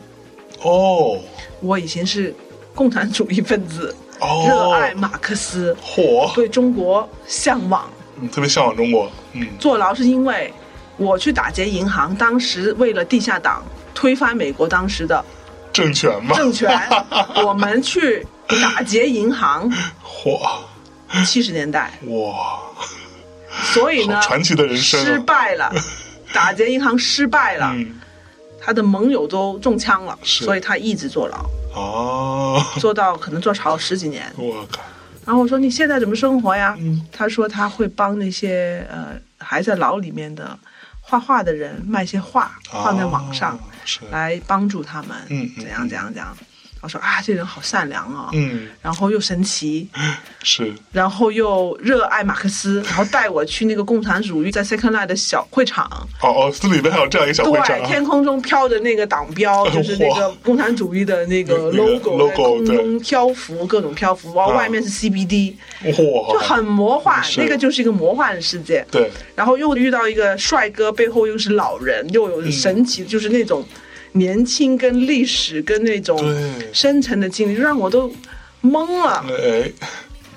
S2: 哦
S1: 我以前是共产主义分子，
S2: 哦，
S1: 热爱马克思，
S2: 火，
S1: 对中国向往。
S2: 嗯特别向往中国，嗯，
S1: 坐牢是因为我去打劫银行，当时为了地下党推翻美国当时的
S2: 政权嘛，
S1: 政 权，我们去打劫银行。
S2: 火，
S1: 七十年代，
S2: 哇，
S1: 所以呢，
S2: 好传奇的人生啊
S1: 失败 了，打劫银行失败了，
S2: 嗯，
S1: 他的盟友都中枪了，
S2: 是
S1: 所以他一直坐牢，
S2: 哦，
S1: 坐到可能坐牢十几年。
S2: 我靠，
S1: 然后我说你现在怎么生活呀？
S2: 嗯
S1: 他说他会帮那些呃还在牢里面的画画的人卖些画，放在网上、
S2: 哦是，
S1: 来帮助他们，
S2: 嗯嗯
S1: 怎样怎样怎样。我说啊，这人好善良哦，
S2: 嗯，
S1: 然后又神奇，
S2: 是，
S1: 然后又热爱马克思，然后带我去那个共产主义在 Second Life 的小会场，
S2: 哦哦，这里边还有这样一个小会场
S1: 对，
S2: 啊，
S1: 天空中飘着那个党标，就是那个共产主义的那个
S2: 那
S1: logo，
S2: 个
S1: 在
S2: logo，
S1: 空中漂浮，各种漂浮，然后外面是 CBD，
S2: 哇，
S1: 就很魔幻，
S2: 哦嗯是
S1: 那个就是一个魔幻世界。
S2: 对，
S1: 然后又遇到一个帅哥，背后又是老人，又有神奇，就是那种年轻跟历史跟那种
S2: 对
S1: 深沉的经历，让我都懵了。
S2: 哎，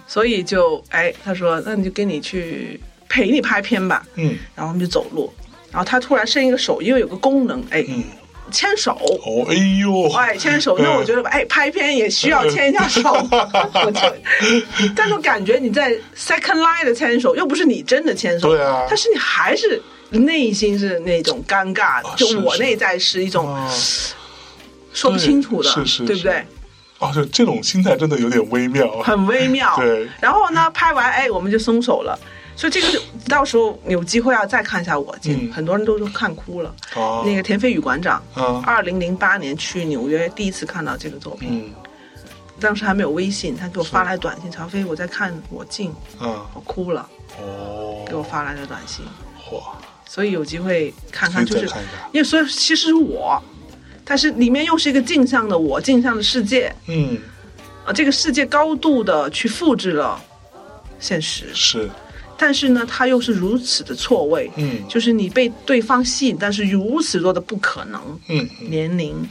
S1: 所以就哎，他说那你就跟你去陪你拍片吧，
S2: 嗯
S1: 然后我们就走路，然后他突然伸一个手，因为有个功能，哎，
S2: 嗯，
S1: 牵手。
S2: 哦，哎呦，
S1: 哎，牵手，那我觉得吧，哎，拍片也需要牵一下手，
S2: 嗯
S1: 我就，但是我感觉你在 second line 的牵手，又不是你真的牵手，
S2: 对啊
S1: 但是你还是内心是那种尴尬的，
S2: 啊
S1: 就是我
S2: 是
S1: 内在是一种
S2: 啊
S1: 说不
S2: 对
S1: 清楚的，
S2: 是是
S1: 对不
S2: 是
S1: 对？
S2: 哦，就这种心态真的有点微妙啊，
S1: 很微妙。
S2: 对
S1: 然后呢，拍完哎，我们就松手了。所以这个就到时候有机会要啊再看一下我镜，
S2: 嗯
S1: 很多人都都看哭了。
S2: 哦
S1: 那个田飞宇馆长，
S2: 啊
S1: 二零零八年去纽约第一次看到这个作品，
S2: 嗯
S1: 当时还没有微信，他给我发来短信，曹飞我在看我镜，
S2: 啊，
S1: 我哭了，
S2: 哦，
S1: 给我发来的短信。
S2: 哇，
S1: 所以有机会看看，
S2: 可以
S1: 就
S2: 再
S1: 是
S2: 看一下
S1: 因为所以其实是我，但是里面又是一个镜像的我，镜像的世界，
S2: 嗯，
S1: 啊，这个世界高度的去复制了现实，
S2: 是，
S1: 但是呢，它又是如此的错位，
S2: 嗯
S1: 就是你被对方吸引，但是如此多的不可能，
S2: 嗯，嗯
S1: 年龄、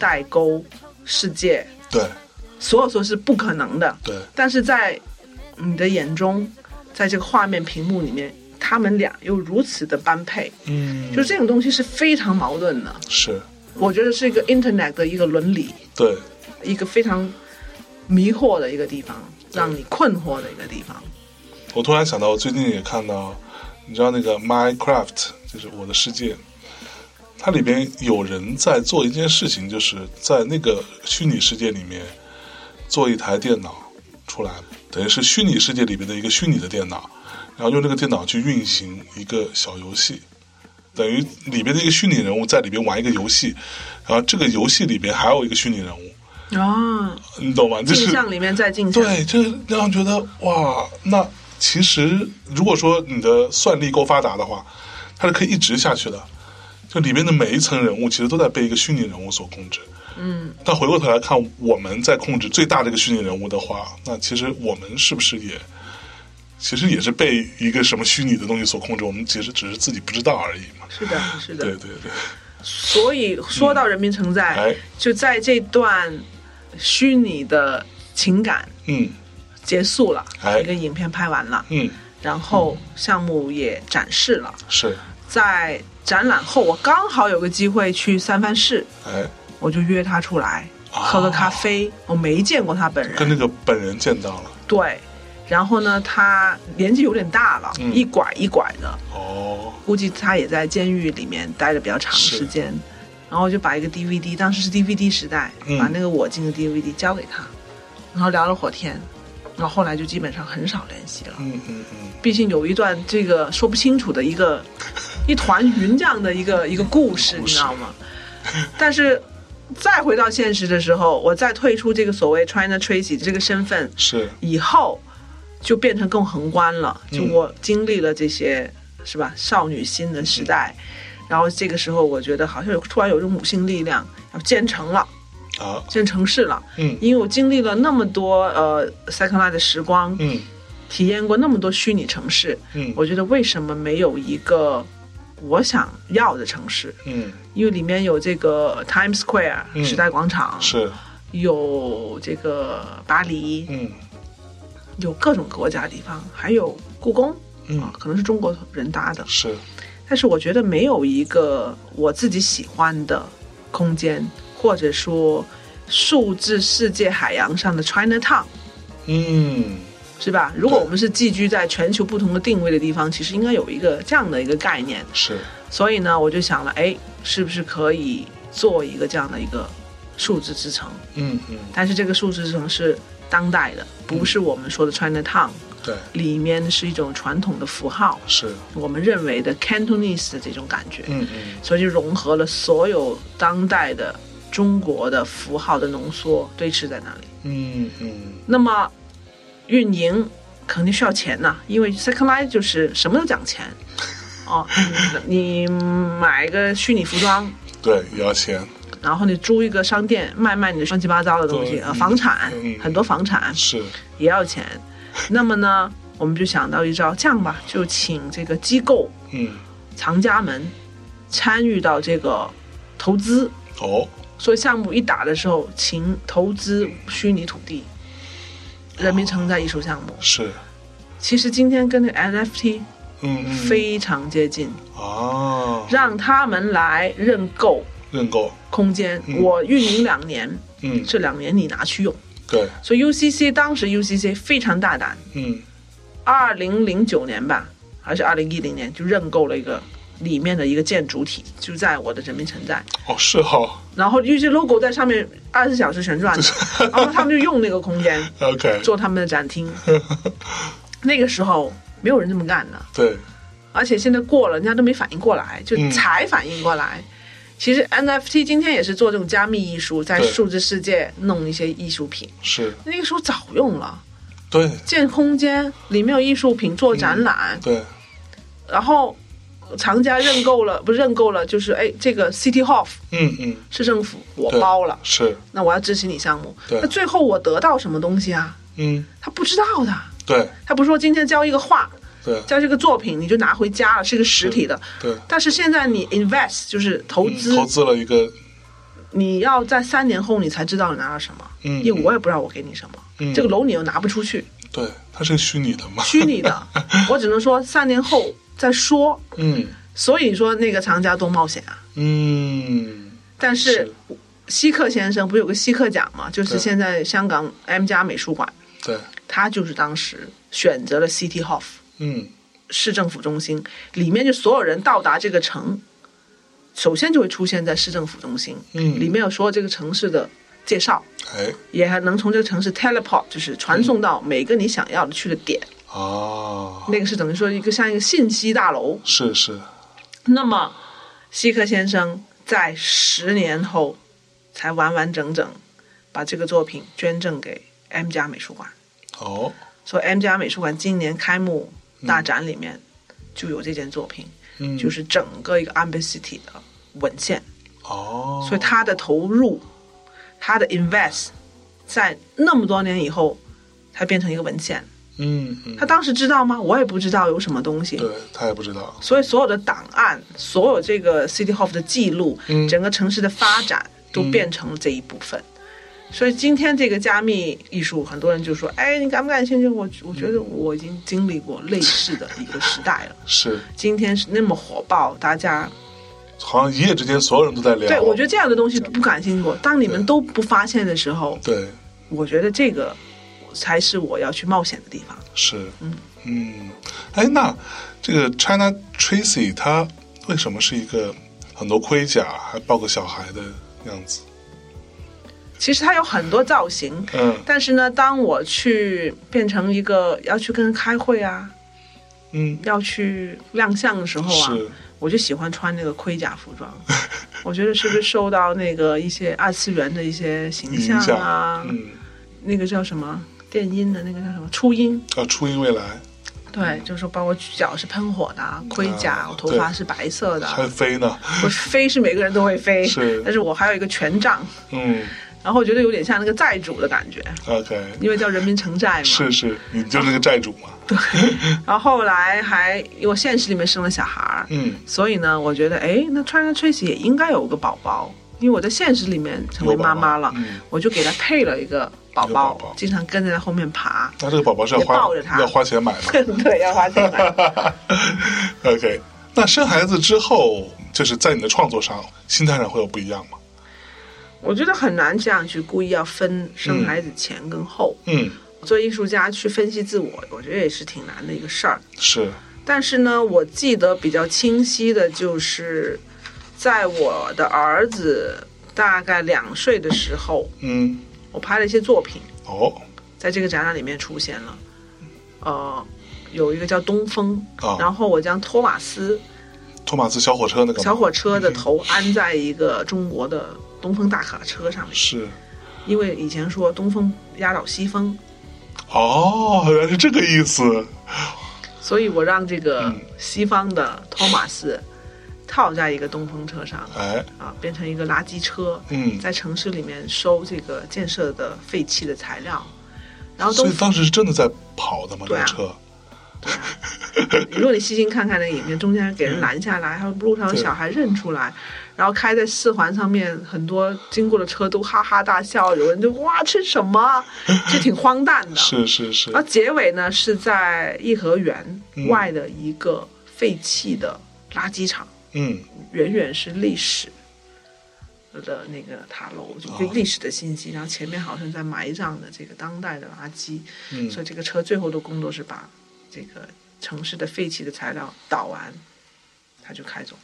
S1: 代沟、世界，
S2: 对
S1: 所有说是不可能的，
S2: 对，
S1: 但是在你的眼中，在这个画面屏幕里面，他们俩又如此的般配，
S2: 嗯，
S1: 就这种东西是非常矛盾的，
S2: 是，
S1: 我觉得是一个 Internet 的一个伦理，
S2: 对，
S1: 一个非常迷惑的一个地方，让你困惑的一个地方。
S2: 我突然想到，我最近也看到，你知道那个 Minecraft，就是我的世界，它里边有人在做一件事情，就是在那个虚拟世界里面做一台电脑出来，等于是虚拟世界里边的一个虚拟的电脑，然后用这个电脑去运行一个小游戏。等于里边的一个虚拟人物在里边玩一个游戏，然后这个游戏里边还有一个虚拟人物，
S1: 啊，
S2: 你懂吗？就
S1: 镜
S2: 是
S1: 像里面再镜像，
S2: 对，这让人觉得哇，那其实如果说你的算力够发达的话，它是可以一直下去的。就里面的每一层人物，其实都在被一个虚拟人物所控制。
S1: 嗯，
S2: 但回过头来看，我们在控制最大的一个虚拟人物的话，那其实我们是不是也，其实也是被一个什么虚拟的东西所控制？我们其实只是自己不知道而已嘛。
S1: 是的，是
S2: 对
S1: 的。
S2: 对对，
S1: 所以说到人民承载，
S2: 哎，
S1: 就在这段虚拟的情感
S2: 嗯
S1: 结束了，
S2: 哎
S1: 一个影片拍完了，
S2: 嗯，
S1: 然后项目也展示了。
S2: 是，
S1: 在展览后，我刚好有个机会去三藩市，
S2: 哎，
S1: 我就约他出来
S2: 啊
S1: 喝个咖啡。我没见过他本人，
S2: 跟那个本人见到了，
S1: 对。然后呢，他年纪有点大了，
S2: 嗯
S1: 一拐一拐的，
S2: 哦，
S1: 估计他也在监狱里面待的比较长
S2: 是
S1: 时间。然后就把一个 DVD，当时是 DVD 时代，
S2: 嗯
S1: 把那个我进的 DVD 交给他，然后聊了会儿天，然后后来就基本上很少联系了。
S2: 嗯嗯嗯，
S1: 毕竟有一段这个说不清楚的一个 一团云这样的一个一个故事，你
S2: 故事
S1: 知道吗？但是再回到现实的时候，我再退出这个所谓 China Tracy 这个身份
S2: 是，
S1: 以后，就变成更宏观了。就
S2: 嗯
S1: 我经历了这些，是吧？少女心的时代，然后这个时候，我觉得好像有突然有一种母性力量，要建成了，
S2: 啊，
S1: 建城市了。
S2: 嗯
S1: 因为我经历了那么多呃 second life 的时光，
S2: 嗯。
S1: 体验过那么多虚拟城市，
S2: 嗯，
S1: 我觉得为什么没有一个我想要的城市，
S2: 嗯，
S1: 因为里面有这个 Times Square、
S2: 嗯
S1: 时代广场，
S2: 是，
S1: 有这个巴黎，
S2: 嗯
S1: 有各种国家地方，还有故宫啊
S2: 嗯，，
S1: 可能是中国人搭的，
S2: 是，
S1: 但是我觉得没有一个我自己喜欢的空间，或者说数字世界海洋上的 China Town。
S2: 嗯
S1: 是吧？如果
S2: 对
S1: 我们是寄居在全球不同的定位的地方，其实应该有一个这样的一个概念。
S2: 是，
S1: 所以呢，我就想了，哎，是不是可以做一个这样的一个数字之城？
S2: 嗯嗯，
S1: 但是这个数字之城是当代的，不是我们说的 China Town，
S2: 对，
S1: 里面是一种传统的符号，
S2: 是，
S1: 我们认为的 Cantonese 的这种感觉，
S2: 嗯嗯
S1: 所以就融合了所有当代的中国的符号的浓缩堆砌在那里。
S2: 嗯嗯，
S1: 那么运营肯定需要钱呐、因为 Second Life 就是什么都讲钱。哦， 你买个虚拟服装，
S2: 对，也要钱，
S1: 然后你租一个商店卖卖你的乱七八糟的东西，
S2: 对
S1: 呃，
S2: 嗯
S1: 房产
S2: 嗯
S1: 很多房产
S2: 是，
S1: 也要钱。那么呢，我们就想到一招，这样吧，就请这个机构
S2: 嗯，
S1: 藏家们参与到这个投资，
S2: 哦，
S1: 所以项目一打的时候，请投资虚拟土地，
S2: 哦
S1: 人民承载艺术项目。
S2: 是，
S1: 其实今天跟那个 NFT
S2: 嗯嗯，
S1: 非常接近，
S2: 啊，
S1: 让他们来认购
S2: 认购，
S1: 空间。
S2: 嗯
S1: 我运营两年，
S2: 嗯，
S1: 这两年你拿去用。
S2: 对，
S1: 所以 UCC 当时 UCC 非常大胆，
S2: 嗯
S1: 二零零九年吧，还是二零一零年就认购了一个里面的一个建筑体，就在我的人民城寨。
S2: 哦，是哈
S1: 然后 UCC logo 在上面二十四小时旋转的， 然后他们就用那个空间
S2: ，OK，
S1: 做他们的展厅。 那个时候没有人这么干的。
S2: 对，
S1: 而且现在过了，人家都没反应过来，就
S2: 嗯
S1: 才反应过来。其实 NFT 今天也是做这种加密艺术，在
S2: 对
S1: 数字世界弄一些艺术品。
S2: 是，
S1: 那个时候早用了，
S2: 对
S1: 建空间里面有艺术品做展览，
S2: 对，
S1: 然后藏家认购了，不是认购了，就是哎，这个 City Hall
S2: 嗯嗯，
S1: 市政府我
S2: 对
S1: 包了，
S2: 是，
S1: 那我要支持你项目。
S2: 对
S1: 那最后我得到什么东西啊？
S2: 嗯，
S1: 他不知道的，
S2: 对
S1: 他不是说今天交一个画，
S2: 对
S1: 交这个作品你就拿回家了，是个实体的。
S2: 对，
S1: 但是现在你 invest 就是投
S2: 嗯
S1: 资，
S2: 投资了一个，
S1: 你要在三年后你才知道你拿了什么，
S2: 嗯，
S1: 因为我也不知道我给你什么，
S2: 嗯
S1: 这个楼你又拿不出去，
S2: 对，它是虚拟的嘛，
S1: 虚拟 的，我只能说三年后再说。
S2: 嗯
S1: 所以说那个藏家多冒险啊！
S2: 嗯，
S1: 但是
S2: 是
S1: 希克先生不是有个希克奖嘛，就是
S2: 对
S1: 现在香港 M 家美术馆，
S2: 对，
S1: 他就是当时选择了 City Hall
S2: 嗯
S1: 市政府中心，里面就所有人到达这个城，首先就会出现在市政府中心。
S2: 嗯，
S1: 里面有所有这个城市的介绍，
S2: 哎
S1: 也还能从这个城市 teleport，就是传送到每个你想要的去的点。
S2: 啊，
S1: 那个是等于说一个像一个信息大楼。
S2: 是是，
S1: 那么，希克先生在十年后才完完整整把这个作品捐赠给 M 家美术馆。
S2: 哦，
S1: 所以 M 家美术馆今年开幕大展里面就有这件作品，
S2: 嗯，
S1: 就是整个一个 Amber City 的文献。
S2: 哦，
S1: 所以他的投入，他的 invest，在那么多年以后，才变成一个文献。
S2: 嗯嗯，
S1: 他当时知道吗？我也不知道有什么东西。
S2: 对他也不知道，
S1: 所以所有的档案，所有这个 City Hall 的记录，
S2: 嗯
S1: 整个城市的发展都变成了这一部分。所以今天这个加密艺术，很多人就说：“哎，你感不感兴趣？”我我觉得
S2: 嗯
S1: 我已经经历过类似的一个时代了。
S2: 是
S1: 今天是那么火爆，大家
S2: 好像一夜之间所有人都在聊，
S1: 对我觉得这样的东西不感兴趣。当你们都不发现的时候，
S2: 对
S1: 我觉得这个才是我要去冒险的地方。
S2: 是，嗯，哎，那这个 China Tracy 她为什么是一个很多盔甲还抱个小孩的样子？
S1: 其实它有很多造型，
S2: 嗯
S1: 但是呢，当我去变成一个要去跟人开会啊，
S2: 嗯，
S1: 要去亮相的时候啊，
S2: 是，
S1: 我就喜欢穿那个盔甲服装。我觉得是不是受到那个一些二次元的一些形象
S2: 影响
S1: 啊，
S2: 嗯，
S1: 那个叫什么电音的那个叫什么初音？
S2: 啊，初音未来
S1: 对，就是说包括脚是喷火的啊，盔甲，
S2: 啊
S1: 我头发
S2: 对
S1: 是白色的啊，
S2: 还飞呢，
S1: 我飞是每个人都会飞，
S2: 是
S1: 但是我还有一个权杖。
S2: 嗯，
S1: 然后我觉得有点像那个债主的感觉，
S2: OK，
S1: 因为叫人民城寨嘛。
S2: 是是，你就是个债主嘛。
S1: 然后后来还因为我现实里面生了小孩儿，
S2: 嗯，
S1: 所以呢，我觉得哎，那 China Tracy 也应该有个宝宝，因为我在现实里面成为妈妈了
S2: 有宝宝嗯，
S1: 我就给她配了一个宝
S2: 一个宝
S1: 宝
S2: 宝，
S1: 经常跟着在后面爬。
S2: 那这个宝宝是要
S1: 也
S2: 花
S1: 抱着他
S2: 要花钱买的。
S1: 对，要花钱买。
S2: OK，那生孩子之后，就是在你的创作上、心态上会有不一样吗？
S1: 我觉得很难这样去故意要分生孩子前跟后。
S2: 嗯，
S1: 作为艺术家去分析自我，我觉得也是挺难的一个事儿。
S2: 是，
S1: 但是呢，我记得比较清晰的就是，在我的儿子大概两岁的时候，
S2: 嗯，
S1: 我拍了一些作品，
S2: 哦，
S1: 在这个展览里面出现了。呃，有一个叫《东风》
S2: 啊
S1: 然后我将托马斯
S2: 托马斯小火车那个
S1: 小
S2: 吗
S1: 火车的头安在一个中国的东风大卡车上面，
S2: 是，
S1: 因为以前说东风压倒西风，
S2: 哦，原来是这个意思。
S1: 所以我让这
S2: 嗯
S1: 个西方的托马斯套在一个东风车上
S2: 哎，
S1: 啊，变成一个垃圾车，
S2: 嗯
S1: 在城市里面收这个建设的废弃的材料，然后
S2: 所
S1: 东
S2: 以
S1: 风
S2: 当时是真的在跑的吗？这
S1: 对
S2: 个
S1: 啊
S2: 车
S1: 如果你细心看看那个影片，中间给人拦下来，还有路上有
S2: 嗯对
S1: 小孩认出来，然后开在四环上面，很多经过的车都哈哈大笑，有人就哇吃什么，就挺荒诞的。
S2: 是是是
S1: 然，后结尾呢是在颐和园
S2: 嗯
S1: 外的一个废弃的垃圾场，
S2: 嗯，
S1: 远远是历史的那个塔楼，就
S2: 哦
S1: 历史的信息。然后前面好像在埋葬的这个当代的垃圾，
S2: 嗯
S1: 所以这个车最后的工作是把这个城市的废弃的材料倒完，它就开走。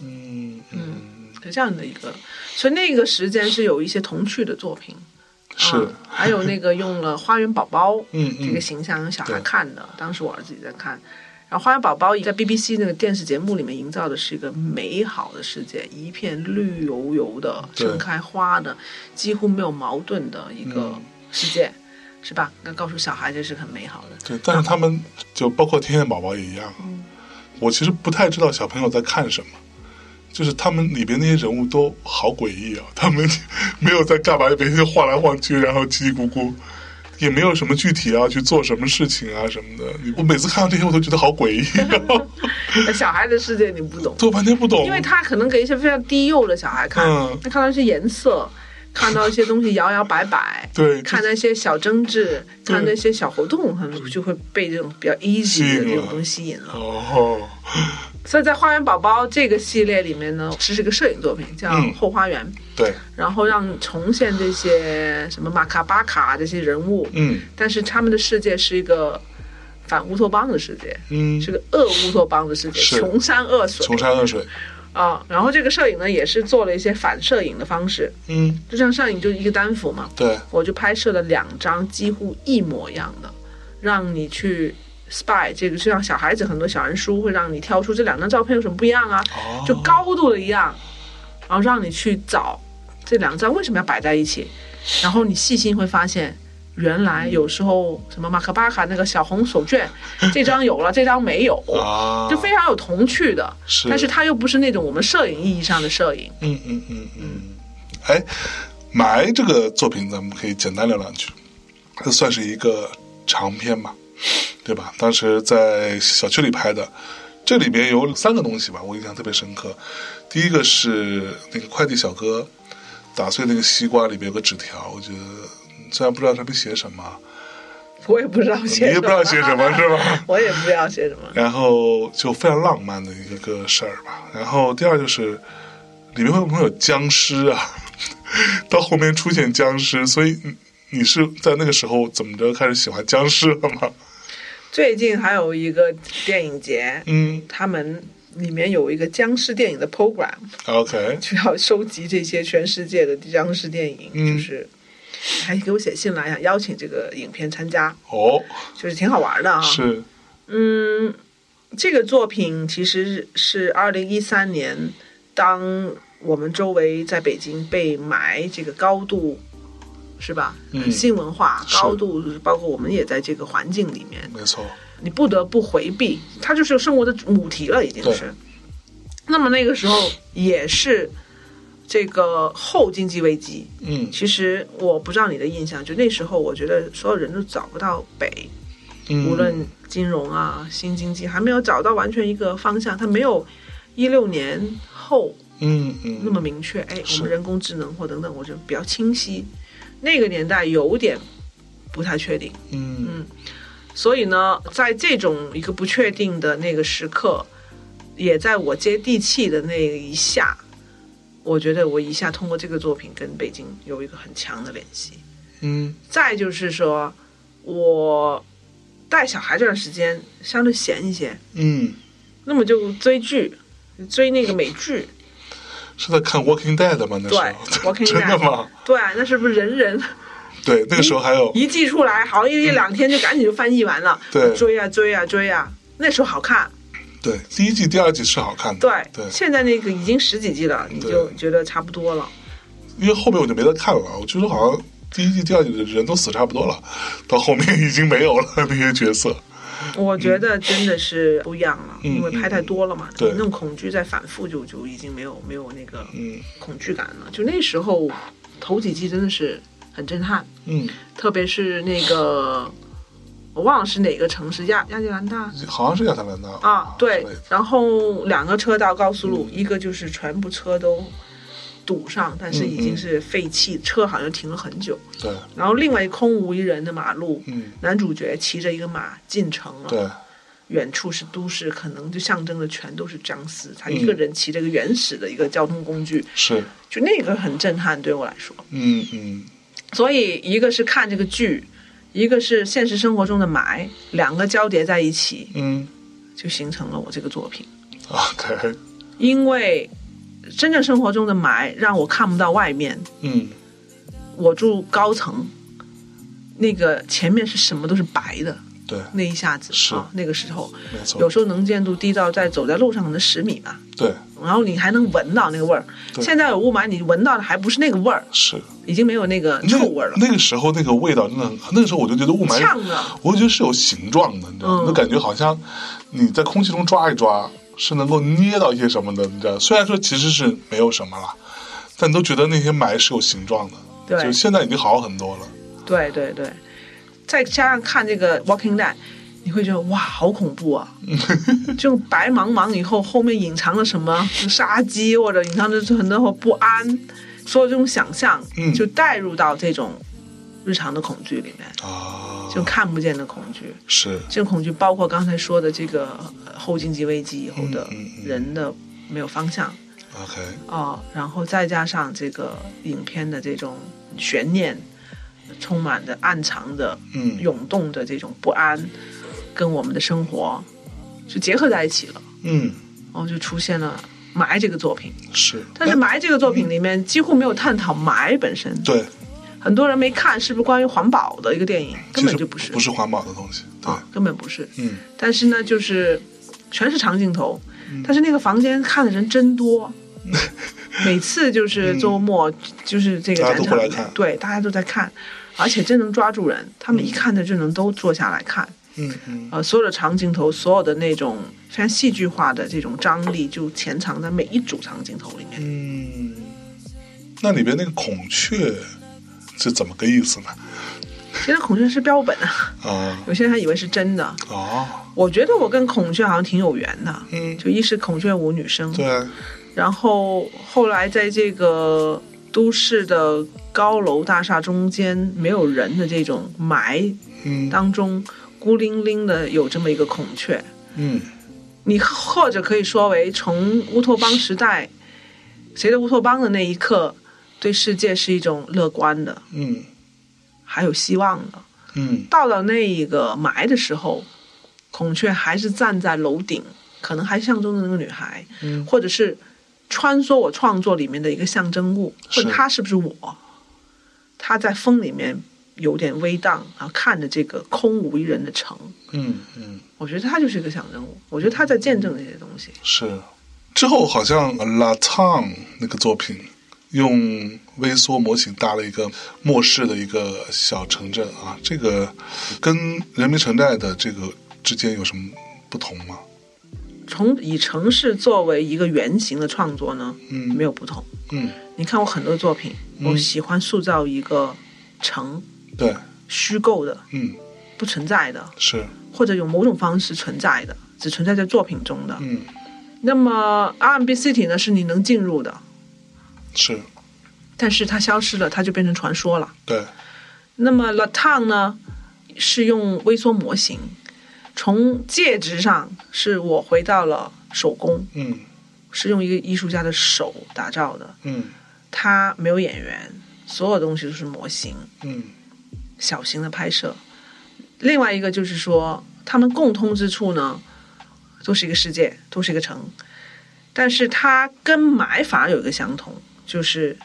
S2: 嗯嗯，
S1: 是这样的一个，所以那个时间是有一些童趣的作品，
S2: 是，
S1: 啊，还有那个用了花园宝宝，
S2: 嗯
S1: 这个
S2: 嗯，
S1: 形象让小孩
S2: 对
S1: 看的，当时我儿子也在看。然后《花园宝宝》在 BBC 那个电视节目里面营造的是一个美好的世界，一片绿油油的、
S2: 对
S1: 盛开花的，几乎没有矛盾的一个
S2: 嗯
S1: 世界，是吧？那告诉小孩这是很美好的。
S2: 对，但是他们就包括天线宝宝也一样啊。
S1: 嗯
S2: 我其实不太知道小朋友在看什么，就是他们里边那些人物都好诡异啊，他们 没有在干嘛，每天就晃来晃去，然后叽叽咕咕，也没有什么具体啊去做什么事情啊什么的。我每次看到这些，我都觉得好诡异， 然后
S1: 那小孩的 世界你不懂，
S2: 都完全不懂。
S1: 因为他可能给一些非常低幼的小孩看，
S2: 嗯。
S1: 他看到一些颜色，看到一些东西摇摇摆摆
S2: 对
S1: 看那些小争执，
S2: 对
S1: 看那些小活动，他们就会被这种比较 easy 的
S2: 吸
S1: 这
S2: 引
S1: 种
S2: 了
S1: 东西吸引了。
S2: 哦，
S1: 所以在《花园宝宝》这个系列里面呢，这是个摄影作品，叫
S2: 嗯
S1: 《后花园》
S2: 对，
S1: 然后让重现这些什么马卡巴卡这些人物，
S2: 嗯
S1: 但是他们的世界是一个反乌托邦的世界，
S2: 嗯，
S1: 是个恶乌托邦的世界，
S2: 是
S1: 穷山恶水
S2: 穷山恶水，
S1: 啊。然后这个摄影呢，也是做了一些反摄影的方式，
S2: 嗯，
S1: 就像上影就一个单幅嘛，
S2: 对，
S1: 我就拍摄了两张几乎一模一样的，让你去 spy 这个，就像小孩子很多小人书会让你挑出这两张照片有什么不一样啊，
S2: 哦
S1: 就高度的一样，然后让你去找这两张为什么要摆在一起，然后你细心会发现。原来有时候什么马克巴卡那个小红手 绢，这张有了，这张没有，
S2: 啊，
S1: 就非常有童趣的。
S2: 是
S1: 但是它又不是那种我们摄影意义上的摄影。
S2: 嗯嗯嗯嗯，哎，埋这个作品，咱们可以简单聊两句。它算是一个长篇吧，对吧？当时在小区里拍的，这里边有三个东西吧，我印象特别深刻。第一个是那个快递小哥打碎那个西瓜，里边有个纸条，我觉得虽然不知道上面写什么，
S1: 我也不知道
S2: 你
S1: 写什么，
S2: 也不知道写什么， 是吧？
S1: 我也不知道写什么。
S2: 然后就非常浪漫的一个事儿吧。然后第二就是里面会不会有僵尸啊？ 到后面出现僵尸，所以你你是在那个时候怎么着开始喜欢僵尸了吗？
S1: 最近还有一个电影节，
S2: 嗯
S1: 他们里面有一个僵尸电影的 program，
S2: ，OK，
S1: 就要收集这些全世界的僵尸电影，
S2: 嗯
S1: 就是还给我写信来，想啊邀请这个影片参加，
S2: 哦，
S1: 就是挺好玩的啊。，
S2: 是，
S1: 嗯，这个作品其实是二零一三年，当我们周围在北京被埋这个高度。是吧？
S2: 嗯
S1: 性文化
S2: 是
S1: 高度，包括我们也在这个环境里面，
S2: 没错，
S1: 你不得不回避，它就是生活的母题了，已经
S2: 对
S1: 是。那么那个时候也是，这个后经济危机，
S2: 嗯
S1: 其实我不知道你的印象，就那时候我觉得所有人都找不到北，
S2: 嗯，
S1: 无论金融啊、新经济，还没有找到完全一个方向，它没有一六年后
S2: 嗯嗯
S1: 那么明确。哎，我
S2: 是
S1: 们人工智能或等等，我觉得比较清晰。那个年代有点不太确定，
S2: 嗯
S1: 所以呢，在这种一个不确定的那个时刻，也在我接地气的那一下，我觉得我一下通过这个作品跟北京有一个很强的联系。
S2: 嗯
S1: 再就是说，我带小孩这段时间相对闲一些，
S2: 嗯，
S1: 那么就追剧，追那个美剧。
S2: 是在看《Walking Dead》吗？那时候
S1: Walking
S2: 真的
S1: Dead 嗯
S2: 吗？
S1: 对，那是不是人人
S2: 对，那个时候还有
S1: 一季出来，好像一两天就赶紧就翻译完了？
S2: 对
S1: 追啊追啊追啊！那时候好看，
S2: 对第一季、第二季是好看的，
S1: 对
S2: 对，
S1: 现在那个已经十几季了，你就觉得差不多了。
S2: 因为后面我就没得看了，啊我觉得好像第一季、第二季的人都死差不多了，到后面已经没有了那些角色。
S1: 我觉得真的是不一样了，
S2: 嗯
S1: 因为拍太多了嘛，
S2: 对
S1: 那种恐惧在反复就就已经没有没有那个
S2: 嗯
S1: 恐惧感了。就那时候头几季真的是很震撼，
S2: 嗯，
S1: 特别是那个我忘了是哪个城市，亚亚特兰大
S2: 好像是亚特兰大
S1: 啊，对
S2: 之类的，
S1: 然后两个车道高速路，
S2: 嗯
S1: 一个就是全部车都堵上，但是已
S2: 嗯
S1: 经是废弃，车好像停了很久，
S2: 对，
S1: 然后另外一空无一人的马路。
S2: 嗯
S1: 男主角骑着一个马进城了，
S2: 对，
S1: 远处是都市，可能就象征的全都是僵尸。他一个人骑着一个原始的一个交通工具，
S2: 是，
S1: 就那个很震撼，对我来说。
S2: 嗯嗯
S1: 所以一个是看这个剧，一个是现实生活中的埋，两个交叠在一起，
S2: 嗯啊
S1: 就形成了我这个作品。
S2: ，OK，
S1: 因为真正生活中的埋让我看不到外面，
S2: 嗯
S1: 我住高层，那个前面是什么都是白的，
S2: 对，
S1: 那一下子
S2: 是
S1: 啊，那个时候
S2: 没
S1: 有
S2: 错，
S1: 时候能见度低到在走在路上可能十米吧，
S2: 对
S1: 然后你还能闻到那个味儿。
S2: 对
S1: 现在有雾霾，你闻到的还不是那个味儿，
S2: 是。
S1: 已经没有那个
S2: 那
S1: 臭味儿了，
S2: 那个时候那个味道真的很，那个时候我就觉得雾霾
S1: 呛啊！
S2: 我觉得是有形状的，你知道吗？
S1: 嗯
S2: 就感觉好像你在空气中抓一抓，是能够捏到一些什么的，你知道？虽然说其实是没有什么啦，但都觉得那些霾是有形状的。
S1: 对
S2: 就现在已经好很多了。
S1: 对对对，再加上看这个《Walking Dead》，你会觉得哇，好恐怖 啊！就白茫茫以后，后面隐藏了什么杀机，或者隐藏着很多不安，所有这种想象
S2: 嗯，
S1: 就带入到这种日常的恐惧里面，
S2: 啊，
S1: 就看不见的恐惧。
S2: 是，
S1: 这种恐惧包括刚才说的这个呃后经济危机以后的
S2: 嗯嗯嗯
S1: 人的没有方向
S2: OK，
S1: 啊、然后再加上这个影片的这种悬念，充满着暗藏的、
S2: 嗯
S1: 涌动的这种不安，跟我们的生活就结合在一起了，
S2: 嗯，
S1: 然后就出现了《埋》这个作品。
S2: 是。
S1: 但是《埋》这个作品里面几乎没有探讨埋本身，
S2: 对，
S1: 很多人没看是不是关于环保的一个电影，根
S2: 其
S1: 本
S2: 实
S1: 就不是，
S2: 不是环保的东西。对，
S1: 啊，根本不是。
S2: 嗯
S1: 但是呢，就是全是长镜头，但是那个房间看的人真 多，每次就是周末、就是这个
S2: 嗯大家
S1: 展
S2: 都
S1: 场
S2: 过来
S1: 里面
S2: 看
S1: 对，大家都在看，而且真能抓住人，他们一看的就能都坐下来看，
S2: 嗯嗯，
S1: 呃，所有的长镜头，所有的那种非常戏剧化的这种张力，就潜藏在每一组长镜头里面。
S2: 嗯，那里边那个孔雀是怎么个意思呢？
S1: 其实孔雀是标本啊，
S2: 啊
S1: 有些人还以为是真的，
S2: 哦，
S1: 我觉得我跟孔雀好像挺有缘的。
S2: 嗯，
S1: 就一是孔雀舞女生，
S2: 对，
S1: 然后后来在这个都市的高楼大厦中间没有人的这种埋
S2: 嗯
S1: 当中，孤零零的有这么一个孔雀。
S2: 嗯
S1: 你或者可以说为从乌托邦时代，谁的乌托邦的那一刻，对世界是一种乐观的，
S2: 嗯
S1: 还有希望的。
S2: 嗯
S1: 到了那一个埋的时候，孔雀还是站在楼顶，可能还象征着那个女孩，
S2: 嗯
S1: 或者是穿梭我创作里面的一个象征物，
S2: 是
S1: 或者她是不是我？她在风里面有点微荡，然后看着这个空无一人的城，
S2: 嗯嗯，
S1: 我觉得她就是一个象征物，我觉得她在见证这些东西。
S2: 是。之后好像呃《La t a n 那个作品，用微缩模型搭了一个末世的一个小城镇啊，这个跟人民城寨的这个之间有什么不同吗？
S1: 从以城市作为一个原型的创作呢，
S2: 嗯
S1: 没有不同。
S2: 嗯，
S1: 你看我很多作品，我喜欢塑造一个城，
S2: 对，
S1: 虚构的、
S2: 嗯，
S1: 不存在的，
S2: 是，
S1: 或者有某种方式存在的，只存在在作品中的。
S2: 嗯，
S1: 那么 R&B City 呢，是你能进入的，
S2: 是，
S1: 但是它消失了，它就变成传说了。
S2: 对，
S1: 那么 La Town 呢，是用微缩模型，从介质上是我回到了手工，
S2: 嗯，
S1: 是用一个艺术家的手打造的，
S2: 嗯，
S1: 它没有演员，所有东西都是模型，
S2: 嗯，
S1: 小型的拍摄。另外一个就是说，他们共通之处呢，都是一个世界，都是一个城，但是它跟买法有一个相同，就是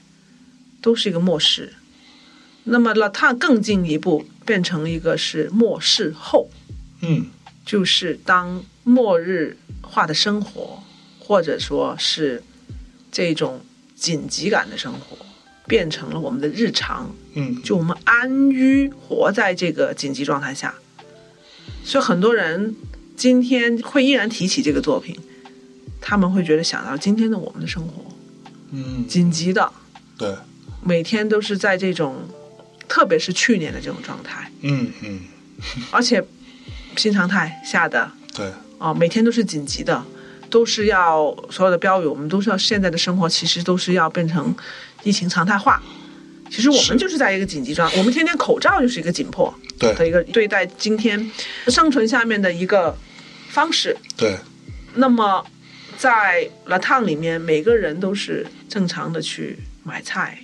S1: 都是一个末世。那么老烫更进一步，变成一个是末世后，
S2: 嗯，
S1: 就是当末日化的生活，或者说是这种紧急感的生活，变成了我们的日常，
S2: 嗯，
S1: 就我们安于活在这个紧急状态下。所以很多人今天会依然提起这个作品，他们会觉得想到今天的我们的生活，
S2: 嗯，
S1: 紧急的，
S2: 对，
S1: 每天都是在这种，特别是去年的这种状态，
S2: 嗯嗯，
S1: 而且新常态下的
S2: 对，
S1: 啊，每天都是紧急的，都是要所有的标语，我们都是要现在的生活其实都是要变成疫情常态化。其实我
S2: 是
S1: 们就是在一个紧急状态，我们天天口罩就是一个紧迫的
S2: 对，
S1: 一个对待今天生存下面的一个方式。
S2: 对，
S1: 那么在 La t o n 里面，每个人都是正常的去买菜，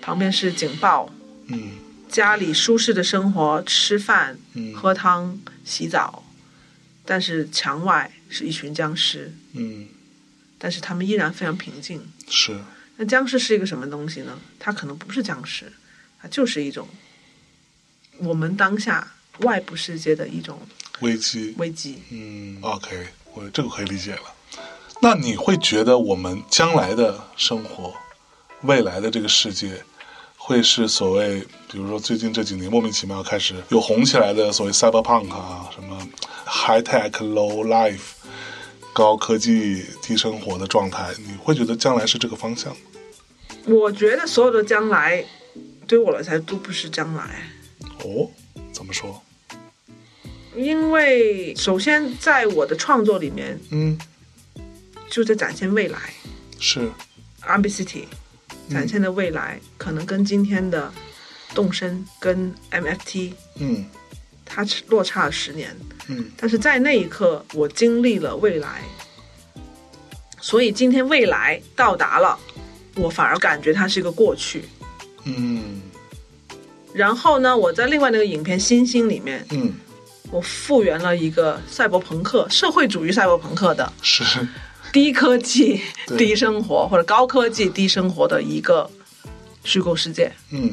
S1: 旁边是警报，
S2: 嗯，
S1: 家里舒适的生活，吃饭、
S2: 嗯
S1: 喝汤、洗澡，但是墙外是一群僵尸，
S2: 嗯，
S1: 但是他们依然非常平静。
S2: 是，
S1: 那僵尸是一个什么东西呢？它可能不是僵尸，它就是一种我们当下外部世界的一种
S2: 危机，
S1: 危机。
S2: 嗯，OK，我这个可以理解了。那你会觉得我们将来的生活，未来的这个世界，会是所谓，比如说最近这几年莫名其妙开始有红起来的所谓 cyberpunk 啊，什么 high tech low life，高科技低生活的状态，你会觉得将来是这个方向吗？
S1: 我觉得所有的将来，对我来说都不是将来。
S2: 哦，怎么说？
S1: 因为首先，在我的创作里面，
S2: 嗯，
S1: 就在展现未来
S2: 是，
S1: ，ambicity，展现的未来、可能跟今天的动身跟 MFT
S2: 嗯
S1: 它是落差了十年，
S2: 嗯
S1: 但是在那一刻我经历了未来，所以今天未来到达了，我反而感觉它是一个过去。
S2: 嗯
S1: 然后呢，我在另外那个影片《星星》里面，
S2: 嗯，
S1: 我复原了一个赛博朋克、社会主义赛博朋克的
S2: 是，
S1: 低科技
S2: 对、
S1: 低生活或者高科技、低生活的一个虚构世界。
S2: 嗯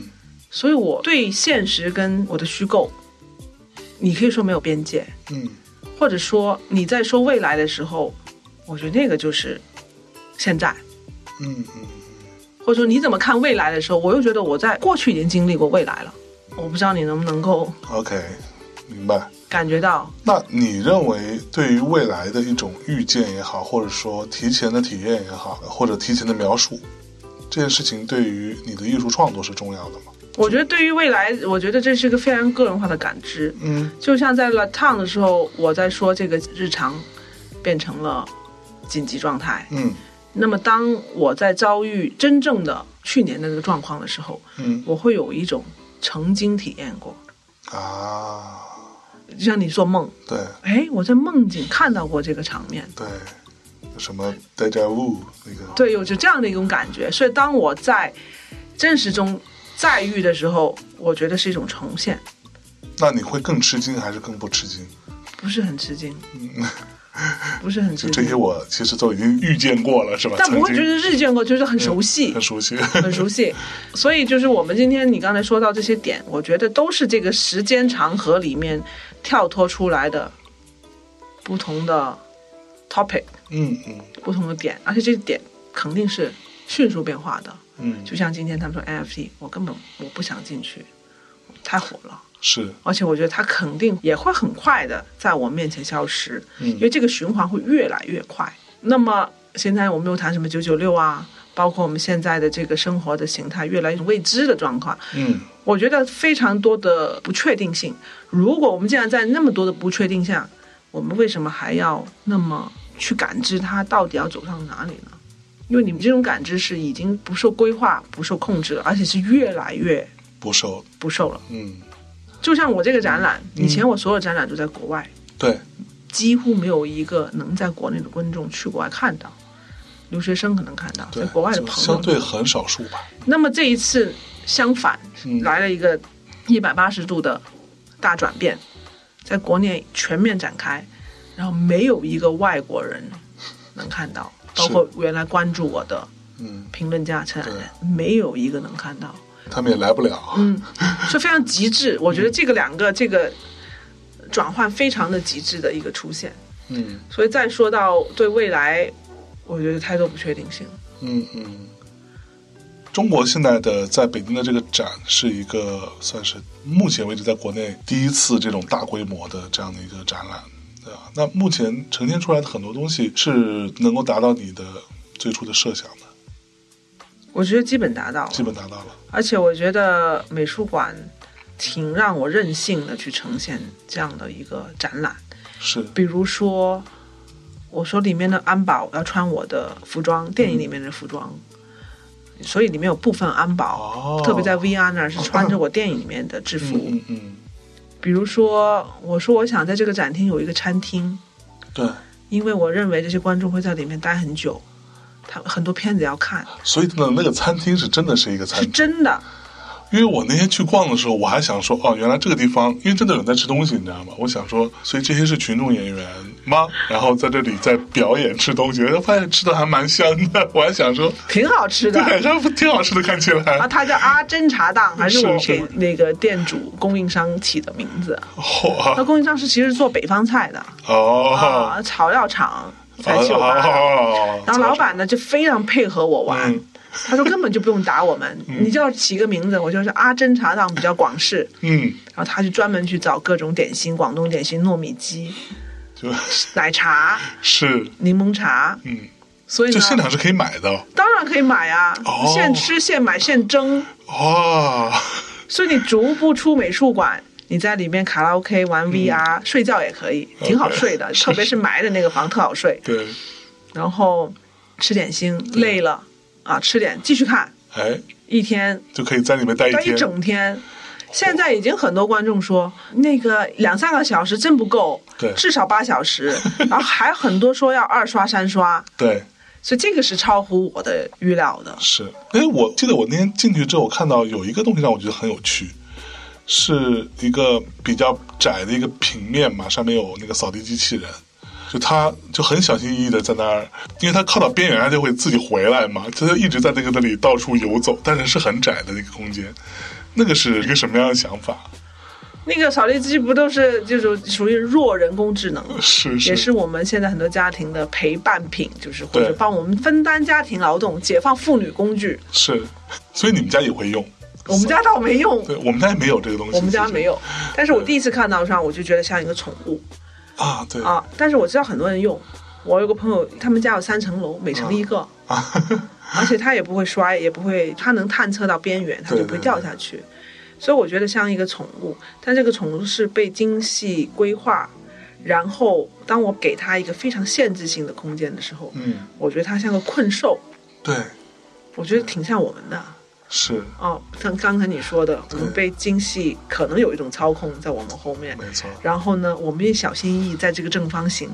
S1: 所以我对现实跟我的虚构，你可以说没有边界，
S2: 嗯
S1: 或者说你在说未来的时候，我觉得那个就是现在。
S2: 嗯嗯，
S1: 或者说你怎么看未来的时候，我又觉得我在过去已经经历过未来了。我不知道你能不能够
S2: OK，明白。
S1: 感觉到，
S2: 那你认为对于未来的一种预见也好，或者说提前的体验也好，或者提前的描述，这件事情对于你的艺术创作是重要的吗？
S1: 我觉得对于未来，我觉得这是一个非常个人化的感知。
S2: 嗯
S1: 就像在 La Town 的时候，我在说这个日常变成了紧急状态。
S2: 嗯
S1: 那么当我在遭遇真正的去年的那个状况的时候，
S2: 嗯
S1: 我会有一种曾经体验过，
S2: 啊，
S1: 就像你做梦，
S2: 对
S1: 哎，我在梦境看到过这个场面。
S2: 对，有什么 deja vu 那个
S1: 对，有着这样的一种感觉。所以当我在真实中再遇的时候，我觉得是一种重现，
S2: 那你会更吃惊还是更不吃惊？
S1: 不是很吃惊，不是很吃
S2: 就嗯这些
S1: 惊。
S2: 我其实都已经预见过了，是吧？
S1: 但不会
S2: 曾
S1: 觉
S2: 经嗯
S1: 得日见过，就是很熟悉
S2: 很，熟悉。
S1: 很熟悉。所以就是我们今天你刚才说到这些点，我觉得都是这个时间长河里面跳脱出来的不同的 topic，
S2: 嗯嗯
S1: 不同的点，而且这个点肯定是迅速变化的。
S2: 嗯，
S1: 就像今天他们说 NFT，我根本我不想进去，太火了。
S2: 是
S1: 而且我觉得它肯定也会很快的在我面前消失，
S2: 嗯
S1: 因为这个循环会越来越快。那么现在我们又谈什么九九六啊，包括我们现在的这个生活的形态越来越未知的状况，
S2: 嗯
S1: 我觉得非常多的不确定性。如果我们既然在那么多的不确定下，我们为什么还要那么去感知它到底要走向哪里呢？因为你们这种感知是已经不受规划、不受控制了，而且是越来越
S2: 不受，
S1: 不受了。
S2: 嗯
S1: 就像我这个展览，以前我所有展览都在国外，
S2: 对，
S1: 几乎没有一个能在国内的观众去国外看到，留学生可能看到，在
S2: 对，
S1: 国外的
S2: 就
S1: 朋友
S2: 相对很少数吧，
S1: 那么这一次相反，
S2: 嗯
S1: 来了一个一百八十度的大转变，在国内全面展开，然后没有一个外国人能看到，包括原来关注我的
S2: 嗯，
S1: 评论家陈冉冉，没有一个能看到，
S2: 他们也来不了，
S1: 嗯，是非常极致。我觉得这个两个这个转换非常的极致的一个出现，
S2: 嗯
S1: 所以再说到对未来，我觉得太多不确定性了。
S2: 嗯嗯。中国现在的在北京的这个展是一个算是目前为止在国内第一次这种大规模的这样的一个展览，对吧？那目前呈现出来的很多东西是能够达到你的最初的设想的，
S1: 我觉得基本达到了，
S2: 基本达到了。
S1: 而且我觉得美术馆挺让我任性的去呈现这样的一个展览，
S2: 是，
S1: 比如说，我说里面的安保要穿我的服装，电影里面的服装，所以里面有部分安保，
S2: 哦，
S1: 特别在 VR 那儿是穿着我电影里面的制服。
S2: 嗯嗯嗯，
S1: 比如说，我说我想在这个展厅有一个餐厅，
S2: 对，
S1: 因为我认为这些观众会在里面待很久，他很多片子要看，
S2: 所以呢，那个餐厅是真的是一个餐
S1: 是
S2: 厅，
S1: 真的。
S2: 因为我那天去逛的时候，我还想说，哦，原来这个地方，因为真的有人在吃东西，你知道吗？我想说，所以这些是群众演员吗？然后在这里在表演吃东西，然后发现吃的还蛮香的，我还想说，
S1: 挺好吃的
S2: 对，，还不挺好吃的，看起
S1: 啊，
S2: 来。
S1: 它叫阿珍茶档，还是我
S2: 是
S1: 给
S2: 是
S1: 那个店主供应商起的名字。那
S2: 嚯
S1: 供应商是其实做北方菜的
S2: 哦，
S1: 啊，草药厂才去我爸的。
S2: 哦，
S1: 然后老板呢就非常配合我玩
S2: 嗯，
S1: 他说根本就不用打我们，你就要起个名字，我就是阿珍茶档比较广式。
S2: 嗯，
S1: 然后他就专门去找各种点心，广东点心、糯米鸡、
S2: 就是
S1: 奶茶、
S2: 是，
S1: 柠檬茶，
S2: 嗯，
S1: 所以
S2: 就嗯现
S1: 呢，
S2: 场是可以买的，
S1: 当然可以买啊
S2: 哦，
S1: 现吃现买现蒸。
S2: 哦，
S1: 所以你足不出美术馆，你在里面卡拉 OK
S2: 嗯
S1: 玩 VR，、睡觉也可以，挺好睡 的。特别是埋的那个房特好睡。
S2: 对，
S1: 然后吃点心，
S2: 嗯
S1: 累了啊，吃点继续看，
S2: 哎，
S1: 一天
S2: 就可以在里面待一
S1: 待一
S2: 天，
S1: 整天。现在已经很多观众说，那个两三个小时真不够，
S2: 对
S1: 至少八小时。 然后还很多说要二刷三刷，
S2: 对。
S1: 所以这个是超乎我的预料的。
S2: 是，哎，我记得我那天进去之后，我看到有一个东西让我觉得很有趣，是一个比较窄的一个平面嘛，上面有那个扫地机器人，就它就很小心翼翼的在那儿，因为它靠到边缘，它就会自己回来嘛，它就一直在那个那里到处游走，但是是很窄的一个空间。那个是一个什么样的想法？
S1: 那个扫地机不都是就是属于弱人工智能吗？
S2: 是
S1: 也
S2: 是
S1: 是我们现在很多家庭的陪伴品，就是或者
S2: 对
S1: 帮我们分担家庭劳动、解放妇女工具。
S2: 是，所以你们家也会用？
S1: 我们家倒没用，
S2: 对，我们家也没有这个东西。
S1: 我们家
S2: 其实
S1: 没 有。但是我第一次看到上，我就觉得像一个宠物
S2: 啊，对啊，
S1: 啊。但是我知道很多人用，我有个朋友，他们家有三层楼，每层一
S2: 啊
S1: 个，而且他也不会摔，也不会，他能探测到边缘，他就不
S2: 对
S1: 会
S2: 对
S1: 掉下去。所以我觉得像一个宠物，但这个宠物是被精细规划，然后当我给它一个非常限制性的空间的时候，
S2: 嗯，
S1: 我觉得它像个困兽，
S2: 对，
S1: 我觉得挺像我们的
S2: 是
S1: 哦。像刚才你说的，我们被精细可能有一种操控在我们后面，
S2: 没错。
S1: 然后呢，我们也小心翼翼在这个正方形，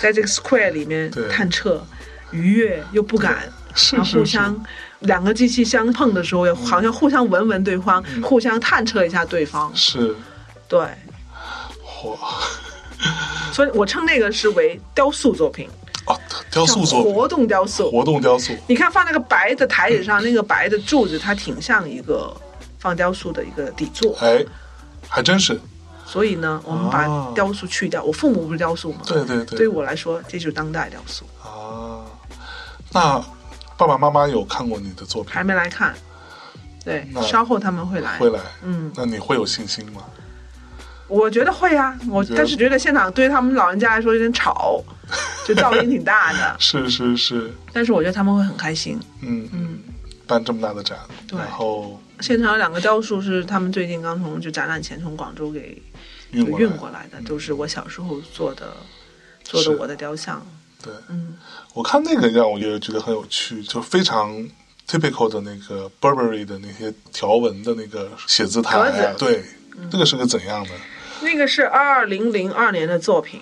S1: 在这个 square 里面
S2: 对
S1: 探测、愉悦又不敢，
S2: 是
S1: 然后
S2: 是
S1: 互
S2: 是
S1: 相两个机器相碰的时候，要好像互相闻闻对方，
S2: 嗯
S1: 互相探测一下对方。
S2: 是，
S1: 对，
S2: 嚯，
S1: 所以我称那个是为雕塑作品，
S2: 哦，雕塑作品，
S1: 活动雕塑。
S2: 活动雕塑，
S1: 你看放那个白的台子上，那个白的柱子，它挺像一个放雕塑的一个底座。
S2: 哎，还真是，
S1: 所以呢，我们把
S2: 哦
S1: 雕塑去掉。我父母不是雕塑吗？
S2: 对对对
S1: 对于我来说，这就是当代雕塑。
S2: 啊。那爸爸妈妈有看过你的作品，
S1: 还没来看，对
S2: 那，
S1: 稍后他们会来。
S2: 会来，
S1: 嗯，
S2: 那你会有信心吗？
S1: 我觉得会啊，我
S2: 觉得。
S1: 但是觉得现场对于他们老人家来说有点吵，就噪音挺大的
S2: 是是是，
S1: 但是我觉得他们会很开心。
S2: 嗯，
S1: 嗯，
S2: 办这么大的展，
S1: 对
S2: 然后
S1: 现场有两个雕塑是他们最近刚从就展览前从广州给
S2: 运
S1: 就
S2: 过
S1: 运
S2: 来，
S1: 过来的，都是我小时候做的做
S2: 是
S1: 的我的雕像。
S2: 对
S1: 嗯，
S2: 我看那个让我也觉得很有趣，就非常 typical 的那个 Burberry 的那些条纹的那个写字台
S1: 格子嗯
S2: 啊，对，那个是个怎样的？
S1: 那个是二零零二年的作品。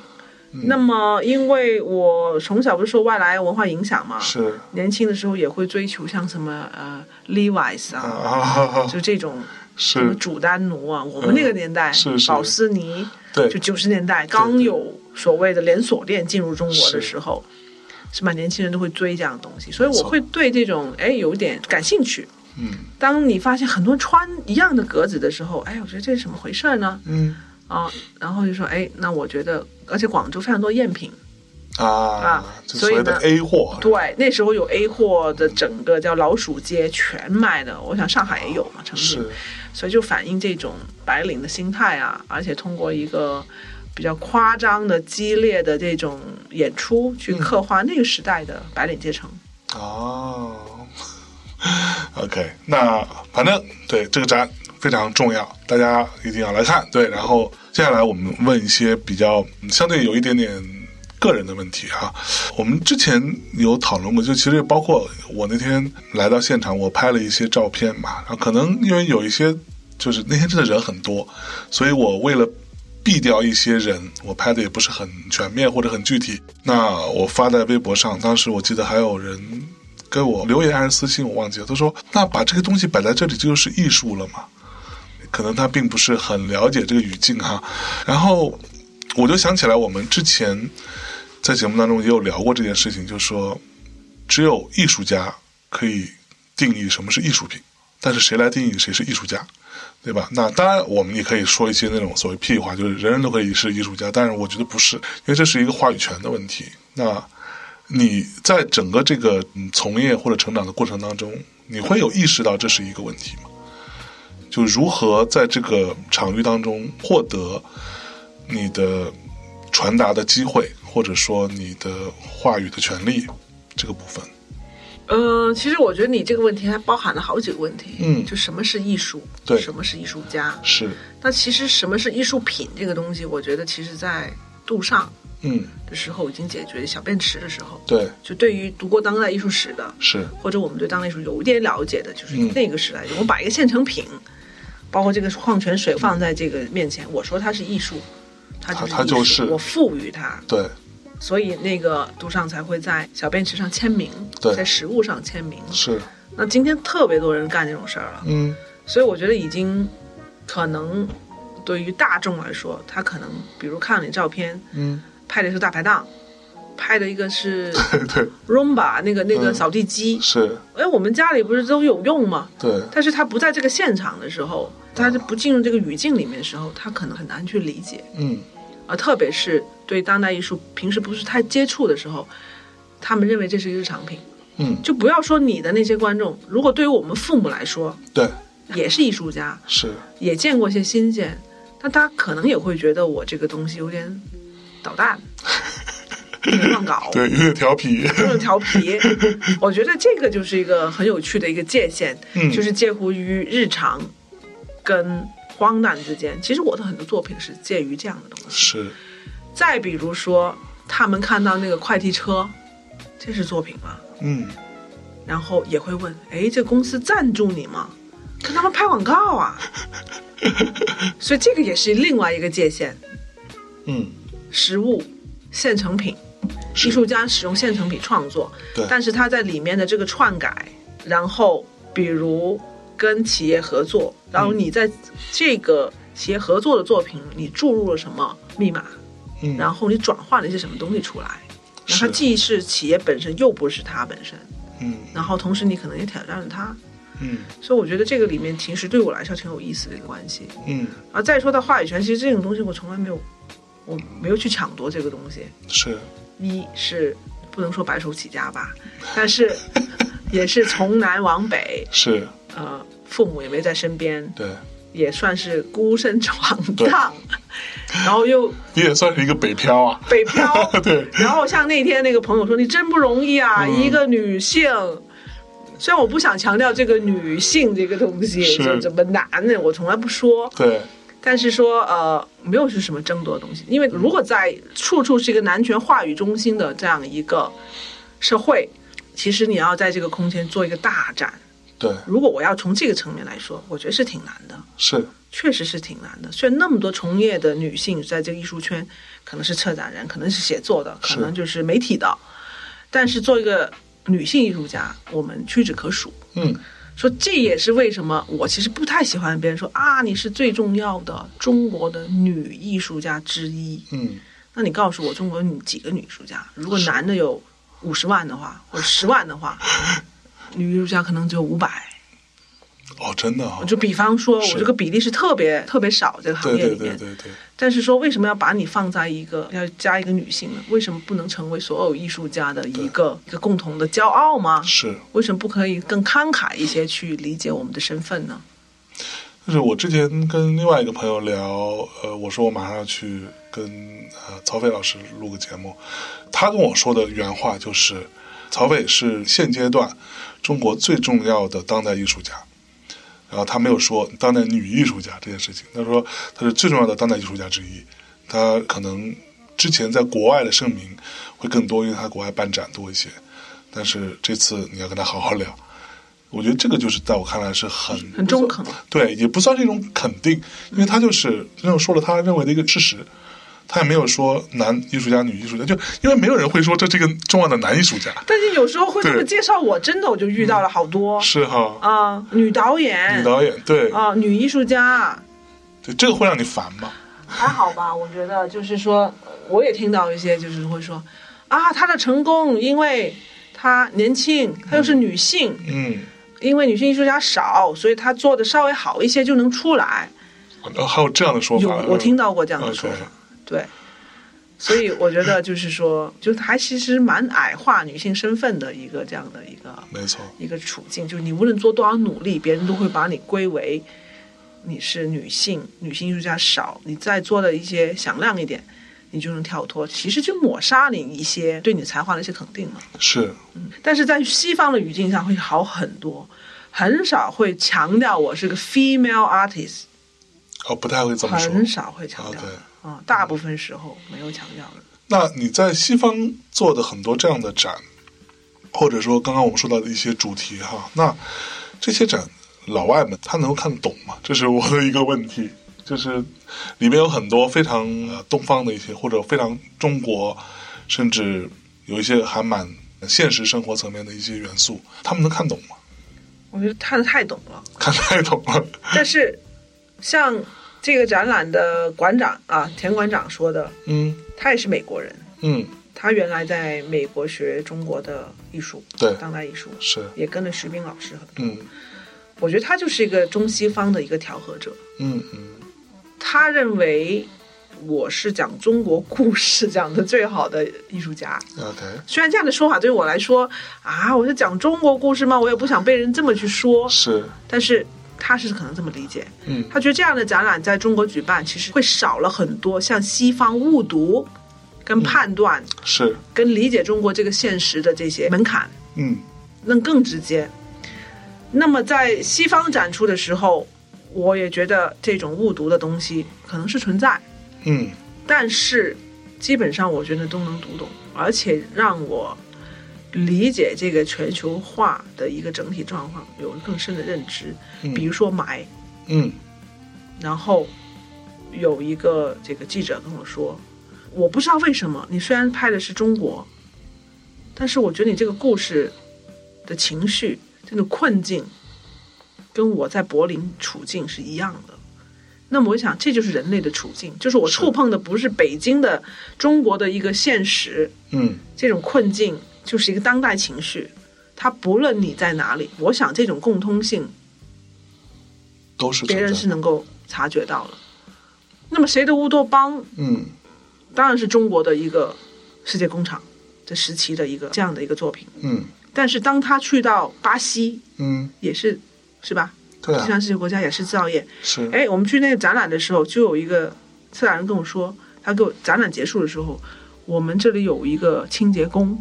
S2: 嗯
S1: 那么，因为我从小不是受外来文化影响嘛，
S2: 是
S1: 年轻的时候也会追求像什么呃 Levi's 啊，
S2: 啊，
S1: 就这种什么
S2: 是
S1: 主丹奴啊，我们那个年代，
S2: 嗯是是
S1: 保斯尼，
S2: 对
S1: 就，九十年代刚有所谓的连锁店进入中国的时候，是吧？年轻人都会追这样的东西，所以
S2: 没
S1: 我
S2: 错
S1: 会对这种哎有点感兴趣。
S2: 嗯
S1: 当你发现很多人穿一样的格子的时候，哎，我觉得这是什么回事儿呢？
S2: 嗯
S1: 啊，然后就说，哎，那我觉得，而且广州非常多赝品，
S2: 啊
S1: 啊，
S2: 就
S1: 所
S2: 所
S1: 以
S2: 谓的
S1: 呢
S2: A 货，
S1: 对，那时候有 A 货的整个叫老鼠街全卖的，我想上海也有嘛，曾经，
S2: 是
S1: 所以就反映这种白领的心态啊，而且通过一个比较夸张的、激烈的这种演出，去
S2: 嗯
S1: 刻画那个时代的白领阶层。
S2: 哦 ，OK，那反正对这个展非常重要，大家一定要来看。对，然后接下来我们问一些比较嗯相对有一点点个人的问题哈、我们之前有讨论过，就其实包括我那天来到现场，我拍了一些照片嘛，然后可能因为有一些就是那天真的人很多，所以我为了避掉一些人，我拍的也不是很全面或者很具体。那我发在微博上，当时我记得还有人给我留言还是私信，我忘记了。他说：“那把这个东西摆在这里，这就是艺术了嘛？”可能他并不是很了解这个语境哈。然后我就想起来，我们之前在节目当中也有聊过这件事情，就说只有艺术家可以定义什么是艺术品，但是谁来定义谁是艺术家？对吧？那当然，我们也可以说一些那种所谓屁话，就是人人都可以是艺术家，但是我觉得不是，因为这是一个话语权的问题。那你在整个这个嗯从业或者成长的过程当中，你会有意识到这是一个问题吗？就如何在这个场域当中获得你的传达的机会，或者说你的话语的权利这个部分？
S1: 嗯、其实我觉得你这个问题还包含了好几个问题，
S2: 嗯
S1: 就什么是艺术，
S2: 对
S1: 什么是艺术家？
S2: 是，
S1: 那其实什么是艺术品这个东西，我觉得其实在杜尚
S2: 嗯，
S1: 的时候已经解决小便池的时候，
S2: 对，
S1: 就对于读过当代艺术史的，
S2: 是，
S1: 或者我们对当代艺术有一点了解的，就是
S2: 嗯
S1: 那个时代，我把一个现成品，包括这个矿泉水放在这个面前，我说它是艺术，它就是
S2: 它它就
S1: 艺术
S2: 是
S1: 我赋予它，
S2: 对，
S1: 所以那个杜尚才会在小便池上签名，
S2: 对
S1: 在实物上签名。
S2: 是，
S1: 那今天特别多人干这种事儿了，
S2: 嗯，
S1: 所以我觉得已经可能对于大众来说，他可能比如看了你照片，
S2: 嗯，
S1: 拍的是大排档，拍的一个是
S2: 对，
S1: Roomba 那个那个
S2: 嗯
S1: 扫地机，
S2: 是，
S1: 哎、我们家里不是都有用吗？
S2: 对，
S1: 但是他不在这个现场的时候，他就不进入这个语境里面的时候，他可能很难去理解
S2: 嗯，
S1: 啊，特别是对当代艺术平时不是太接触的时候，他们认为这是一个日常品。
S2: 嗯，
S1: 就不要说你的那些观众，如果对于我们父母来说
S2: 对，
S1: 也是艺术家，
S2: 是，
S1: 也见过一些新鲜，但他可能也会觉得我这个东西有点捣蛋，有点乱搞，
S2: 对，有点调皮，
S1: 有点调皮。我觉得这个就是一个很有趣的一个界限，
S2: 嗯
S1: 就是介乎于日常跟荒诞之间。其实我的很多作品是介于这样的东西。
S2: 是，
S1: 再比如说，他们看到那个快递车，这是作品吗？
S2: 嗯，
S1: 然后也会问：“哎，这公司赞助你吗？跟他们拍广告啊？”所以这个也是另外一个界限，
S2: 嗯，
S1: 实物、现成品，
S2: 是
S1: 艺术家使用现成品创作
S2: 对，
S1: 但是他在里面的这个篡改，然后比如跟企业合作，然
S2: 嗯
S1: 后你在这个企业合作的作品，你注入了什么密码，
S2: 嗯，
S1: 然后你转换了一些什么东西出来，然后它
S2: 是
S1: 既是企业本身，又不是它本身，
S2: 嗯，
S1: 然后同时你可能也挑战了它，
S2: 嗯，
S1: 所以我觉得这个里面其实对我来说挺有意思的一个关系。
S2: 嗯，
S1: 而再说到话语权，其实这种东西我从来没有，我没有去抢夺这个东西。
S2: 是，
S1: 一是不能说白手起家吧，但是也是从南往北，
S2: 是，
S1: 呃，父母也没在身边，
S2: 对，
S1: 也算是孤身闯
S2: 对
S1: 荡，然后又
S2: 你也算是一个北漂啊。
S1: 北 漂，
S2: 对，嗯
S1: 然后像那天那个朋友说：“你真不容易啊，一个女性。”虽然我不想强调这个女性这个东西
S2: 是
S1: 就怎么难呢，我从来不说，
S2: 对，
S1: 但是说呃没有是什么争夺的东西，因为如果在处处是一个男权话语中心的这样一个社会，其实你要在这个空间做一个大展，
S2: 对，
S1: 如果我要从这个层面来说，我觉得是挺难的。
S2: 是，
S1: 确实是挺难的。虽然那么多从业的女性在这个艺术圈，可能是策展人，可能是写作的，
S2: 是
S1: 可能就是媒体的，但是做一个女性艺术家，我们屈指可数。
S2: 嗯，
S1: 说这也是为什么我其实不太喜欢别人说啊，你是最重要的中国的女艺术家之一。
S2: 嗯，
S1: 那你告诉我，中国有几个女艺术家？如果男的有五十万的话，或者十万的 话，女艺术家可能只有五百。
S2: 哦，真的啊、
S1: 就比方说，
S2: 是
S1: 我这个比例是特别特别少这个行
S2: 对
S1: 业里
S2: 对
S1: 面。
S2: 对对对，
S1: 但是说为什么要把你放在一个要加一个女性呢？为什么不能成为所有艺术家的一个一个共同的骄傲吗？
S2: 是。
S1: 为什么不可以更慷慨一些去理解我们的身份呢？
S2: 就是我之前跟另外一个朋友聊，呃，我说我马上要去跟呃曹斐老师录个节目，他跟我说的原话就是，曹斐是现阶段中国最重要的当代艺术家。然后他没有说当代女艺术家这件事情，他说她是最重要的当代艺术家之一。她可能之前在国外的盛名会更多，因为她国外办展多一些。但是这次你要跟她好好聊，我觉得这个就是在我看来是很
S1: 很中肯，
S2: 对，也不算是一种肯定，因为他就是真正说了他认为的一个事实，他也没有说男艺术家、女艺术家，就因为没有人会说这是一个重要的男艺术家，
S1: 但是有时候会这么
S2: 对
S1: 介绍我，真的我就遇到了好多
S2: 是哈？
S1: 啊、女导演
S2: 女导演对，
S1: 啊、女艺术家，
S2: 对这个会让你烦吗？
S1: 还好吧？我觉得就是说，我也听到一些就是会说啊，她的成功因为她年轻，她又是女性。
S2: 嗯，
S1: 因为女性艺术家少，所以她做的稍微好一些就能出来。
S2: 哦还有这样的说
S1: 有
S2: 法，嗯呃哦
S1: 我听到过这样的
S2: OK，
S1: 说法，对。所以我觉得就是说，就是还其实蛮矮化女性身份的一个这样的一个
S2: 没错，
S1: 一个处境，就是你无论做多少努力，别人都会把你归为你是女性，女性艺术家少，你再做的一些响亮一点，你就能跳脱，其实就抹杀你一些对你才华的一些肯定嘛。
S2: 是
S1: 但是在西方的语境上会好很多，很少会强调我是个 female artist，
S2: 哦，不太会这么说。
S1: 很少会强调
S2: OK
S1: 的啊、大部分时候没有强调的。
S2: 那你在西方做的很多这样的展，或者说刚刚我们说到的一些主题哈，那这些展老外们他能够看得懂吗？这是我的一个问题，就是里面有很多非常呃东方的一些，或者非常中国，甚至有一些还蛮现实生活层面的一些元素，他们能看懂吗？
S1: 我觉得看得太懂了，
S2: 看太懂了，
S1: 但是像这个展览的馆长啊，田馆长说的，
S2: 嗯
S1: 他也是美国人，
S2: 嗯，
S1: 他原来在美国学中国的艺术，
S2: 对
S1: 当代艺术，
S2: 是，
S1: 也跟了徐冰老师很多。
S2: 嗯
S1: 我觉得他就是一个中西方的一个调和者。
S2: 嗯嗯，
S1: 他认为我是讲中国故事讲的最好的艺术家。
S2: ，OK，
S1: 虽然这样的说法对我来说啊，我是讲中国故事吗？我也不想被人这么去说，
S2: 是，
S1: 但是。他是可能这么理解，
S2: 嗯
S1: 他觉得这样的展览在中国举办，其实会少了很多像西方误读、跟判断、
S2: 是，
S1: 跟理解中国这个现实的这些门槛。
S2: 嗯
S1: 那更直接。那么在西方展出的时候，我也觉得这种误读的东西可能是存在，
S2: 嗯
S1: 但是基本上我觉得都能读懂，而且让我理解这个全球化的一个整体状况有更深的认知。
S2: 嗯
S1: 比如说买，
S2: 嗯
S1: 然后有一个这个记者跟我说，我不知道为什么你虽然拍的是中国，但是我觉得你这个故事的情绪、这种困境，跟我在柏林处境是一样的。那么我想，这就是人类的处境，就是我
S2: 是
S1: 触碰的不是北京的中国的一个现实，
S2: 嗯，
S1: 这种困境就是一个当代情绪。它不论你在哪里，我想这种共通性
S2: 都是
S1: 别人
S2: 存在
S1: 是能够察觉到了。那么谁的乌托邦
S2: 嗯。
S1: 当然是中国的一个世界工厂的时期的一个这样的一个作品，
S2: 嗯
S1: 但是当他去到巴西，
S2: 嗯，
S1: 也是是吧？
S2: 对
S1: 第
S2: 啊，
S1: 三世界国家也是制造业。
S2: 是，
S1: 哎，我们去那个展览的时候，就有一个策展人跟我说，他给我展览结束的时候，我们这里有一个清洁工，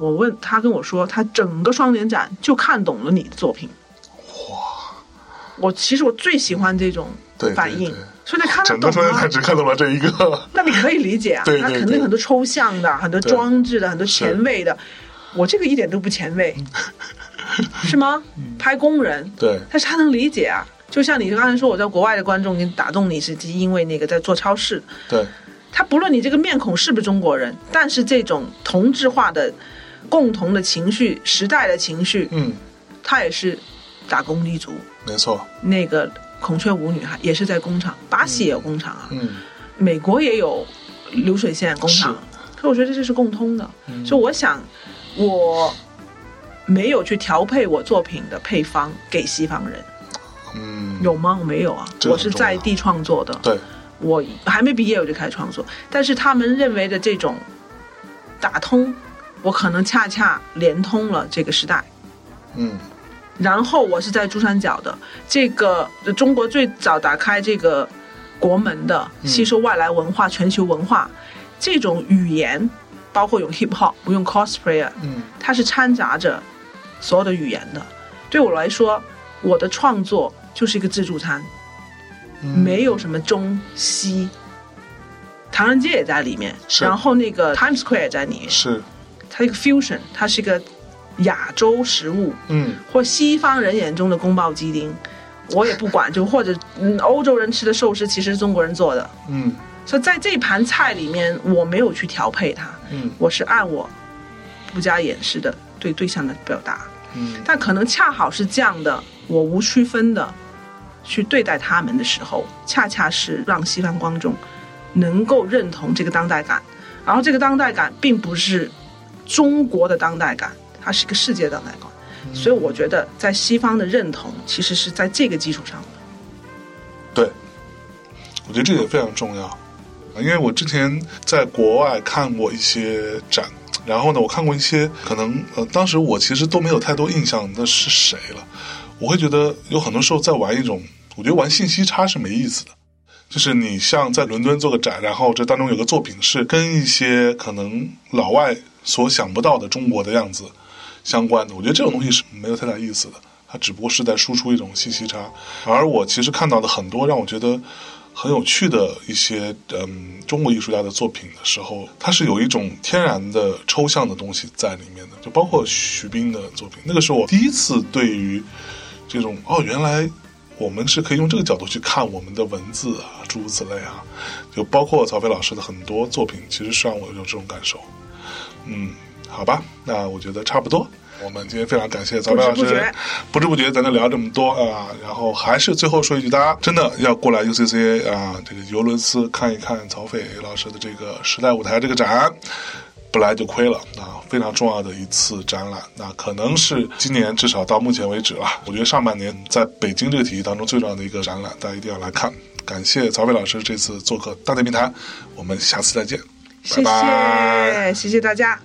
S1: 我问他跟我说，他整个双年展就看懂了你的作品。哇！我其实我最喜欢这种
S2: 对
S1: 反应，
S2: 对对
S1: 所以他看得
S2: 整个
S1: 懂
S2: 双年
S1: 啊
S2: 展只看到了这一个，
S1: 那你可以理解啊，
S2: 对对
S1: 他肯
S2: 对
S1: 定很多抽象的、很多
S2: 对
S1: 装置的、很多前
S2: 是
S1: 卫的。我这个一点都不前 卫，是吗？
S2: 嗯
S1: 拍工人，
S2: 对
S1: 但是他能理解啊。就像你刚才说，我在国外的观众给你打动你，是因为那个在做超市，
S2: 对
S1: 他不论你这个面孔是不是中国人，但是这种同质化的、共同的情绪、时代的情绪，
S2: 嗯，
S1: 他也是打工一族。
S2: 没错，
S1: 那个孔雀舞女孩也是在工厂，巴西也有工厂啊，
S2: 嗯
S1: 美国也有流水线工厂，所以我觉得这是共通的。
S2: 嗯
S1: 所以我想，我没有去调配我作品的配方给西方人，
S2: 嗯，
S1: 有吗？我没有啊，
S2: 这个
S1: 我
S2: 很
S1: 是
S2: 重要
S1: 在地创作的，
S2: 对
S1: 我还没毕业我就开始创作，但是他们认为的这种打通，我可能恰恰连通了这个时代。
S2: 嗯
S1: 然后我是在珠三角的这个呃中国最早打开这个国门的，
S2: 嗯
S1: 吸收外来文化、全球文化这种语言，包括用 hip hop、用 cosplay，
S2: 嗯
S1: 它是掺杂着所有的语言的。对我来说，我的创作就是一个自助餐，
S2: 嗯
S1: 没有什么中西。唐人街也在里面，
S2: 是
S1: 然后那个 Times Square 也在里面，
S2: 是
S1: 它一个 fusion，它是一个亚洲食物，
S2: 嗯
S1: 或西方人眼中的宫保鸡丁，我也不管，就或者嗯，欧洲人吃的寿司其实是中国人做的，
S2: 嗯
S1: 所以在这盘菜里面，我没有去调配它，
S2: 嗯
S1: 我是按我不加掩饰的对对象的表达，
S2: 嗯
S1: 但可能恰好是这样的，我无区分的去对待他们的时候，恰恰是让西方观众能够认同这个当代感，然后这个当代感并不是中国的当代感，它是一个世界当代感，所以我觉得在西方的认同其实是在这个基础上的。
S2: 对，我觉得这点非常重要，啊因为我之前在国外看过一些展，然后呢，我看过一些可能呃，当时我其实都没有太多印象的是谁了，我会觉得有很多时候在玩一种，我觉得玩信息差是没意思的。就是你像在伦敦做个展，然后这当中有个作品是跟一些可能老外所想不到的中国的样子相关的，我觉得这种东西是没有太大意思的，它只不过是在输出一种信息差。而我其实看到的很多让我觉得很有趣的一些嗯中国艺术家的作品的时候，它是有一种天然的抽象的东西在里面的，就包括徐冰的作品，那个是我第一次对于这种哦，原来我们是可以用这个角度去看我们的文字啊，诸如此类啊，就包括曹飞老师的很多作品，其实是让我有这种感受。嗯，好吧，那我觉得差不多。我们今天非常感谢曹飞老师，
S1: 不知不觉
S2: 不知不觉咱就聊这么多啊。然后还是最后说一句，大家真的要过来 UCC 啊，这个尤伦斯看一看曹斐老师的这个时代舞台这个展。不来就亏了啊！非常重要的一次展览，那可能是今年至少到目前为止了，我觉得上半年在北京这个体系当中最重要的一个展览，大家一定要来看。感谢曹伟老师这次做客大内平台，我们下次再见，拜拜。
S1: 谢谢，谢谢大家。